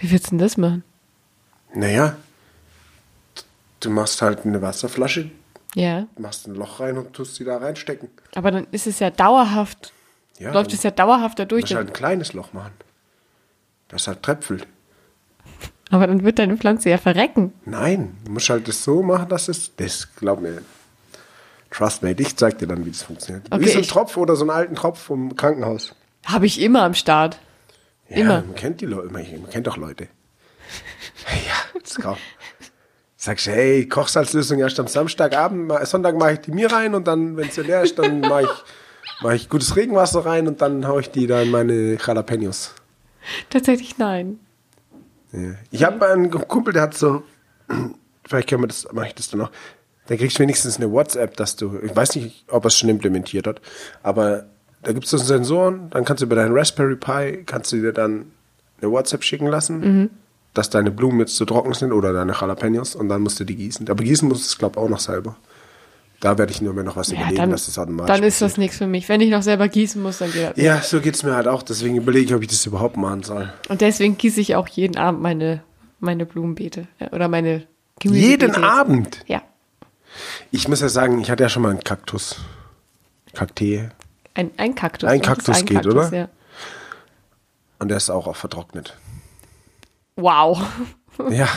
Speaker 2: Wie willst du denn das machen?
Speaker 1: Naja. Du machst halt eine Wasserflasche,
Speaker 2: Ja.
Speaker 1: machst ein Loch rein und tust sie da reinstecken.
Speaker 2: Aber dann ist es ja dauerhaft,
Speaker 1: Ja,
Speaker 2: läuft
Speaker 1: dann
Speaker 2: es ja dauerhaft da durch.
Speaker 1: musst du halt ein kleines Loch machen. Das halt tröpfelt.
Speaker 2: aber dann wird deine Pflanze ja verrecken.
Speaker 1: Nein, du musst halt das so machen, dass es. Das glaub mir. Trust me, ich zeig dir dann, wie das funktioniert.
Speaker 2: Okay,
Speaker 1: wie so ein
Speaker 2: ich-
Speaker 1: Tropf oder so einen alten Tropf vom Krankenhaus.
Speaker 2: Habe ich immer am Start.
Speaker 1: Ja,
Speaker 2: Immer.
Speaker 1: Man kennt die Leute, man, man kennt doch Leute. ja, das ist kaum. Sagst du, hey, Kochsalzlösung erst am Samstagabend, ma- Sonntag mache ich die mir rein und dann, wenn es ja leer ist, dann mache ich, mach ich gutes Regenwasser rein und dann haue ich die da in meine Jalapenos.
Speaker 2: Tatsächlich nein.
Speaker 1: Ja. Ich
Speaker 2: Mhm.
Speaker 1: habe einen Kumpel, der hat so, vielleicht können wir das, mache ich das dann noch. Da kriegst du wenigstens eine WhatsApp, dass du, ich weiß nicht, ob er es schon implementiert hat, aber da gibt es so Sensoren, dann kannst du über deinen Raspberry Pi, kannst du dir dann eine WhatsApp schicken lassen,
Speaker 2: Mhm.
Speaker 1: dass deine Blumen jetzt zu trocken sind oder deine Jalapenos und dann musst du die gießen. Aber gießen musst du es, glaube ich, auch noch selber. Da werde ich nur mir noch was
Speaker 2: Ja,
Speaker 1: überlegen,
Speaker 2: dann,
Speaker 1: dass das halt automatisch
Speaker 2: dann ist das
Speaker 1: passiert.
Speaker 2: nichts für mich. Wenn ich noch selber gießen muss, dann geht das.
Speaker 1: Ja, so geht es mir halt auch. Deswegen überlege ich, ob ich das überhaupt machen soll.
Speaker 2: Und deswegen gieße ich auch jeden Abend meine, meine Blumenbeete äh, oder meine Gemüsebeete.
Speaker 1: Jeden
Speaker 2: jetzt.
Speaker 1: Abend?
Speaker 2: Ja.
Speaker 1: Ich muss ja sagen, ich hatte ja schon mal einen Kaktus. Kaktee.
Speaker 2: Ein, ein Kaktus.
Speaker 1: Ein
Speaker 2: Das ist
Speaker 1: Kaktus geht, oder?
Speaker 2: Ja.
Speaker 1: Und der ist auch, auch vertrocknet.
Speaker 2: Wow.
Speaker 1: Ja,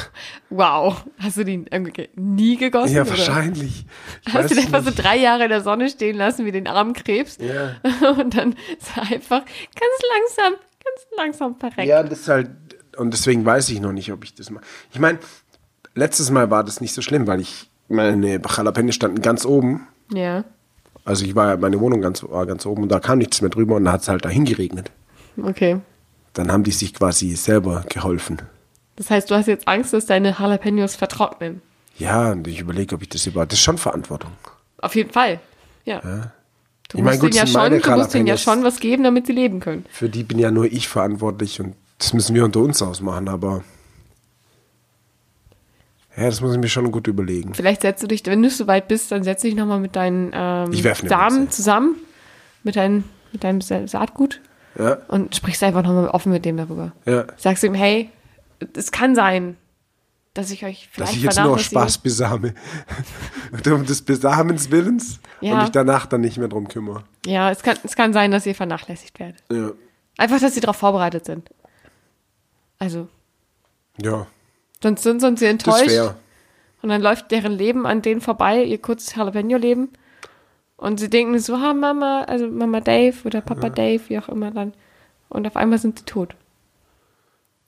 Speaker 2: Wow. Hast du den irgendwie nie gegossen?
Speaker 1: ja
Speaker 2: oder?
Speaker 1: wahrscheinlich. Ich
Speaker 2: Hast du den
Speaker 1: weiß
Speaker 2: einfach so
Speaker 1: nicht.
Speaker 2: drei Jahre in der Sonne stehen lassen wie den armen Krebs?
Speaker 1: Ja.
Speaker 2: Und dann ist er einfach ganz langsam, ganz langsam verreckt.
Speaker 1: ja, das ist halt. Und deswegen weiß ich noch nicht, ob ich das mache. Ich meine, letztes Mal war das nicht so schlimm, weil ich. Meine Jalapenos standen ganz oben.
Speaker 2: Ja.
Speaker 1: Also ich war meine Wohnung ganz, war ganz oben und da kam nichts mehr drüber und da hat es halt dahin geregnet.
Speaker 2: Okay.
Speaker 1: Dann haben die sich quasi selber geholfen.
Speaker 2: Das heißt, du hast jetzt Angst, dass deine Jalapenos vertrocknen.
Speaker 1: Ja, und ich überlege, ob ich das überhaupt. Das ist schon Verantwortung.
Speaker 2: Auf jeden Fall. Ja. Du,
Speaker 1: Ich mein,
Speaker 2: musst,
Speaker 1: gut,
Speaker 2: denen ja
Speaker 1: sind meine
Speaker 2: schon, du musst denen ja
Speaker 1: Jalapenos.
Speaker 2: schon was geben, damit sie leben können.
Speaker 1: Für die bin ja nur ich verantwortlich und das müssen wir unter uns ausmachen, aber. Ja, das muss ich mir schon gut überlegen.
Speaker 2: Vielleicht setzt du dich, wenn du so weit bist, dann setz dich nochmal mit deinen ähm,
Speaker 1: Ich werf eine
Speaker 2: Samen
Speaker 1: Münze.
Speaker 2: zusammen, mit, dein, mit deinem Sa- Saatgut
Speaker 1: Ja,
Speaker 2: und sprichst einfach nochmal offen mit dem darüber.
Speaker 1: ja.
Speaker 2: Sagst ihm, hey, es kann sein, dass ich euch vielleicht
Speaker 1: Dass ich jetzt nur
Speaker 2: vernachlässige.
Speaker 1: Spaß besame. um des Besamens Willens und
Speaker 2: Ja.
Speaker 1: mich danach dann nicht mehr drum kümmere.
Speaker 2: Ja, es kann, es kann sein, dass ihr vernachlässigt werdet.
Speaker 1: Ja.
Speaker 2: Einfach, dass sie darauf vorbereitet sind. Also,
Speaker 1: Ja,
Speaker 2: sonst sind sonst sie
Speaker 1: das
Speaker 2: enttäuscht
Speaker 1: wäre.
Speaker 2: und dann läuft deren Leben an denen vorbei, ihr kurzes Jalapeno-Leben. Und sie denken so, ha, Mama, also Mama Dave oder Papa Dave, wie auch immer dann. Und auf einmal sind sie tot.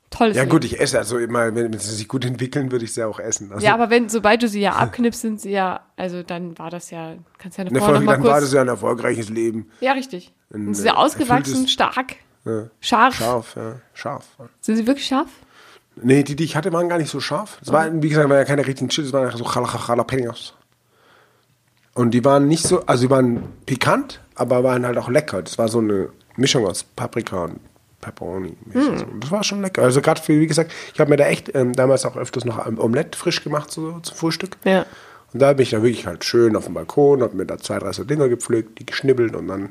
Speaker 2: Tolles
Speaker 1: Ja
Speaker 2: Leben.
Speaker 1: gut, ich esse also immer, wenn wenn sie sich gut entwickeln, würde ich sie auch essen. Also
Speaker 2: ja, aber wenn, sobald du sie ja abknippst, sind sie ja, also dann war das ja, kannst ja
Speaker 1: in der
Speaker 2: davor noch
Speaker 1: Folge,
Speaker 2: mal
Speaker 1: dann war das
Speaker 2: kurz.
Speaker 1: ja ein erfolgreiches Leben.
Speaker 2: Ja, richtig.
Speaker 1: Ein,
Speaker 2: Und sie sind
Speaker 1: äh,
Speaker 2: ja ausgewachsen,
Speaker 1: erfülltes-
Speaker 2: stark,
Speaker 1: Ja.
Speaker 2: scharf.
Speaker 1: Scharf, ja. Scharf.
Speaker 2: Sind sie wirklich scharf?
Speaker 1: Nee, die, die ich hatte, waren gar nicht so scharf. Es waren, wie gesagt, waren ja keine richtigen Chips, es waren einfach so Jala- Jalapenos. Und die waren nicht so, also die waren pikant, aber waren halt auch lecker. Das war so eine Mischung aus Paprika und Pepperoni. Das war schon lecker. Also gerade für, wie gesagt, ich habe mir da echt ähm, damals auch öfters noch ein Omelett frisch gemacht so, zum Frühstück.
Speaker 2: Ja.
Speaker 1: Und da bin ich dann wirklich halt schön auf dem Balkon, habe mir da zwei, drei so Dinger gepflückt, die geschnibbelt und dann,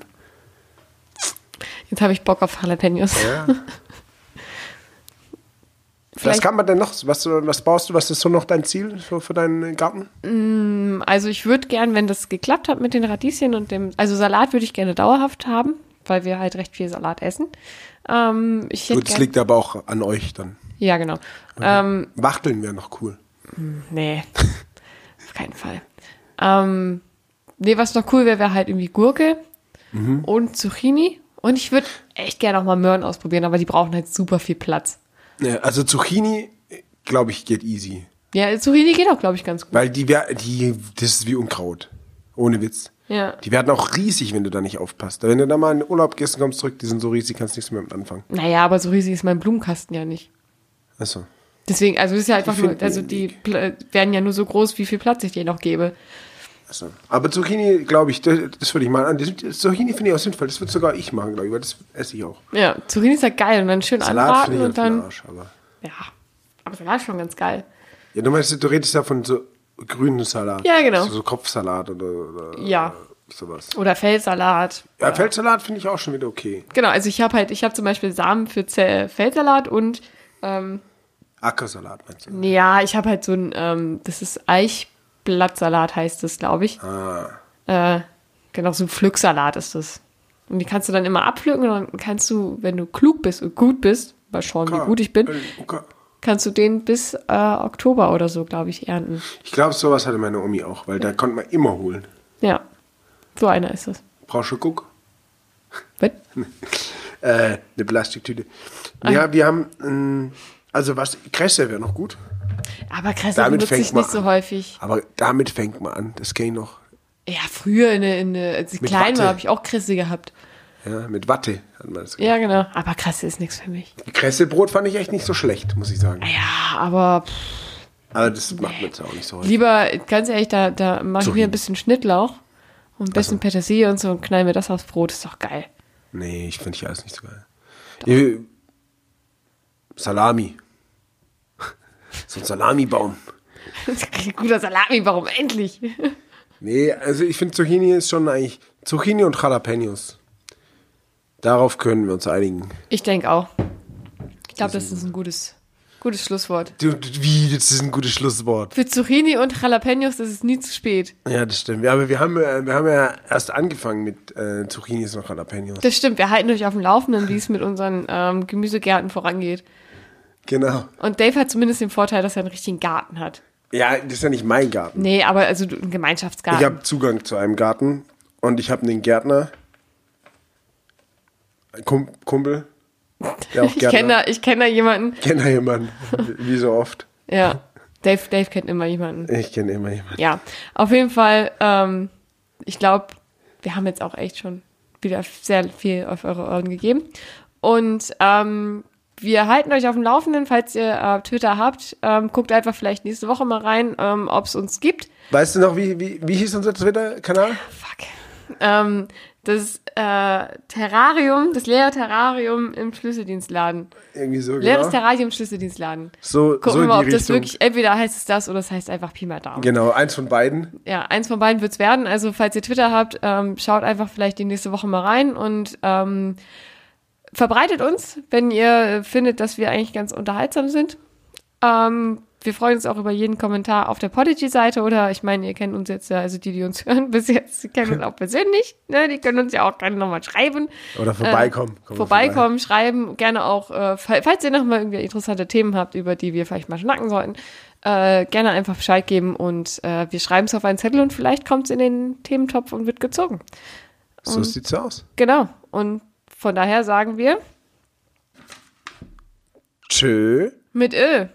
Speaker 2: Jetzt habe ich Bock auf Jalapenos.
Speaker 1: ja. Was
Speaker 2: Vielleicht,
Speaker 1: kann man denn noch, was, was baust du, was ist so noch dein Ziel für, für deinen Garten?
Speaker 2: also ich würde gern, wenn das geklappt hat mit den Radieschen und dem, also Salat würde ich gerne dauerhaft haben, weil wir halt recht viel Salat essen. Ähm, ich hätte
Speaker 1: Gut, es
Speaker 2: gern,
Speaker 1: liegt Mhm. aber auch an euch dann.
Speaker 2: ja, genau. Ähm,
Speaker 1: Wachteln wäre noch cool.
Speaker 2: nee, auf keinen Fall. Ähm, nee, was noch cool wäre, wäre halt irgendwie Gurke
Speaker 1: Mhm.
Speaker 2: und Zucchini. Und ich würde echt gerne auch mal Möhren ausprobieren, aber die brauchen halt super viel Platz.
Speaker 1: Ja, Also Zucchini, glaube ich, geht easy.
Speaker 2: Ja, Zucchini geht auch, glaube ich, ganz gut.
Speaker 1: Weil die, wer- die, das ist wie Unkraut. Ohne Witz.
Speaker 2: Ja.
Speaker 1: Die werden auch riesig, wenn du da nicht aufpasst. Wenn du da mal in den Urlaub gehst und kommst zurück, die sind so riesig, kannst nichts mehr mit anfangen.
Speaker 2: Naja, aber so riesig ist mein Blumenkasten ja nicht.
Speaker 1: Achso.
Speaker 2: Deswegen, also es ist ja einfach nur,
Speaker 1: finden
Speaker 2: also
Speaker 1: den
Speaker 2: die
Speaker 1: Weg.
Speaker 2: Pla- werden ja nur so groß, wie viel Platz ich denen noch gebe.
Speaker 1: Achso. Aber Zucchini, glaube ich, das, das würde ich mal an. Das, das Zucchini finde ich auch sinnvoll. Das würde sogar ich machen, glaube ich, weil das esse ich auch.
Speaker 2: Ja, Zucchini ist ja geil und dann schön
Speaker 1: Salat
Speaker 2: anbraten
Speaker 1: finde ich
Speaker 2: und
Speaker 1: halt für den
Speaker 2: dann,
Speaker 1: Arsch, aber.
Speaker 2: ja, aber Salat ist schon ganz geil.
Speaker 1: Ja, du meinst, du redest ja von so grünen Salat.
Speaker 2: Ja, genau.
Speaker 1: So, so Kopfsalat oder, oder äh,
Speaker 2: Ja.
Speaker 1: sowas.
Speaker 2: Oder Feldsalat.
Speaker 1: Ja, Feldsalat finde ich auch schon wieder okay.
Speaker 2: Genau, also ich habe halt, ich habe zum Beispiel Samen für Zell Feldsalat und, ähm,
Speaker 1: Ackersalat meinst du?
Speaker 2: ja, ich habe halt so ein, ähm, das ist Eichblattsalat heißt das, glaube ich.
Speaker 1: Ah,
Speaker 2: Äh, genau, so ein Pflücksalat ist das. Und die kannst du dann immer abpflücken und dann kannst du, wenn du klug bist und gut bist, mal schauen, wie
Speaker 1: klar.
Speaker 2: gut ich bin,
Speaker 1: Äh, okay.
Speaker 2: kannst du den bis äh, Oktober oder so, glaube ich, ernten.
Speaker 1: Ich glaube, sowas hatte meine Omi auch, weil da konnte man immer holen.
Speaker 2: Ja, so einer ist das.
Speaker 1: Brauchst du Guck?
Speaker 2: Was?
Speaker 1: Äh, eine Plastiktüte.
Speaker 2: Ah.
Speaker 1: Ja, wir haben, ähm, also was, Kresse wäre noch gut.
Speaker 2: Aber Kresse
Speaker 1: Damit
Speaker 2: benutze
Speaker 1: fängt
Speaker 2: ich
Speaker 1: man
Speaker 2: nicht so
Speaker 1: an.
Speaker 2: häufig.
Speaker 1: Aber damit fängt man an, das kenne ich noch.
Speaker 2: Ja, früher, in, der- in, der- als ich
Speaker 1: Mit
Speaker 2: klein war,
Speaker 1: Watte.
Speaker 2: habe ich auch Kresse gehabt.
Speaker 1: Ja, mit Watte hat man das.
Speaker 2: Ja, genau. Aber Kresse ist nichts für mich.
Speaker 1: Kressebrot fand ich echt nicht so schlecht, muss ich
Speaker 2: Äh.
Speaker 1: sagen.
Speaker 2: Ja, aber pff,
Speaker 1: Aber das macht man jetzt auch nicht so häufig.
Speaker 2: lieber, ganz ehrlich, da, da mache ich
Speaker 1: Zucchini.
Speaker 2: mir ein bisschen Schnittlauch und ein bisschen Petersilie und so und knall mir das aufs Brot. Ist doch geil.
Speaker 1: Nee, ich finde ich alles nicht so geil. Äh, Salami. So ein Salamibaum.
Speaker 2: Das ist kein guter Salami, warum endlich?
Speaker 1: Nee, also ich finde Zucchini ist schon eigentlich. Zucchini und Jalapenos. Darauf können wir uns einigen.
Speaker 2: Ich denke auch. Ich glaube, das ist ein gutes, gutes Schlusswort.
Speaker 1: Du- du- Wie, das ist ein gutes Schlusswort.
Speaker 2: Für Zucchini und Jalapenos ist es nie zu spät.
Speaker 1: Ja, das stimmt. Ja, aber wir haben, äh, wir haben ja erst angefangen mit äh, Zucchinis und Jalapenos.
Speaker 2: Das stimmt, wir halten euch auf dem Laufenden, wie es mit unseren ähm, Gemüsegärten vorangeht.
Speaker 1: Genau.
Speaker 2: Und Dave hat zumindest den Vorteil, dass er einen richtigen Garten hat.
Speaker 1: Ja, das ist ja nicht mein Garten.
Speaker 2: Nee, aber also du- einen
Speaker 1: Ich
Speaker 2: Gemeinschaftsgarten.
Speaker 1: habe Zugang zu einem Garten und ich habe einen Gärtner. Ein Kum Kumpel. Der auch
Speaker 2: Ich, kenne da, ich kenn da jemanden.
Speaker 1: Ich kenne da jemanden, wie so oft.
Speaker 2: Ja, Dave, Dave kennt immer jemanden.
Speaker 1: Ich kenne immer jemanden.
Speaker 2: Ja, auf jeden Fall, ähm, ich glaube, wir haben jetzt auch echt schon wieder sehr viel auf eure Ohren gegeben. Und ähm, wir halten euch auf dem Laufenden, falls ihr äh, Twitter habt. Ähm, guckt einfach vielleicht nächste Woche mal rein, ähm, ob es uns gibt.
Speaker 1: Weißt du noch, wie, wie, wie hieß unser Twitter-Kanal?
Speaker 2: Fuck. Ähm, das äh, Terrarium, das leere Terrarium im Schlüsseldienstladen.
Speaker 1: Irgendwie so,
Speaker 2: Leeres
Speaker 1: genau.
Speaker 2: Terrarium im Schlüsseldienstladen.
Speaker 1: So,
Speaker 2: Gucken
Speaker 1: so
Speaker 2: wir
Speaker 1: in
Speaker 2: mal, ob
Speaker 1: die
Speaker 2: das
Speaker 1: Richtung.
Speaker 2: wirklich, entweder heißt es das oder es heißt einfach Pi mal Daumen.
Speaker 1: Genau, eins von beiden.
Speaker 2: Ja, eins von beiden wird's werden. Also falls ihr Twitter habt, ähm, schaut einfach vielleicht die nächste Woche mal rein und äh, ähm, verbreitet uns, wenn ihr findet, dass wir eigentlich ganz unterhaltsam sind. Ähm, wir freuen uns auch über jeden Kommentar auf der Podigy-Seite oder ich meine, ihr kennt uns jetzt ja, also die, die uns hören bis jetzt, die kennen uns auch persönlich. Ne? Die können uns ja auch gerne nochmal schreiben.
Speaker 1: Oder vorbeikommen.
Speaker 2: Äh, vorbeikommen, schreiben, gerne auch, äh, fa- falls ihr nochmal irgendwie interessante Themen habt, über die wir vielleicht mal schnacken sollten, äh, gerne einfach Bescheid geben und äh, wir schreiben es auf einen Zettel und vielleicht kommt es in den Thementopf und wird gezogen.
Speaker 1: So
Speaker 2: Mhm.
Speaker 1: sieht's aus.
Speaker 2: Genau. Und von daher sagen wir
Speaker 1: Tschö.
Speaker 2: mit Ö.